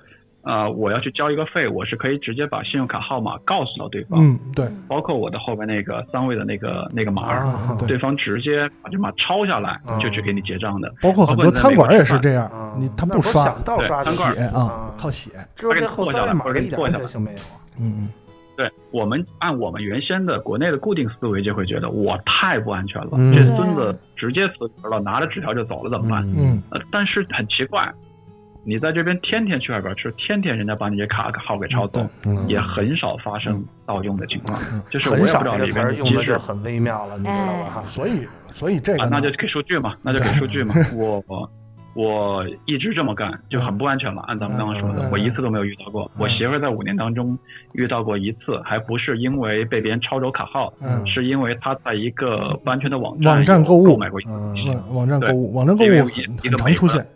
[SPEAKER 5] 呃，我要去交一个费，我是可以直接把信用卡号码告诉到对方，
[SPEAKER 4] 嗯，对，
[SPEAKER 5] 包括我的后面那个三位的那个那个码儿，
[SPEAKER 4] 啊对
[SPEAKER 5] 对方直接把这码抄下来
[SPEAKER 3] 啊
[SPEAKER 5] 就去给你结账的。
[SPEAKER 4] 包括很多餐馆也是这
[SPEAKER 3] 啊
[SPEAKER 4] 样，你他
[SPEAKER 3] 那
[SPEAKER 4] 不
[SPEAKER 3] 不是
[SPEAKER 4] 刷
[SPEAKER 3] 想到
[SPEAKER 5] 对
[SPEAKER 3] 刷
[SPEAKER 5] 餐
[SPEAKER 3] 的
[SPEAKER 5] 馆
[SPEAKER 4] 血啊
[SPEAKER 3] 啊，
[SPEAKER 4] 靠血，
[SPEAKER 3] 只有这后三位码儿一点弹性没有啊。
[SPEAKER 4] 嗯
[SPEAKER 5] 对我们按我们原先的国内的固定思维就会觉得我太不安全了，
[SPEAKER 3] 嗯
[SPEAKER 5] 这
[SPEAKER 1] 对
[SPEAKER 5] 孙子直接辞职了，拿着纸条就走了怎么办？
[SPEAKER 4] 嗯嗯，
[SPEAKER 5] 呃，但是很奇怪，你在这边天天去外边吃，天天人家把你这卡号给抄走，
[SPEAKER 3] 嗯
[SPEAKER 5] 也很少发
[SPEAKER 4] 嗯
[SPEAKER 5] 生盗用的情况。就是我也
[SPEAKER 3] 很
[SPEAKER 5] 不知
[SPEAKER 3] 少
[SPEAKER 5] 道
[SPEAKER 3] 这
[SPEAKER 5] 里
[SPEAKER 3] 个词
[SPEAKER 5] 边
[SPEAKER 3] 儿
[SPEAKER 5] 的
[SPEAKER 3] 用
[SPEAKER 5] 机
[SPEAKER 3] 的
[SPEAKER 5] 制
[SPEAKER 3] 就很微妙了，你知
[SPEAKER 1] 哎
[SPEAKER 3] 道吧？哈
[SPEAKER 4] 所以所以这个，
[SPEAKER 5] 啊那
[SPEAKER 4] 呢
[SPEAKER 5] 就给数据
[SPEAKER 4] *laughs*
[SPEAKER 5] 嘛，那就给数据嘛。 *laughs* 我我我一直这么干，就很不安全了。按咱们刚刚说
[SPEAKER 4] 嗯嗯
[SPEAKER 5] 的
[SPEAKER 4] 嗯，
[SPEAKER 5] 我一次都没有遇到过。我媳妇儿在五年当中遇到过一次，还不是因为被别人抄走卡号，
[SPEAKER 4] 嗯
[SPEAKER 5] 是因为她在一个不安全的网
[SPEAKER 4] 网站
[SPEAKER 5] 站有
[SPEAKER 4] 购物嗯
[SPEAKER 5] 买过一次东西。
[SPEAKER 4] 网网站购物，网站购
[SPEAKER 5] 嗯因为
[SPEAKER 4] 物
[SPEAKER 5] 有一
[SPEAKER 4] 很
[SPEAKER 5] 一
[SPEAKER 4] 很
[SPEAKER 5] 个
[SPEAKER 4] 常
[SPEAKER 5] 美啊
[SPEAKER 4] 出
[SPEAKER 5] 国
[SPEAKER 4] 现，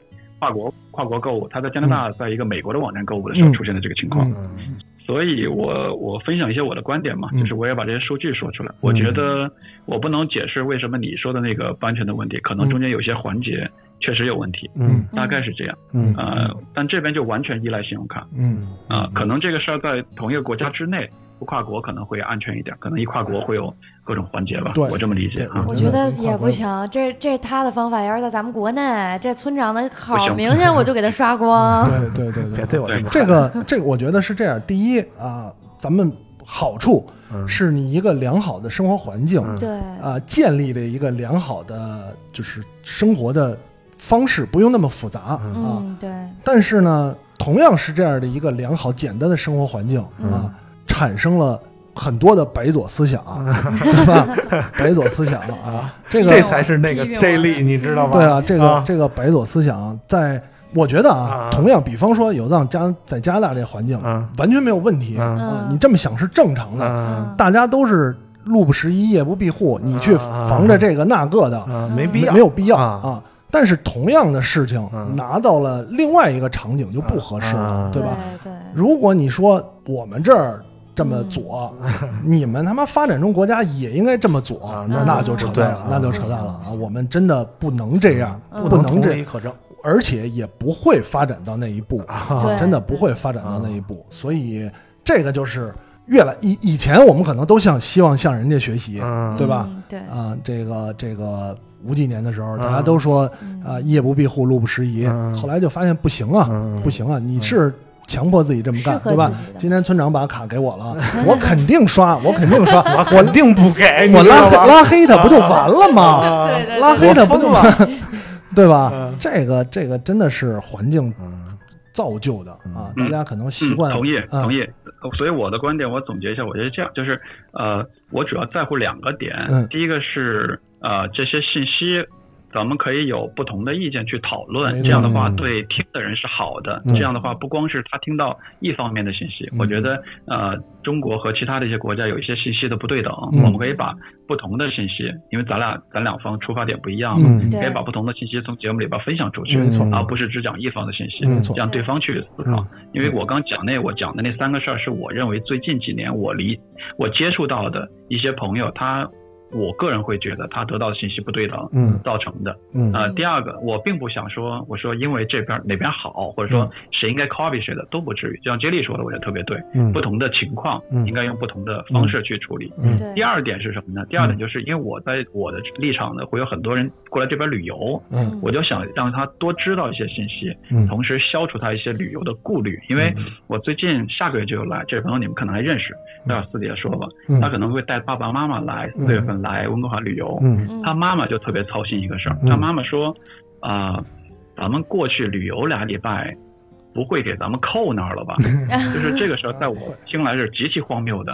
[SPEAKER 5] 跨国跨国购物，她在加拿大在一个美国的网站购物的时候
[SPEAKER 4] 嗯
[SPEAKER 5] 出现的这个情况。
[SPEAKER 3] 嗯
[SPEAKER 5] 所以我我分享一些我的观点嘛，
[SPEAKER 4] 嗯
[SPEAKER 5] 就是我也把这些数据说出来。我觉得我不能解释为什么你说的那个不安全的问题，可能中间有些环节确实有问题，
[SPEAKER 3] 嗯
[SPEAKER 5] 大概是这样。
[SPEAKER 3] 嗯
[SPEAKER 5] 呃，但这边就完全依赖信用卡
[SPEAKER 4] 嗯
[SPEAKER 5] 啊、呃可能这个事儿在同一个国家之内。不跨国可能会安全一点，可能一跨国会有各种环节吧，
[SPEAKER 4] 对
[SPEAKER 5] 我这么理解啊
[SPEAKER 4] 对。
[SPEAKER 1] 我
[SPEAKER 4] 我
[SPEAKER 1] 觉
[SPEAKER 4] 觉
[SPEAKER 1] 得
[SPEAKER 4] 得
[SPEAKER 1] 也不行，这这他的方法要是在咱们国内，这村长的
[SPEAKER 5] 不
[SPEAKER 1] 好
[SPEAKER 5] 行
[SPEAKER 1] 明显我就给
[SPEAKER 4] *laughs*
[SPEAKER 1] 他刷光。
[SPEAKER 4] 对对对
[SPEAKER 3] 啊别
[SPEAKER 4] 对，
[SPEAKER 3] 对我这么
[SPEAKER 4] 这个这个我觉得是这样，第一啊，咱们好处
[SPEAKER 3] 嗯
[SPEAKER 4] 是你一个良好的生活环境，
[SPEAKER 3] 嗯
[SPEAKER 1] 对，
[SPEAKER 4] 啊，建立了一个良好的就是生活的方式，不用那么复杂、
[SPEAKER 3] 嗯
[SPEAKER 4] 啊。
[SPEAKER 1] 嗯，对，
[SPEAKER 4] 但是呢，同样是这样的一个良好简单的生活环境
[SPEAKER 3] 嗯
[SPEAKER 4] 啊，产生了很多的白左
[SPEAKER 3] *laughs*
[SPEAKER 4] 思想，对吧？白左思想啊，这个
[SPEAKER 3] *laughs* 这才是那个
[SPEAKER 1] 批评我
[SPEAKER 3] J 力，你知道吗？
[SPEAKER 4] 对啊，这个、
[SPEAKER 3] 啊
[SPEAKER 4] 这个白左思想在。我觉得啊
[SPEAKER 3] 啊，
[SPEAKER 4] 同样，比方说有藏加在加拿大这环境，
[SPEAKER 3] 啊
[SPEAKER 4] 完全没有问题
[SPEAKER 3] 啊
[SPEAKER 4] 啊
[SPEAKER 1] 嗯，
[SPEAKER 4] 你这么想是正常的，
[SPEAKER 3] 嗯
[SPEAKER 4] 大家都是路不拾遗，夜不闭户，你去
[SPEAKER 3] 啊
[SPEAKER 4] 防着这个那个的，
[SPEAKER 3] 嗯，没必要，
[SPEAKER 4] 没有必要
[SPEAKER 3] 啊
[SPEAKER 4] 啊。但是同样的事情
[SPEAKER 3] 嗯
[SPEAKER 4] 拿到了另外一个场景就不合适
[SPEAKER 3] 啊
[SPEAKER 4] 了，对
[SPEAKER 1] 对
[SPEAKER 4] 吧？
[SPEAKER 1] 对，
[SPEAKER 4] 如果你说我们这儿这么左，你们他妈发展中国家也应该这么左
[SPEAKER 3] 啊，
[SPEAKER 1] 那
[SPEAKER 4] 那就扯
[SPEAKER 3] 不对
[SPEAKER 4] 淡
[SPEAKER 3] 了
[SPEAKER 4] 了，那就扯淡了啊！我们真的不能这样，
[SPEAKER 1] 嗯
[SPEAKER 4] 不
[SPEAKER 3] 能
[SPEAKER 4] 能
[SPEAKER 3] 同
[SPEAKER 4] 这啊
[SPEAKER 3] 理，可 *laughs* 证。
[SPEAKER 4] 而且也不会发展到那一步，
[SPEAKER 1] 对
[SPEAKER 4] 真的不会发展到那一步。所以这个就是越来以以前我们可能都向希望向人家学习，
[SPEAKER 3] 嗯
[SPEAKER 4] 对吧
[SPEAKER 1] 嗯？对，
[SPEAKER 4] 啊，这个这个五几年的时候，
[SPEAKER 3] 嗯
[SPEAKER 4] 大家都说
[SPEAKER 1] 嗯
[SPEAKER 4] 啊，夜不闭户，路不拾遗。
[SPEAKER 3] 嗯
[SPEAKER 4] 后来就发现不行啊，
[SPEAKER 3] 嗯
[SPEAKER 4] 不行啊，你是强迫自己这么干
[SPEAKER 1] 适，合
[SPEAKER 4] 对吧
[SPEAKER 1] 自己的？
[SPEAKER 4] 今天村长把卡给我了， *laughs* 我肯
[SPEAKER 1] *laughs*
[SPEAKER 4] 定刷，我肯定刷，我
[SPEAKER 3] 肯定不给，
[SPEAKER 4] 我
[SPEAKER 3] 哎你知
[SPEAKER 4] 拉
[SPEAKER 3] 道吧
[SPEAKER 4] 黑拉黑他不就完了吗？
[SPEAKER 3] 啊
[SPEAKER 1] 对对
[SPEAKER 4] 拉黑他不就
[SPEAKER 3] 我
[SPEAKER 4] 完了， *laughs* 对吧
[SPEAKER 3] 嗯？
[SPEAKER 4] 这个这个真的是环境
[SPEAKER 3] 嗯
[SPEAKER 4] 造就的啊，
[SPEAKER 5] 嗯
[SPEAKER 4] 大家可能习
[SPEAKER 5] 嗯，
[SPEAKER 4] 惯
[SPEAKER 5] 同意，
[SPEAKER 4] 啊
[SPEAKER 5] 同意。所以我的观点，我总结一下，我觉得这样，就是呃，我主要在乎两个点。
[SPEAKER 4] 嗯
[SPEAKER 5] 第一个是呃，这些信息，咱们可以有不同的意见去讨
[SPEAKER 4] 没
[SPEAKER 5] 论，
[SPEAKER 4] 错
[SPEAKER 5] 这样的话
[SPEAKER 3] 嗯
[SPEAKER 5] 对听的人是好的。
[SPEAKER 3] 嗯
[SPEAKER 5] 这样的话，不光是他听到一方面的信息，
[SPEAKER 4] 嗯
[SPEAKER 5] 我觉得呃，中国和其他的一些国家有一些信息的不对等，
[SPEAKER 4] 嗯
[SPEAKER 5] 我们可以把不同的信息，因为咱俩咱两方出发点不一样嘛，
[SPEAKER 3] 嗯
[SPEAKER 1] 对
[SPEAKER 5] 可以把不同的信息从节目里边分享出去，
[SPEAKER 3] 没错
[SPEAKER 5] 而不是只讲一方的信息，
[SPEAKER 3] 没嗯错嗯
[SPEAKER 5] 让对方去思考。因为我刚讲那我讲的那三个事儿，是我认为最近几年我离我接触到的一些朋友，他我个人会觉得他得到的信息不对等
[SPEAKER 3] 嗯
[SPEAKER 5] 造成的。
[SPEAKER 3] 嗯
[SPEAKER 5] 呃，第二个，我并不想说，我说因为这边哪边好，或者说谁应该 copy 谁的都不至于。就像接力说的，我觉得特别对，
[SPEAKER 3] 嗯
[SPEAKER 5] 不同的情况
[SPEAKER 3] 嗯
[SPEAKER 5] 应该用不同的方式去处理。
[SPEAKER 3] 嗯
[SPEAKER 1] 对，
[SPEAKER 5] 第二点是什么呢？第二点就是因为我在我的立场呢，会有很多人过来这边旅游，
[SPEAKER 4] 嗯
[SPEAKER 5] 我就想让他多知道一些信息，
[SPEAKER 3] 嗯
[SPEAKER 5] 同时消除他一些旅游的顾虑。因为
[SPEAKER 4] 嗯
[SPEAKER 5] 我最近下个月就有来，这位朋友你们可能还认识，那私底下说吧，
[SPEAKER 3] 嗯
[SPEAKER 5] 他可能会带爸爸妈妈来，四月份来温哥华旅游。
[SPEAKER 3] 嗯
[SPEAKER 1] 嗯
[SPEAKER 5] 他妈妈就特别操心一个事儿，
[SPEAKER 3] 嗯
[SPEAKER 5] 他妈妈说，啊、咱们过去旅游俩礼拜。不会给咱们扣那儿了吧？
[SPEAKER 4] 嗯
[SPEAKER 5] 就是这个事儿，在我听来是极其荒谬的。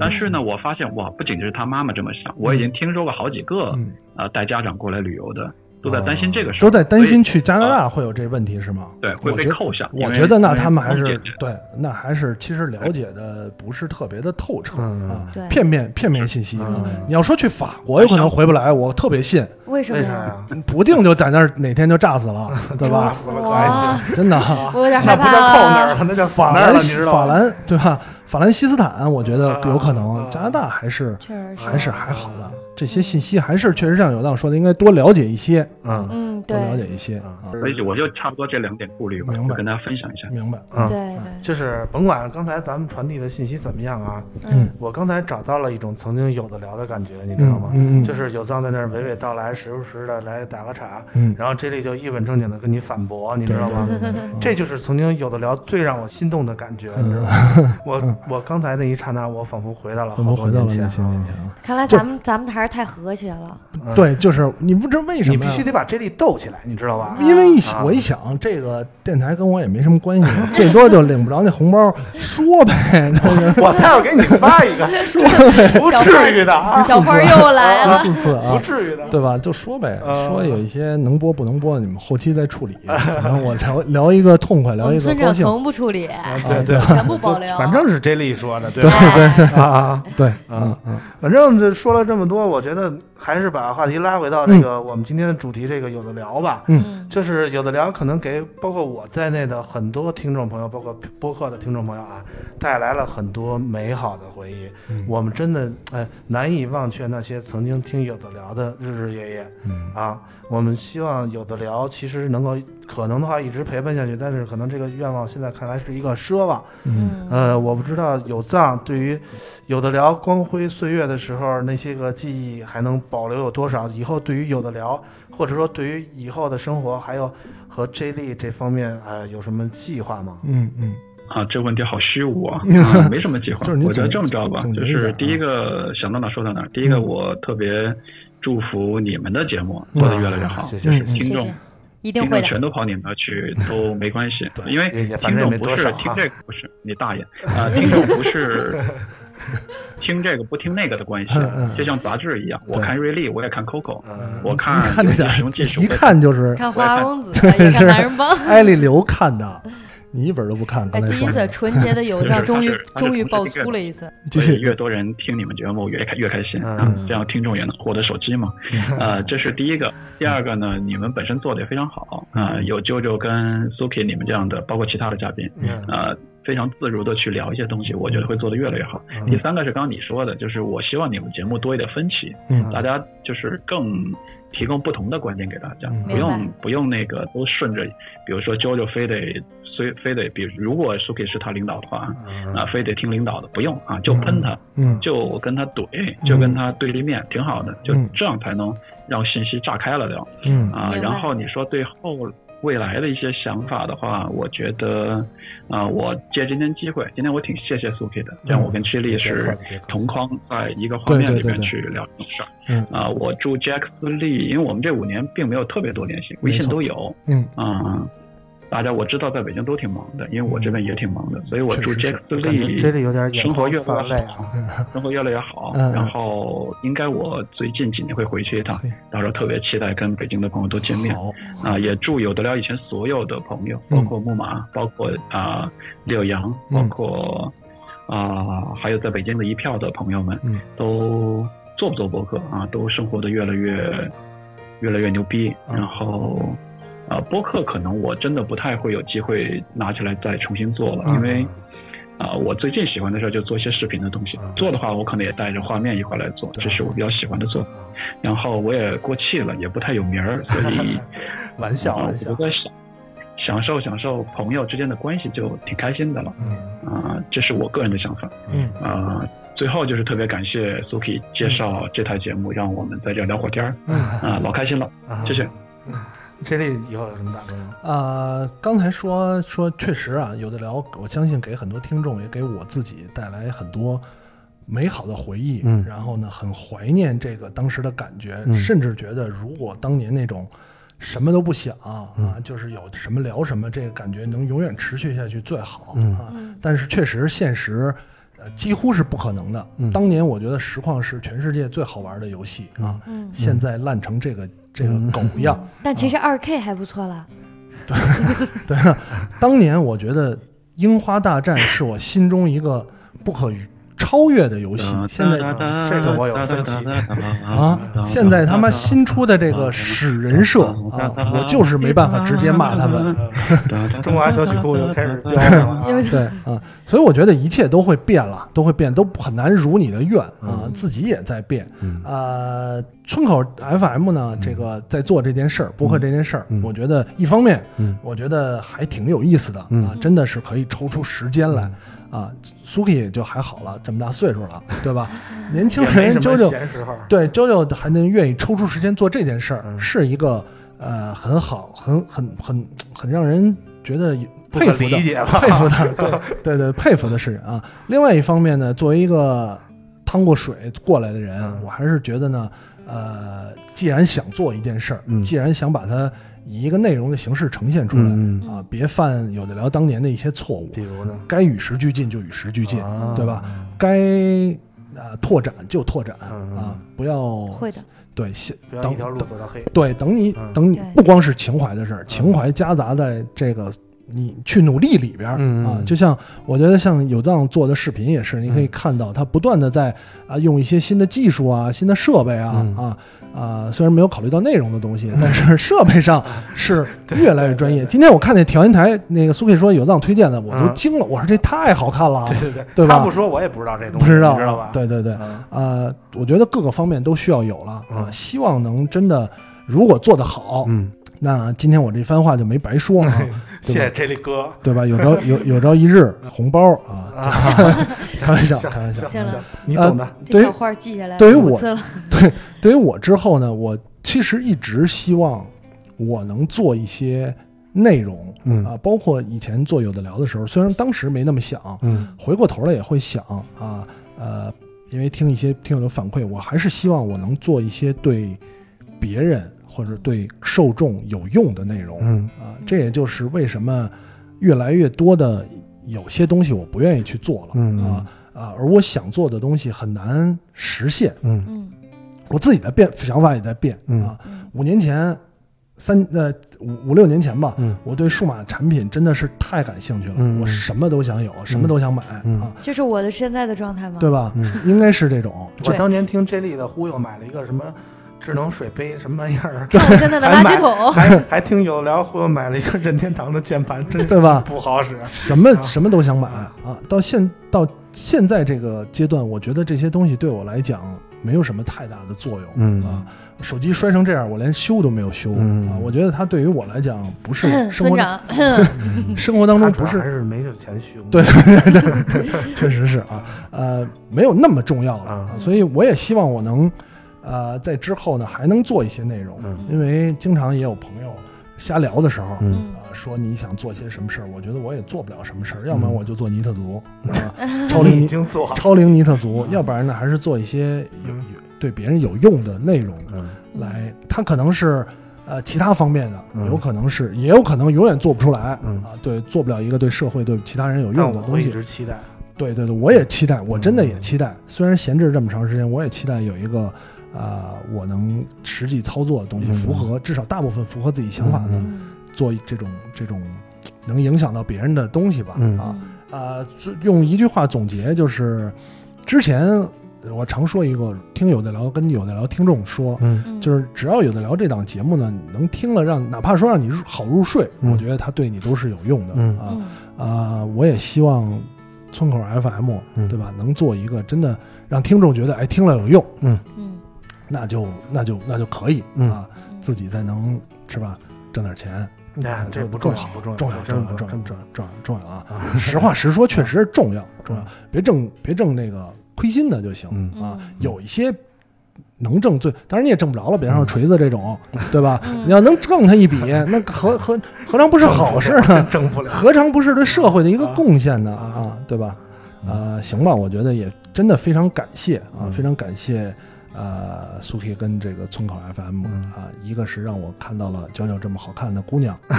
[SPEAKER 5] 但是呢，我发现哇，不仅是他妈妈这么想，我已经听说过好几个
[SPEAKER 4] 嗯哦
[SPEAKER 5] 呃带家长过来旅游的，都在担心这个事儿，
[SPEAKER 4] 都在担心
[SPEAKER 5] 所
[SPEAKER 4] 去加拿大会有这问题是吗？
[SPEAKER 5] 以对会
[SPEAKER 4] 我
[SPEAKER 5] 被
[SPEAKER 4] 觉得
[SPEAKER 5] 扣下。因
[SPEAKER 4] 我
[SPEAKER 5] 为
[SPEAKER 4] 觉得那
[SPEAKER 5] 因为
[SPEAKER 4] 他们还
[SPEAKER 5] 不
[SPEAKER 4] 是
[SPEAKER 5] 解决
[SPEAKER 4] 对，那还是其实了解的不是特别的透彻
[SPEAKER 3] 嗯
[SPEAKER 4] 啊
[SPEAKER 1] 对，
[SPEAKER 4] 片面片面信息啊
[SPEAKER 3] 嗯。
[SPEAKER 4] 你要说去法国，有可能回不来，我特别信，
[SPEAKER 1] 为什么
[SPEAKER 3] 为啥
[SPEAKER 1] 呀？ *laughs*
[SPEAKER 3] 呀？
[SPEAKER 4] 不定就在那儿哪天就炸死
[SPEAKER 3] *laughs*
[SPEAKER 4] 了，对吧
[SPEAKER 3] 炸？
[SPEAKER 1] 哎
[SPEAKER 3] 死了可还行？哦
[SPEAKER 4] 真的，
[SPEAKER 3] *laughs*
[SPEAKER 1] 我有点
[SPEAKER 3] 那
[SPEAKER 1] 害
[SPEAKER 3] 不
[SPEAKER 1] 怕啊
[SPEAKER 3] 叫扣那儿
[SPEAKER 1] 了。
[SPEAKER 3] 了，那叫死
[SPEAKER 4] 法
[SPEAKER 3] 那儿
[SPEAKER 4] 兰
[SPEAKER 3] 了，你知道
[SPEAKER 4] 法
[SPEAKER 3] 吗？
[SPEAKER 4] 兰对吧？法兰西斯坦，我觉得有
[SPEAKER 3] 啊
[SPEAKER 4] 可
[SPEAKER 3] 啊
[SPEAKER 4] 能
[SPEAKER 3] 啊。
[SPEAKER 4] 加拿大还是
[SPEAKER 1] 确实是，
[SPEAKER 4] 还是啊还好的，这些信息还是确实像有道说的，应该多了解一些啊，
[SPEAKER 1] 嗯，
[SPEAKER 4] 多
[SPEAKER 1] 对，
[SPEAKER 4] 了解一些
[SPEAKER 3] 啊
[SPEAKER 4] 啊。
[SPEAKER 5] 所以我就差不多这两点顾虑吧，
[SPEAKER 4] 明白
[SPEAKER 5] 就跟大家分享一下。
[SPEAKER 4] 啊明白，
[SPEAKER 3] 嗯，
[SPEAKER 1] 对对，
[SPEAKER 3] 就是甭管刚才咱们传递的信息怎么样啊，
[SPEAKER 1] 嗯
[SPEAKER 3] 我刚才找到了一种曾经有的聊的感觉，你知道
[SPEAKER 4] 嗯
[SPEAKER 3] 吗？
[SPEAKER 4] 嗯嗯，
[SPEAKER 3] 就是有藏在那儿娓娓道来，时不时的来打个岔，
[SPEAKER 4] 嗯，
[SPEAKER 3] 然后这里就一本正经的跟你反驳，你知
[SPEAKER 4] 对
[SPEAKER 3] 道吗？
[SPEAKER 4] 对对对
[SPEAKER 3] 这就是曾经有的聊最让我心动的感觉，你知道吗？我我刚才那一刹那，我仿佛回到了好
[SPEAKER 4] 我们
[SPEAKER 3] 多
[SPEAKER 4] 回到
[SPEAKER 3] 年
[SPEAKER 4] 了那
[SPEAKER 3] 前
[SPEAKER 4] 些年前
[SPEAKER 3] 啊。
[SPEAKER 4] 啊。
[SPEAKER 1] 看来
[SPEAKER 4] 就
[SPEAKER 1] 咱们咱们还是太和谐了，
[SPEAKER 3] 嗯
[SPEAKER 4] 对，就是你不知道为什
[SPEAKER 3] 你
[SPEAKER 4] 么
[SPEAKER 3] 必
[SPEAKER 4] 呀
[SPEAKER 3] 须得把这里斗起来，你知道吧？
[SPEAKER 4] 因为一
[SPEAKER 3] 啊
[SPEAKER 4] 想我一想，这个电台跟我也没什么关系，
[SPEAKER 3] *laughs*
[SPEAKER 4] 最多就领不着那红包，说呗，就是
[SPEAKER 3] 我待会儿给你发一个，不至于的啊，
[SPEAKER 1] 小花又来
[SPEAKER 4] *laughs*
[SPEAKER 1] 了，
[SPEAKER 4] 四次啊
[SPEAKER 3] 不，至于的。
[SPEAKER 4] 对吧？就说呗，
[SPEAKER 3] 啊
[SPEAKER 4] 说有一些能播不能播，你们后期再
[SPEAKER 3] *laughs*
[SPEAKER 4] 处理。反正我聊聊一个痛快，
[SPEAKER 1] 我
[SPEAKER 4] 聊一
[SPEAKER 1] 们
[SPEAKER 4] 个
[SPEAKER 1] 村
[SPEAKER 4] 高
[SPEAKER 1] 长
[SPEAKER 4] 兴。啊
[SPEAKER 1] 从不处理，
[SPEAKER 3] 对对，
[SPEAKER 1] 啊全部保留，哎
[SPEAKER 3] 反正是这里说的，对
[SPEAKER 4] 对
[SPEAKER 3] 吧？
[SPEAKER 4] 对对
[SPEAKER 3] 啊啊，
[SPEAKER 4] 对，
[SPEAKER 3] 啊
[SPEAKER 4] 嗯嗯，
[SPEAKER 3] 反正这说了这么多，我觉得还是把话题拉回到这个我们今天的主题，这个有的聊吧。
[SPEAKER 1] 嗯
[SPEAKER 3] 就是有的聊，可能给包括我在内的很多听众朋友，包括播客的听众朋友啊，带来了很多美好的回忆。
[SPEAKER 1] 嗯
[SPEAKER 3] 我们真的哎难以忘却那些曾经听有的聊的日日夜夜、
[SPEAKER 1] 嗯
[SPEAKER 3] 啊。我们希望有的聊其实能够可能的话一直陪伴下去，但是可能这个愿望现在看来是一个奢望。
[SPEAKER 1] 嗯
[SPEAKER 3] 呃，我不知道有藏对于有的聊光辉岁月的时候那些个记忆还能保留有多少？以后对于有的聊，或者说对于以后的生活，还有和 J 莉这方面，呃，有什么计划吗？
[SPEAKER 4] 嗯嗯，
[SPEAKER 5] 啊，这个问题好虚
[SPEAKER 4] *laughs*
[SPEAKER 5] 无啊，啊没什么计划。
[SPEAKER 4] 就是你
[SPEAKER 5] 我觉得这
[SPEAKER 4] 总
[SPEAKER 5] 么着吧
[SPEAKER 4] 总，结
[SPEAKER 5] 就
[SPEAKER 4] 一下
[SPEAKER 5] 是
[SPEAKER 4] 啊
[SPEAKER 5] 第一个想到哪说到哪。第一个，
[SPEAKER 4] 嗯
[SPEAKER 5] 我特别祝福你们的节目做得越来越
[SPEAKER 4] 啊
[SPEAKER 5] 好，
[SPEAKER 3] 谢谢谢谢。
[SPEAKER 1] 谢
[SPEAKER 5] 听众
[SPEAKER 1] 谢，一定
[SPEAKER 5] 听
[SPEAKER 1] 会
[SPEAKER 5] 众
[SPEAKER 1] 的，
[SPEAKER 5] 全都跑你们那
[SPEAKER 4] *laughs*
[SPEAKER 5] 儿去都没关系，因为
[SPEAKER 3] 也也反
[SPEAKER 5] 听
[SPEAKER 3] 正也
[SPEAKER 5] 众
[SPEAKER 3] 没
[SPEAKER 5] 不
[SPEAKER 3] 多
[SPEAKER 5] 是
[SPEAKER 3] 少
[SPEAKER 5] 听
[SPEAKER 3] 哈
[SPEAKER 5] 这个不是你大爷啊，听众不
[SPEAKER 4] *laughs*
[SPEAKER 5] 是听这个不听那个的关系
[SPEAKER 4] 嗯嗯，
[SPEAKER 5] 就像杂志一样，我
[SPEAKER 4] 对
[SPEAKER 5] 看瑞丽，我也看 Coco，
[SPEAKER 3] 嗯
[SPEAKER 5] 我
[SPEAKER 4] 一
[SPEAKER 5] 看
[SPEAKER 4] 看这
[SPEAKER 5] 游
[SPEAKER 4] 点
[SPEAKER 5] 戏使用技术，
[SPEAKER 4] 一看就是 *laughs*
[SPEAKER 1] 看花花公子，
[SPEAKER 4] 对
[SPEAKER 1] 也看
[SPEAKER 4] 是
[SPEAKER 1] 男人帮。
[SPEAKER 4] *laughs* 艾丽刘看的，你一本都不看。
[SPEAKER 1] 哎，
[SPEAKER 4] 刚才
[SPEAKER 1] 第一
[SPEAKER 4] 说
[SPEAKER 1] 次
[SPEAKER 4] 的，
[SPEAKER 1] 纯洁的友藏
[SPEAKER 5] *laughs* 就是
[SPEAKER 1] 终于
[SPEAKER 5] 他是他是
[SPEAKER 1] 终于
[SPEAKER 5] 同时
[SPEAKER 1] 爆
[SPEAKER 5] 订阅
[SPEAKER 1] 粗
[SPEAKER 5] 的
[SPEAKER 1] 了一次，
[SPEAKER 4] 继
[SPEAKER 5] 所以
[SPEAKER 4] 续
[SPEAKER 5] 越多人听你们节目，我越开越开心
[SPEAKER 3] 嗯
[SPEAKER 5] 啊！这样听众也能获得手机嘛。呃，这是第一个。第二个呢，你们本身做的也非常好
[SPEAKER 3] 嗯
[SPEAKER 5] 啊、呃有舅舅跟 Suki 你们这样的，包括其他的嘉宾，
[SPEAKER 3] 嗯
[SPEAKER 5] 呃，非常自如的去聊一些东西，我觉得会做得越来越好。
[SPEAKER 3] 嗯
[SPEAKER 5] 第三个是刚刚你说的，就是我希望你们节目多一点分歧，
[SPEAKER 4] 嗯
[SPEAKER 5] 大家就是更提供不同的观点给大家，
[SPEAKER 4] 嗯
[SPEAKER 5] 不
[SPEAKER 1] 明白
[SPEAKER 5] 用不用那个都顺着，比如说 JoJo 非得虽非得比，如果 Suki 是他领导的话啊，
[SPEAKER 3] 嗯
[SPEAKER 5] 啊，非得听领导的，不用啊，就喷他，
[SPEAKER 4] 嗯
[SPEAKER 5] 就跟他怼，就跟他对立面，挺好的，就
[SPEAKER 4] 嗯
[SPEAKER 5] 这样才能让信息炸开了聊
[SPEAKER 4] 嗯
[SPEAKER 5] 啊。
[SPEAKER 1] 明白
[SPEAKER 5] 然后你说对后未来的一些想法的话，我觉得啊，我借今天机会，今天我挺谢谢苏 K 的，这样我
[SPEAKER 4] 嗯
[SPEAKER 5] 跟 c h i l i 是同框在一个画面
[SPEAKER 4] 对
[SPEAKER 5] 里
[SPEAKER 4] 对
[SPEAKER 5] 面
[SPEAKER 4] 对对
[SPEAKER 5] 去聊这种事儿
[SPEAKER 4] 嗯
[SPEAKER 5] 啊。我祝 Jack 斯利，因为我们这五年并没有特别多联系，微
[SPEAKER 4] 没
[SPEAKER 5] 信
[SPEAKER 4] 错
[SPEAKER 5] 都有，
[SPEAKER 4] 嗯，
[SPEAKER 5] 啊。大家我知道在北京都挺忙的，因为我这边也挺忙的，所以我
[SPEAKER 4] 确
[SPEAKER 5] 祝
[SPEAKER 4] 实
[SPEAKER 5] Jack
[SPEAKER 4] 是
[SPEAKER 5] 斯
[SPEAKER 3] 感觉
[SPEAKER 5] 利
[SPEAKER 3] J 莉有点眼
[SPEAKER 5] 生活越
[SPEAKER 3] 泛
[SPEAKER 5] 来
[SPEAKER 3] 泪
[SPEAKER 5] 越好，
[SPEAKER 3] 啊。
[SPEAKER 4] *laughs*
[SPEAKER 5] 生活越来越好。
[SPEAKER 4] 嗯嗯
[SPEAKER 5] 然后应该我最近几年会回去一趟
[SPEAKER 4] 嘿，
[SPEAKER 5] 到时候特别期待跟北京的朋友都见面。
[SPEAKER 4] 好，
[SPEAKER 5] 啊、也祝有的聊以前所有的朋友，
[SPEAKER 4] 嗯
[SPEAKER 5] 包括木马，包括啊、柳阳，包
[SPEAKER 4] 嗯
[SPEAKER 5] 括啊、还有在北京的一票的朋友们，
[SPEAKER 4] 嗯
[SPEAKER 5] 都做不做博客啊，都生活的越来越越来越牛逼。
[SPEAKER 3] 嗯
[SPEAKER 5] 然后啊、播客可能我真的不太会有机会拿起来再重新做了，
[SPEAKER 3] 嗯
[SPEAKER 5] 因为。啊、我最近喜欢的事儿就做一些视频的东西
[SPEAKER 3] 嗯。
[SPEAKER 5] 做的话，我可能也带着画面一块来做，这是我比较喜欢的做法。然后我也过气了，也不太有名儿，所以
[SPEAKER 3] 玩笑
[SPEAKER 5] 啊，
[SPEAKER 3] 玩
[SPEAKER 5] 我
[SPEAKER 3] 笑
[SPEAKER 5] 觉，得享享受享受朋友之间的关系就挺开心的了
[SPEAKER 3] 嗯
[SPEAKER 5] 啊、这是我个人的想法
[SPEAKER 4] 嗯
[SPEAKER 5] 啊、最后就是特别感谢 Suki 介绍这台节目，让我们在这儿聊会儿天儿
[SPEAKER 3] 嗯，
[SPEAKER 5] 啊、老开心了，
[SPEAKER 3] 啊
[SPEAKER 5] 谢谢。。
[SPEAKER 3] J 莉以后有什么打算吗？
[SPEAKER 4] 呃，刚才说说确实啊，有的聊，我相信给很多听众也给我自己带来很多美好的回忆。
[SPEAKER 3] 嗯
[SPEAKER 4] 然后呢，很怀念这个当时的感觉，
[SPEAKER 3] 嗯
[SPEAKER 4] 甚至觉得如果当年那种什么都不想啊，
[SPEAKER 3] 嗯
[SPEAKER 4] 就是有什么聊什么，这个感觉能永远持续下去最好、
[SPEAKER 3] 嗯
[SPEAKER 4] 啊。
[SPEAKER 1] 嗯
[SPEAKER 4] 但是确实现实。呃，几乎是不可能的。
[SPEAKER 3] 嗯
[SPEAKER 4] 当年我觉得实况是全世界最好玩的游戏啊，
[SPEAKER 1] 嗯，
[SPEAKER 4] 现在烂成这个这个
[SPEAKER 3] 嗯
[SPEAKER 4] 狗样，
[SPEAKER 1] 但其实二 K 还不错了，
[SPEAKER 4] 对啊，当年我觉得《樱花大战》是我心中一个不可超越的游
[SPEAKER 5] 嗯
[SPEAKER 4] 戏。现在
[SPEAKER 3] 这个我有分歧
[SPEAKER 4] 啊，现在他妈新出的这个屎人设啊，我就是没办法直接骂他们。
[SPEAKER 3] 嗯中华小曲库就开始飙上了啊。
[SPEAKER 4] *laughs*
[SPEAKER 1] 因为
[SPEAKER 3] *laughs*
[SPEAKER 4] 对啊，所以我觉得一切都会变了，都会变，都很难如你的愿啊，
[SPEAKER 3] 嗯
[SPEAKER 4] 自己也在变。呃，村口 FM 呢，这
[SPEAKER 3] 嗯
[SPEAKER 4] 个在做这件事儿，播客这件事儿，我觉得一方面，
[SPEAKER 3] 嗯
[SPEAKER 4] 我觉得还挺有意思的啊，真的是可以抽出时间来。
[SPEAKER 3] 嗯
[SPEAKER 4] 啊，Suki 也就还好了，这么大岁数了，
[SPEAKER 3] *laughs*
[SPEAKER 4] 对吧？年轻
[SPEAKER 3] 也没
[SPEAKER 4] 人
[SPEAKER 3] 什
[SPEAKER 4] 啾
[SPEAKER 3] 么
[SPEAKER 4] 啾
[SPEAKER 3] 闲时候，
[SPEAKER 4] 对，JoJo 还能愿意抽出时间做这件事儿，
[SPEAKER 3] 嗯
[SPEAKER 4] 是一个呃很好、很很很很让人觉得
[SPEAKER 3] 不
[SPEAKER 4] 佩
[SPEAKER 3] 可
[SPEAKER 4] 服的、
[SPEAKER 3] 理解吧
[SPEAKER 4] 佩服的，对对对，佩服的事情啊。另外一方面呢，作为一个趟过水过来的人，啊
[SPEAKER 3] 嗯
[SPEAKER 4] 我还是觉得呢，呃，既然想做一件事儿，
[SPEAKER 3] 嗯
[SPEAKER 4] 既然想把它以一个内容的形式呈现出来、
[SPEAKER 3] 嗯嗯
[SPEAKER 4] 啊，别犯有的聊当年的一些错误，
[SPEAKER 3] 比如呢？
[SPEAKER 4] 该与时俱进就与时俱进，
[SPEAKER 3] 啊
[SPEAKER 4] 对吧？该呃拓展就拓展、
[SPEAKER 3] 嗯
[SPEAKER 4] 啊，不要
[SPEAKER 1] 会的，
[SPEAKER 4] 对先
[SPEAKER 3] 不要
[SPEAKER 4] 等
[SPEAKER 3] 一条路
[SPEAKER 4] 等
[SPEAKER 3] 走到黑。
[SPEAKER 4] 对等你、
[SPEAKER 3] 嗯
[SPEAKER 4] 等你
[SPEAKER 1] 对
[SPEAKER 4] 不光是情怀的事儿，情怀夹杂在这个。你去努力里边儿、
[SPEAKER 3] 嗯
[SPEAKER 4] 啊
[SPEAKER 3] 嗯，
[SPEAKER 4] 就像我觉得像有藏做的视频也是，你可以看到他不断的在啊用一些新的技术啊、新的设备啊、
[SPEAKER 3] 嗯
[SPEAKER 4] 啊啊，虽然没有考虑到内容的东西，
[SPEAKER 3] *laughs*
[SPEAKER 4] 但是设备上是越来越专业。今天我看那调音台那个苏 K 说有藏推荐的，我都
[SPEAKER 3] 嗯
[SPEAKER 4] 惊了，我说这太好看了，
[SPEAKER 3] 对对对，
[SPEAKER 4] 对吧
[SPEAKER 3] 他不说我也不知道这东西，
[SPEAKER 4] 不知道啊
[SPEAKER 3] 你知道吧？
[SPEAKER 4] 对对对，
[SPEAKER 3] 嗯，
[SPEAKER 4] 呃，我觉得各个方面都需要有了啊，
[SPEAKER 3] 嗯
[SPEAKER 4] 希望能真的，如果做得好，
[SPEAKER 3] 嗯，
[SPEAKER 4] 那今天我这番话就没白说啊，
[SPEAKER 3] 谢谢这里哥，
[SPEAKER 4] 对吧？有朝有有朝一日红包啊， *laughs* 开玩笑，
[SPEAKER 3] 行
[SPEAKER 4] 开玩笑。
[SPEAKER 1] 行
[SPEAKER 3] 行
[SPEAKER 1] 了
[SPEAKER 3] 行，你懂的。
[SPEAKER 1] 这
[SPEAKER 4] 对于
[SPEAKER 1] 小花记下来
[SPEAKER 4] 对于
[SPEAKER 1] 五
[SPEAKER 4] 我
[SPEAKER 1] 次了，
[SPEAKER 4] 对于我之后呢，我其实一直希望我能做一些内容，
[SPEAKER 3] 嗯
[SPEAKER 4] 啊，包括以前做有的聊的时候，虽然当时没那么想，
[SPEAKER 3] 嗯
[SPEAKER 4] 回过头来也会想啊，呃，因为听一些听友的反馈，我还是希望我能做一些对别人或者对受众有用的内容。
[SPEAKER 3] 嗯
[SPEAKER 4] 啊，这也就是为什么越来越多的有些东西我不愿意去做了、
[SPEAKER 3] 嗯
[SPEAKER 4] 啊啊，而我想做的东西很难实现。
[SPEAKER 3] 嗯
[SPEAKER 1] 嗯
[SPEAKER 4] 我自己的变想法也在变、
[SPEAKER 3] 嗯
[SPEAKER 4] 啊。
[SPEAKER 1] 嗯
[SPEAKER 4] 五年前，三呃五五六年前吧，
[SPEAKER 3] 嗯
[SPEAKER 4] 我对数码产品真的是太感兴趣了，
[SPEAKER 3] 嗯
[SPEAKER 4] 我什么都想有，什么都想买、
[SPEAKER 3] 嗯
[SPEAKER 4] 啊，
[SPEAKER 1] 这是我的现在的状态吗？
[SPEAKER 4] 对吧？
[SPEAKER 3] 嗯
[SPEAKER 4] 应该是这种。
[SPEAKER 3] 我
[SPEAKER 1] 对
[SPEAKER 3] 当年听 J 莉的忽悠，买了一个什么智能水杯，什么玩意
[SPEAKER 4] *laughs*
[SPEAKER 3] 儿，
[SPEAKER 1] 看我现在的垃圾桶，
[SPEAKER 3] 还还听有聊忽悠买了一个任天堂的键盘，真
[SPEAKER 4] 对
[SPEAKER 3] *laughs*
[SPEAKER 4] 吧？
[SPEAKER 3] 不好使。
[SPEAKER 4] 什么什么都想买啊！到现到现在这个阶段，我觉得这些东西对我来讲没有什么太大的作用。
[SPEAKER 3] 嗯
[SPEAKER 4] 啊，手机摔成这样，我连修都没有修、
[SPEAKER 3] 嗯
[SPEAKER 4] 啊！我觉得它对于我来讲
[SPEAKER 1] *laughs*
[SPEAKER 4] 不是生
[SPEAKER 1] 村
[SPEAKER 4] 活
[SPEAKER 1] 长，
[SPEAKER 4] 生活当中
[SPEAKER 3] 他主
[SPEAKER 4] 不
[SPEAKER 3] 要还
[SPEAKER 4] 是，
[SPEAKER 3] 是没有钱修。
[SPEAKER 4] *laughs*
[SPEAKER 3] *laughs*
[SPEAKER 4] 对，确实是啊，呃，没有那么重要了。
[SPEAKER 3] 啊
[SPEAKER 4] 啊所以我也希望我能，呃，在之后呢还能做一些内容，
[SPEAKER 3] 嗯
[SPEAKER 4] 因为经常也有朋友瞎聊的时候，
[SPEAKER 3] 嗯
[SPEAKER 1] 嗯
[SPEAKER 4] 啊，说你想做些什么事儿，我觉得我也做不了什么事儿，要
[SPEAKER 3] 嗯
[SPEAKER 4] 不然我就做尼特族，
[SPEAKER 3] *laughs*
[SPEAKER 4] 啊，超龄
[SPEAKER 3] 你已
[SPEAKER 4] 尼
[SPEAKER 3] 经做好了。
[SPEAKER 4] 超龄尼特族，要不然呢还是做一些有有对别人有用的内容
[SPEAKER 3] 嗯
[SPEAKER 4] 来，它可能是。呃，其他方面的
[SPEAKER 3] 嗯
[SPEAKER 4] 有可能是，也有可能永远做不出来、
[SPEAKER 3] 嗯
[SPEAKER 4] 啊。对，做不了一个对社会、对其他人有
[SPEAKER 3] 但
[SPEAKER 4] 用的
[SPEAKER 3] 我
[SPEAKER 4] 东
[SPEAKER 3] 会一
[SPEAKER 4] 西。
[SPEAKER 3] 直期待。
[SPEAKER 4] 对对对，我也期待，我真的也
[SPEAKER 3] 嗯
[SPEAKER 4] 期待。虽然闲置这么长时间，我也期待有一个啊、我能实际操作的东西，
[SPEAKER 3] 嗯
[SPEAKER 4] 符合至少大部分符合自己想法的
[SPEAKER 3] 嗯
[SPEAKER 1] 嗯
[SPEAKER 4] 做这种这种能影响到别人的东西吧。
[SPEAKER 3] 嗯
[SPEAKER 4] 啊，呃，最用一句话总结就是，之前我常说一个，听有的聊跟有的聊听众说。
[SPEAKER 3] 嗯
[SPEAKER 1] 嗯
[SPEAKER 4] 就是只要有的聊这档节目呢，你能听了让哪怕说让你入好入睡，
[SPEAKER 3] 嗯
[SPEAKER 4] 我觉得它对你都是有用的、
[SPEAKER 3] 嗯
[SPEAKER 4] 啊。
[SPEAKER 1] 嗯
[SPEAKER 4] 啊、我也希望村口 FM，、
[SPEAKER 3] 嗯
[SPEAKER 4] 对吧，能做一个真的让听众觉得哎听了有用，
[SPEAKER 1] 嗯
[SPEAKER 4] 那就那就那就可以、
[SPEAKER 3] 嗯
[SPEAKER 4] 啊，自己再能是吧挣点钱，
[SPEAKER 3] 哎，这不重要，不重要，
[SPEAKER 4] 嗯重要
[SPEAKER 3] 真
[SPEAKER 4] 重
[SPEAKER 3] 不
[SPEAKER 4] 要重要
[SPEAKER 3] 真不
[SPEAKER 4] 重要重要重要
[SPEAKER 3] *laughs*
[SPEAKER 4] 啊！实话实说，确实重要重要，别挣别挣那个亏心的就行、
[SPEAKER 3] 嗯
[SPEAKER 1] 嗯
[SPEAKER 4] 啊，有一些。能挣最，当然你也挣不着了，比方
[SPEAKER 3] 嗯
[SPEAKER 4] 说锤子
[SPEAKER 3] *laughs*
[SPEAKER 4] 这种，对吧？
[SPEAKER 1] 嗯
[SPEAKER 4] 你要能挣他一笔，那何何何尝不是
[SPEAKER 3] *laughs*
[SPEAKER 4] 好事呢？
[SPEAKER 3] 真挣不了。
[SPEAKER 4] 何尝不是对社会的一个贡献呢？
[SPEAKER 3] 啊
[SPEAKER 4] 啊，对吧？呃，行吧，我觉得也真的非常感谢啊，
[SPEAKER 3] 嗯
[SPEAKER 4] 非常感谢呃苏 K 跟这个村口 FM
[SPEAKER 3] 嗯
[SPEAKER 4] 啊，一个是让我看到了娇娇这么好看的姑
[SPEAKER 3] *laughs*
[SPEAKER 4] 娘啊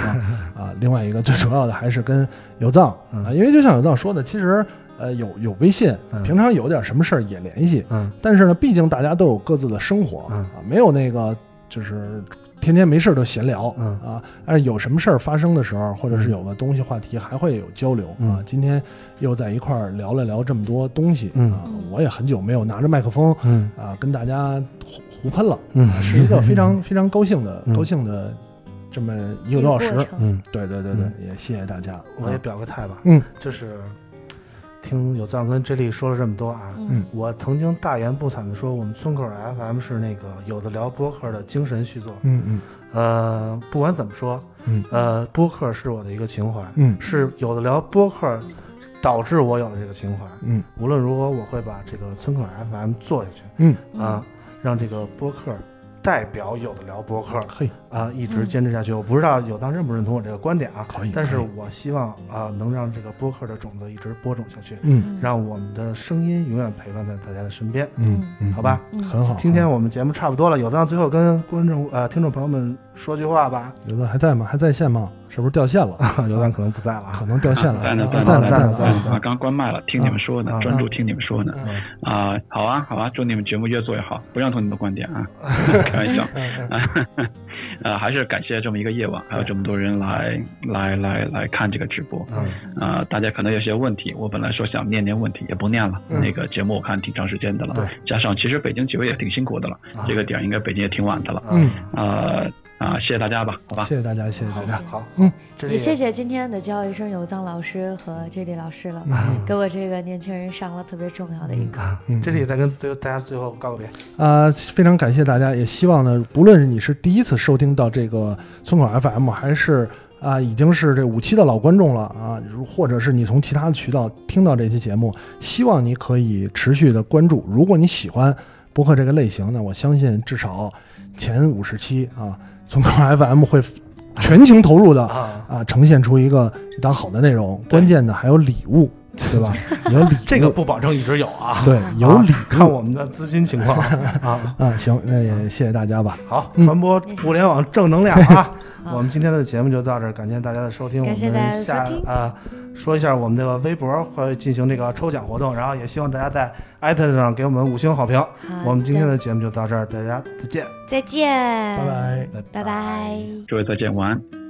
[SPEAKER 4] 啊，另外一个最主要的还是跟有藏啊，因为就像有藏说的，其实呃有有微信，
[SPEAKER 3] 嗯
[SPEAKER 4] 平常有点什么事儿也联系，
[SPEAKER 3] 嗯
[SPEAKER 4] 但是呢，毕竟大家都有各自的生活、
[SPEAKER 3] 嗯
[SPEAKER 4] 啊，没有那个就是天天没事儿就闲聊，
[SPEAKER 3] 嗯
[SPEAKER 4] 啊，但是有什么事儿发生的时候，或者是有个东西话题，还会有交流、
[SPEAKER 3] 嗯
[SPEAKER 4] 啊。今天又在一块儿聊了聊这么多东西、
[SPEAKER 3] 嗯
[SPEAKER 4] 啊，我也很久没有拿着麦克风
[SPEAKER 3] 嗯
[SPEAKER 4] 啊跟大家胡胡
[SPEAKER 3] *laughs*
[SPEAKER 4] 喷了，
[SPEAKER 3] 嗯
[SPEAKER 4] 啊是一个非常非常高兴的、
[SPEAKER 3] 嗯
[SPEAKER 4] 高兴的这么一
[SPEAKER 1] 一
[SPEAKER 4] 个
[SPEAKER 1] 个
[SPEAKER 4] 多小
[SPEAKER 1] 过
[SPEAKER 4] 时。
[SPEAKER 1] 程。
[SPEAKER 3] 嗯，
[SPEAKER 4] 对对对对，也谢谢大家。
[SPEAKER 3] 我也
[SPEAKER 4] 啊
[SPEAKER 3] 表个态吧，
[SPEAKER 4] 嗯，
[SPEAKER 3] 就是听有藏跟 J 莉说了这么多啊，
[SPEAKER 1] 嗯
[SPEAKER 3] 我曾经大言不惭的说，我们村口 FM 是那个有的聊播客的精神续作。
[SPEAKER 4] 嗯嗯
[SPEAKER 3] 呃，不管怎么说，
[SPEAKER 4] 嗯
[SPEAKER 3] 呃，播客是我的一个情怀，
[SPEAKER 4] 嗯
[SPEAKER 3] 是有的聊播客导致我有了这个情怀。
[SPEAKER 4] 嗯
[SPEAKER 3] 无论如何，我会把这个村口 FM 做下去
[SPEAKER 4] 嗯，
[SPEAKER 3] 啊、让这个播客代表有的聊播客
[SPEAKER 4] 嘿，
[SPEAKER 3] 啊、一
[SPEAKER 1] 嗯
[SPEAKER 3] 直坚持下去。我不知道有当认不认同我这个观点啊，
[SPEAKER 4] 可以。
[SPEAKER 3] 但是
[SPEAKER 4] 可以
[SPEAKER 3] 我希望啊、能让这个播客的种子一直播种下去，
[SPEAKER 4] 嗯
[SPEAKER 1] 嗯，
[SPEAKER 3] 让我们的声音永远陪伴在大家的身边，
[SPEAKER 4] 嗯嗯，
[SPEAKER 3] 好吧？
[SPEAKER 1] 嗯
[SPEAKER 4] 很好。
[SPEAKER 3] 今天我们节目差不多了，有藏最后跟观众呃听众朋友们说句话
[SPEAKER 4] *laughs*
[SPEAKER 3] 吧。
[SPEAKER 4] 刘德还在吗？还在线吗？是不是掉线了？
[SPEAKER 3] *laughs* 有藏可能不在了
[SPEAKER 4] 可
[SPEAKER 3] 啊，
[SPEAKER 4] 能掉线了，
[SPEAKER 5] 在呢
[SPEAKER 4] 啊
[SPEAKER 5] 在
[SPEAKER 3] 呢
[SPEAKER 4] 在
[SPEAKER 3] 在呢
[SPEAKER 4] 呢
[SPEAKER 3] 在呢
[SPEAKER 4] 在
[SPEAKER 5] 啊，
[SPEAKER 4] 呢。
[SPEAKER 5] 刚关麦了，听你们说呢
[SPEAKER 3] 啊，
[SPEAKER 5] 专注听你们说呢。
[SPEAKER 4] 嗯
[SPEAKER 5] 啊，好啊，好啊，祝你们节目越做越好，不认同你的观点啊，开玩笑。
[SPEAKER 4] 嗯嗯
[SPEAKER 5] 啊， *laughs* 呃，还是感谢这么一个夜晚，还有这么多人来来来来看这个直播。
[SPEAKER 3] 嗯，
[SPEAKER 5] 啊、大家可能有些问题，我本来说想念念问题，也不念了。
[SPEAKER 4] 嗯
[SPEAKER 5] 那个节目我看挺长时间的了，
[SPEAKER 3] 对
[SPEAKER 5] 加上其实北京九月也挺辛苦的了，
[SPEAKER 3] 啊
[SPEAKER 5] 这个点儿应该北京也挺晚的了。
[SPEAKER 4] 嗯
[SPEAKER 5] 呃啊、谢谢大家吧，好吧。
[SPEAKER 4] 谢谢大家，谢谢大
[SPEAKER 3] 好
[SPEAKER 4] 家
[SPEAKER 3] 的，。好，
[SPEAKER 4] 嗯，
[SPEAKER 3] 这里
[SPEAKER 1] 也谢谢今天的教育生有藏老师和 J 莉老师了，给我这个年轻人上了特别重要的一课。
[SPEAKER 4] 嗯
[SPEAKER 3] 这里再跟最后大家最后告个别，
[SPEAKER 4] 啊，非常感谢大家，也希望呢，不论是你是第一次收听到这个村口 FM，还是啊已经是这五期的老观众了啊，如或者是你从其他渠道听到这期节目，希望你可以持续的关注。如果你喜欢播客这个类型呢，我相信至少前五十期啊，村口 FM 会全情投入的
[SPEAKER 3] 啊
[SPEAKER 4] 啊，呈现出一个一档好的内容。关键呢，还有礼物，对
[SPEAKER 3] *laughs*
[SPEAKER 4] 吧？有礼物，
[SPEAKER 3] 这个不保证一直有啊，
[SPEAKER 4] 对
[SPEAKER 3] 啊，
[SPEAKER 4] 有礼
[SPEAKER 3] 看我们的资金情
[SPEAKER 4] *laughs*
[SPEAKER 3] 况啊。
[SPEAKER 4] 啊。行，那也谢谢大家吧。
[SPEAKER 3] 好，
[SPEAKER 4] 嗯
[SPEAKER 3] 传播互联网正能量
[SPEAKER 4] *laughs*
[SPEAKER 3] 啊！
[SPEAKER 1] 好
[SPEAKER 3] 我们今天的节目就到这儿，感谢大家的收听。我
[SPEAKER 1] 感谢大家
[SPEAKER 3] 们
[SPEAKER 1] 的
[SPEAKER 3] 下
[SPEAKER 1] 收听
[SPEAKER 3] 啊，说一下我们这个微博会进行这个抽奖活动，然后也希望大家在艾特上给我们五星好评。
[SPEAKER 1] 好
[SPEAKER 3] 我们今天的节目就到这儿，大家再见，
[SPEAKER 1] 再见，
[SPEAKER 4] 拜拜。
[SPEAKER 3] 拜
[SPEAKER 1] 拜拜。
[SPEAKER 5] 各位再见，晚安。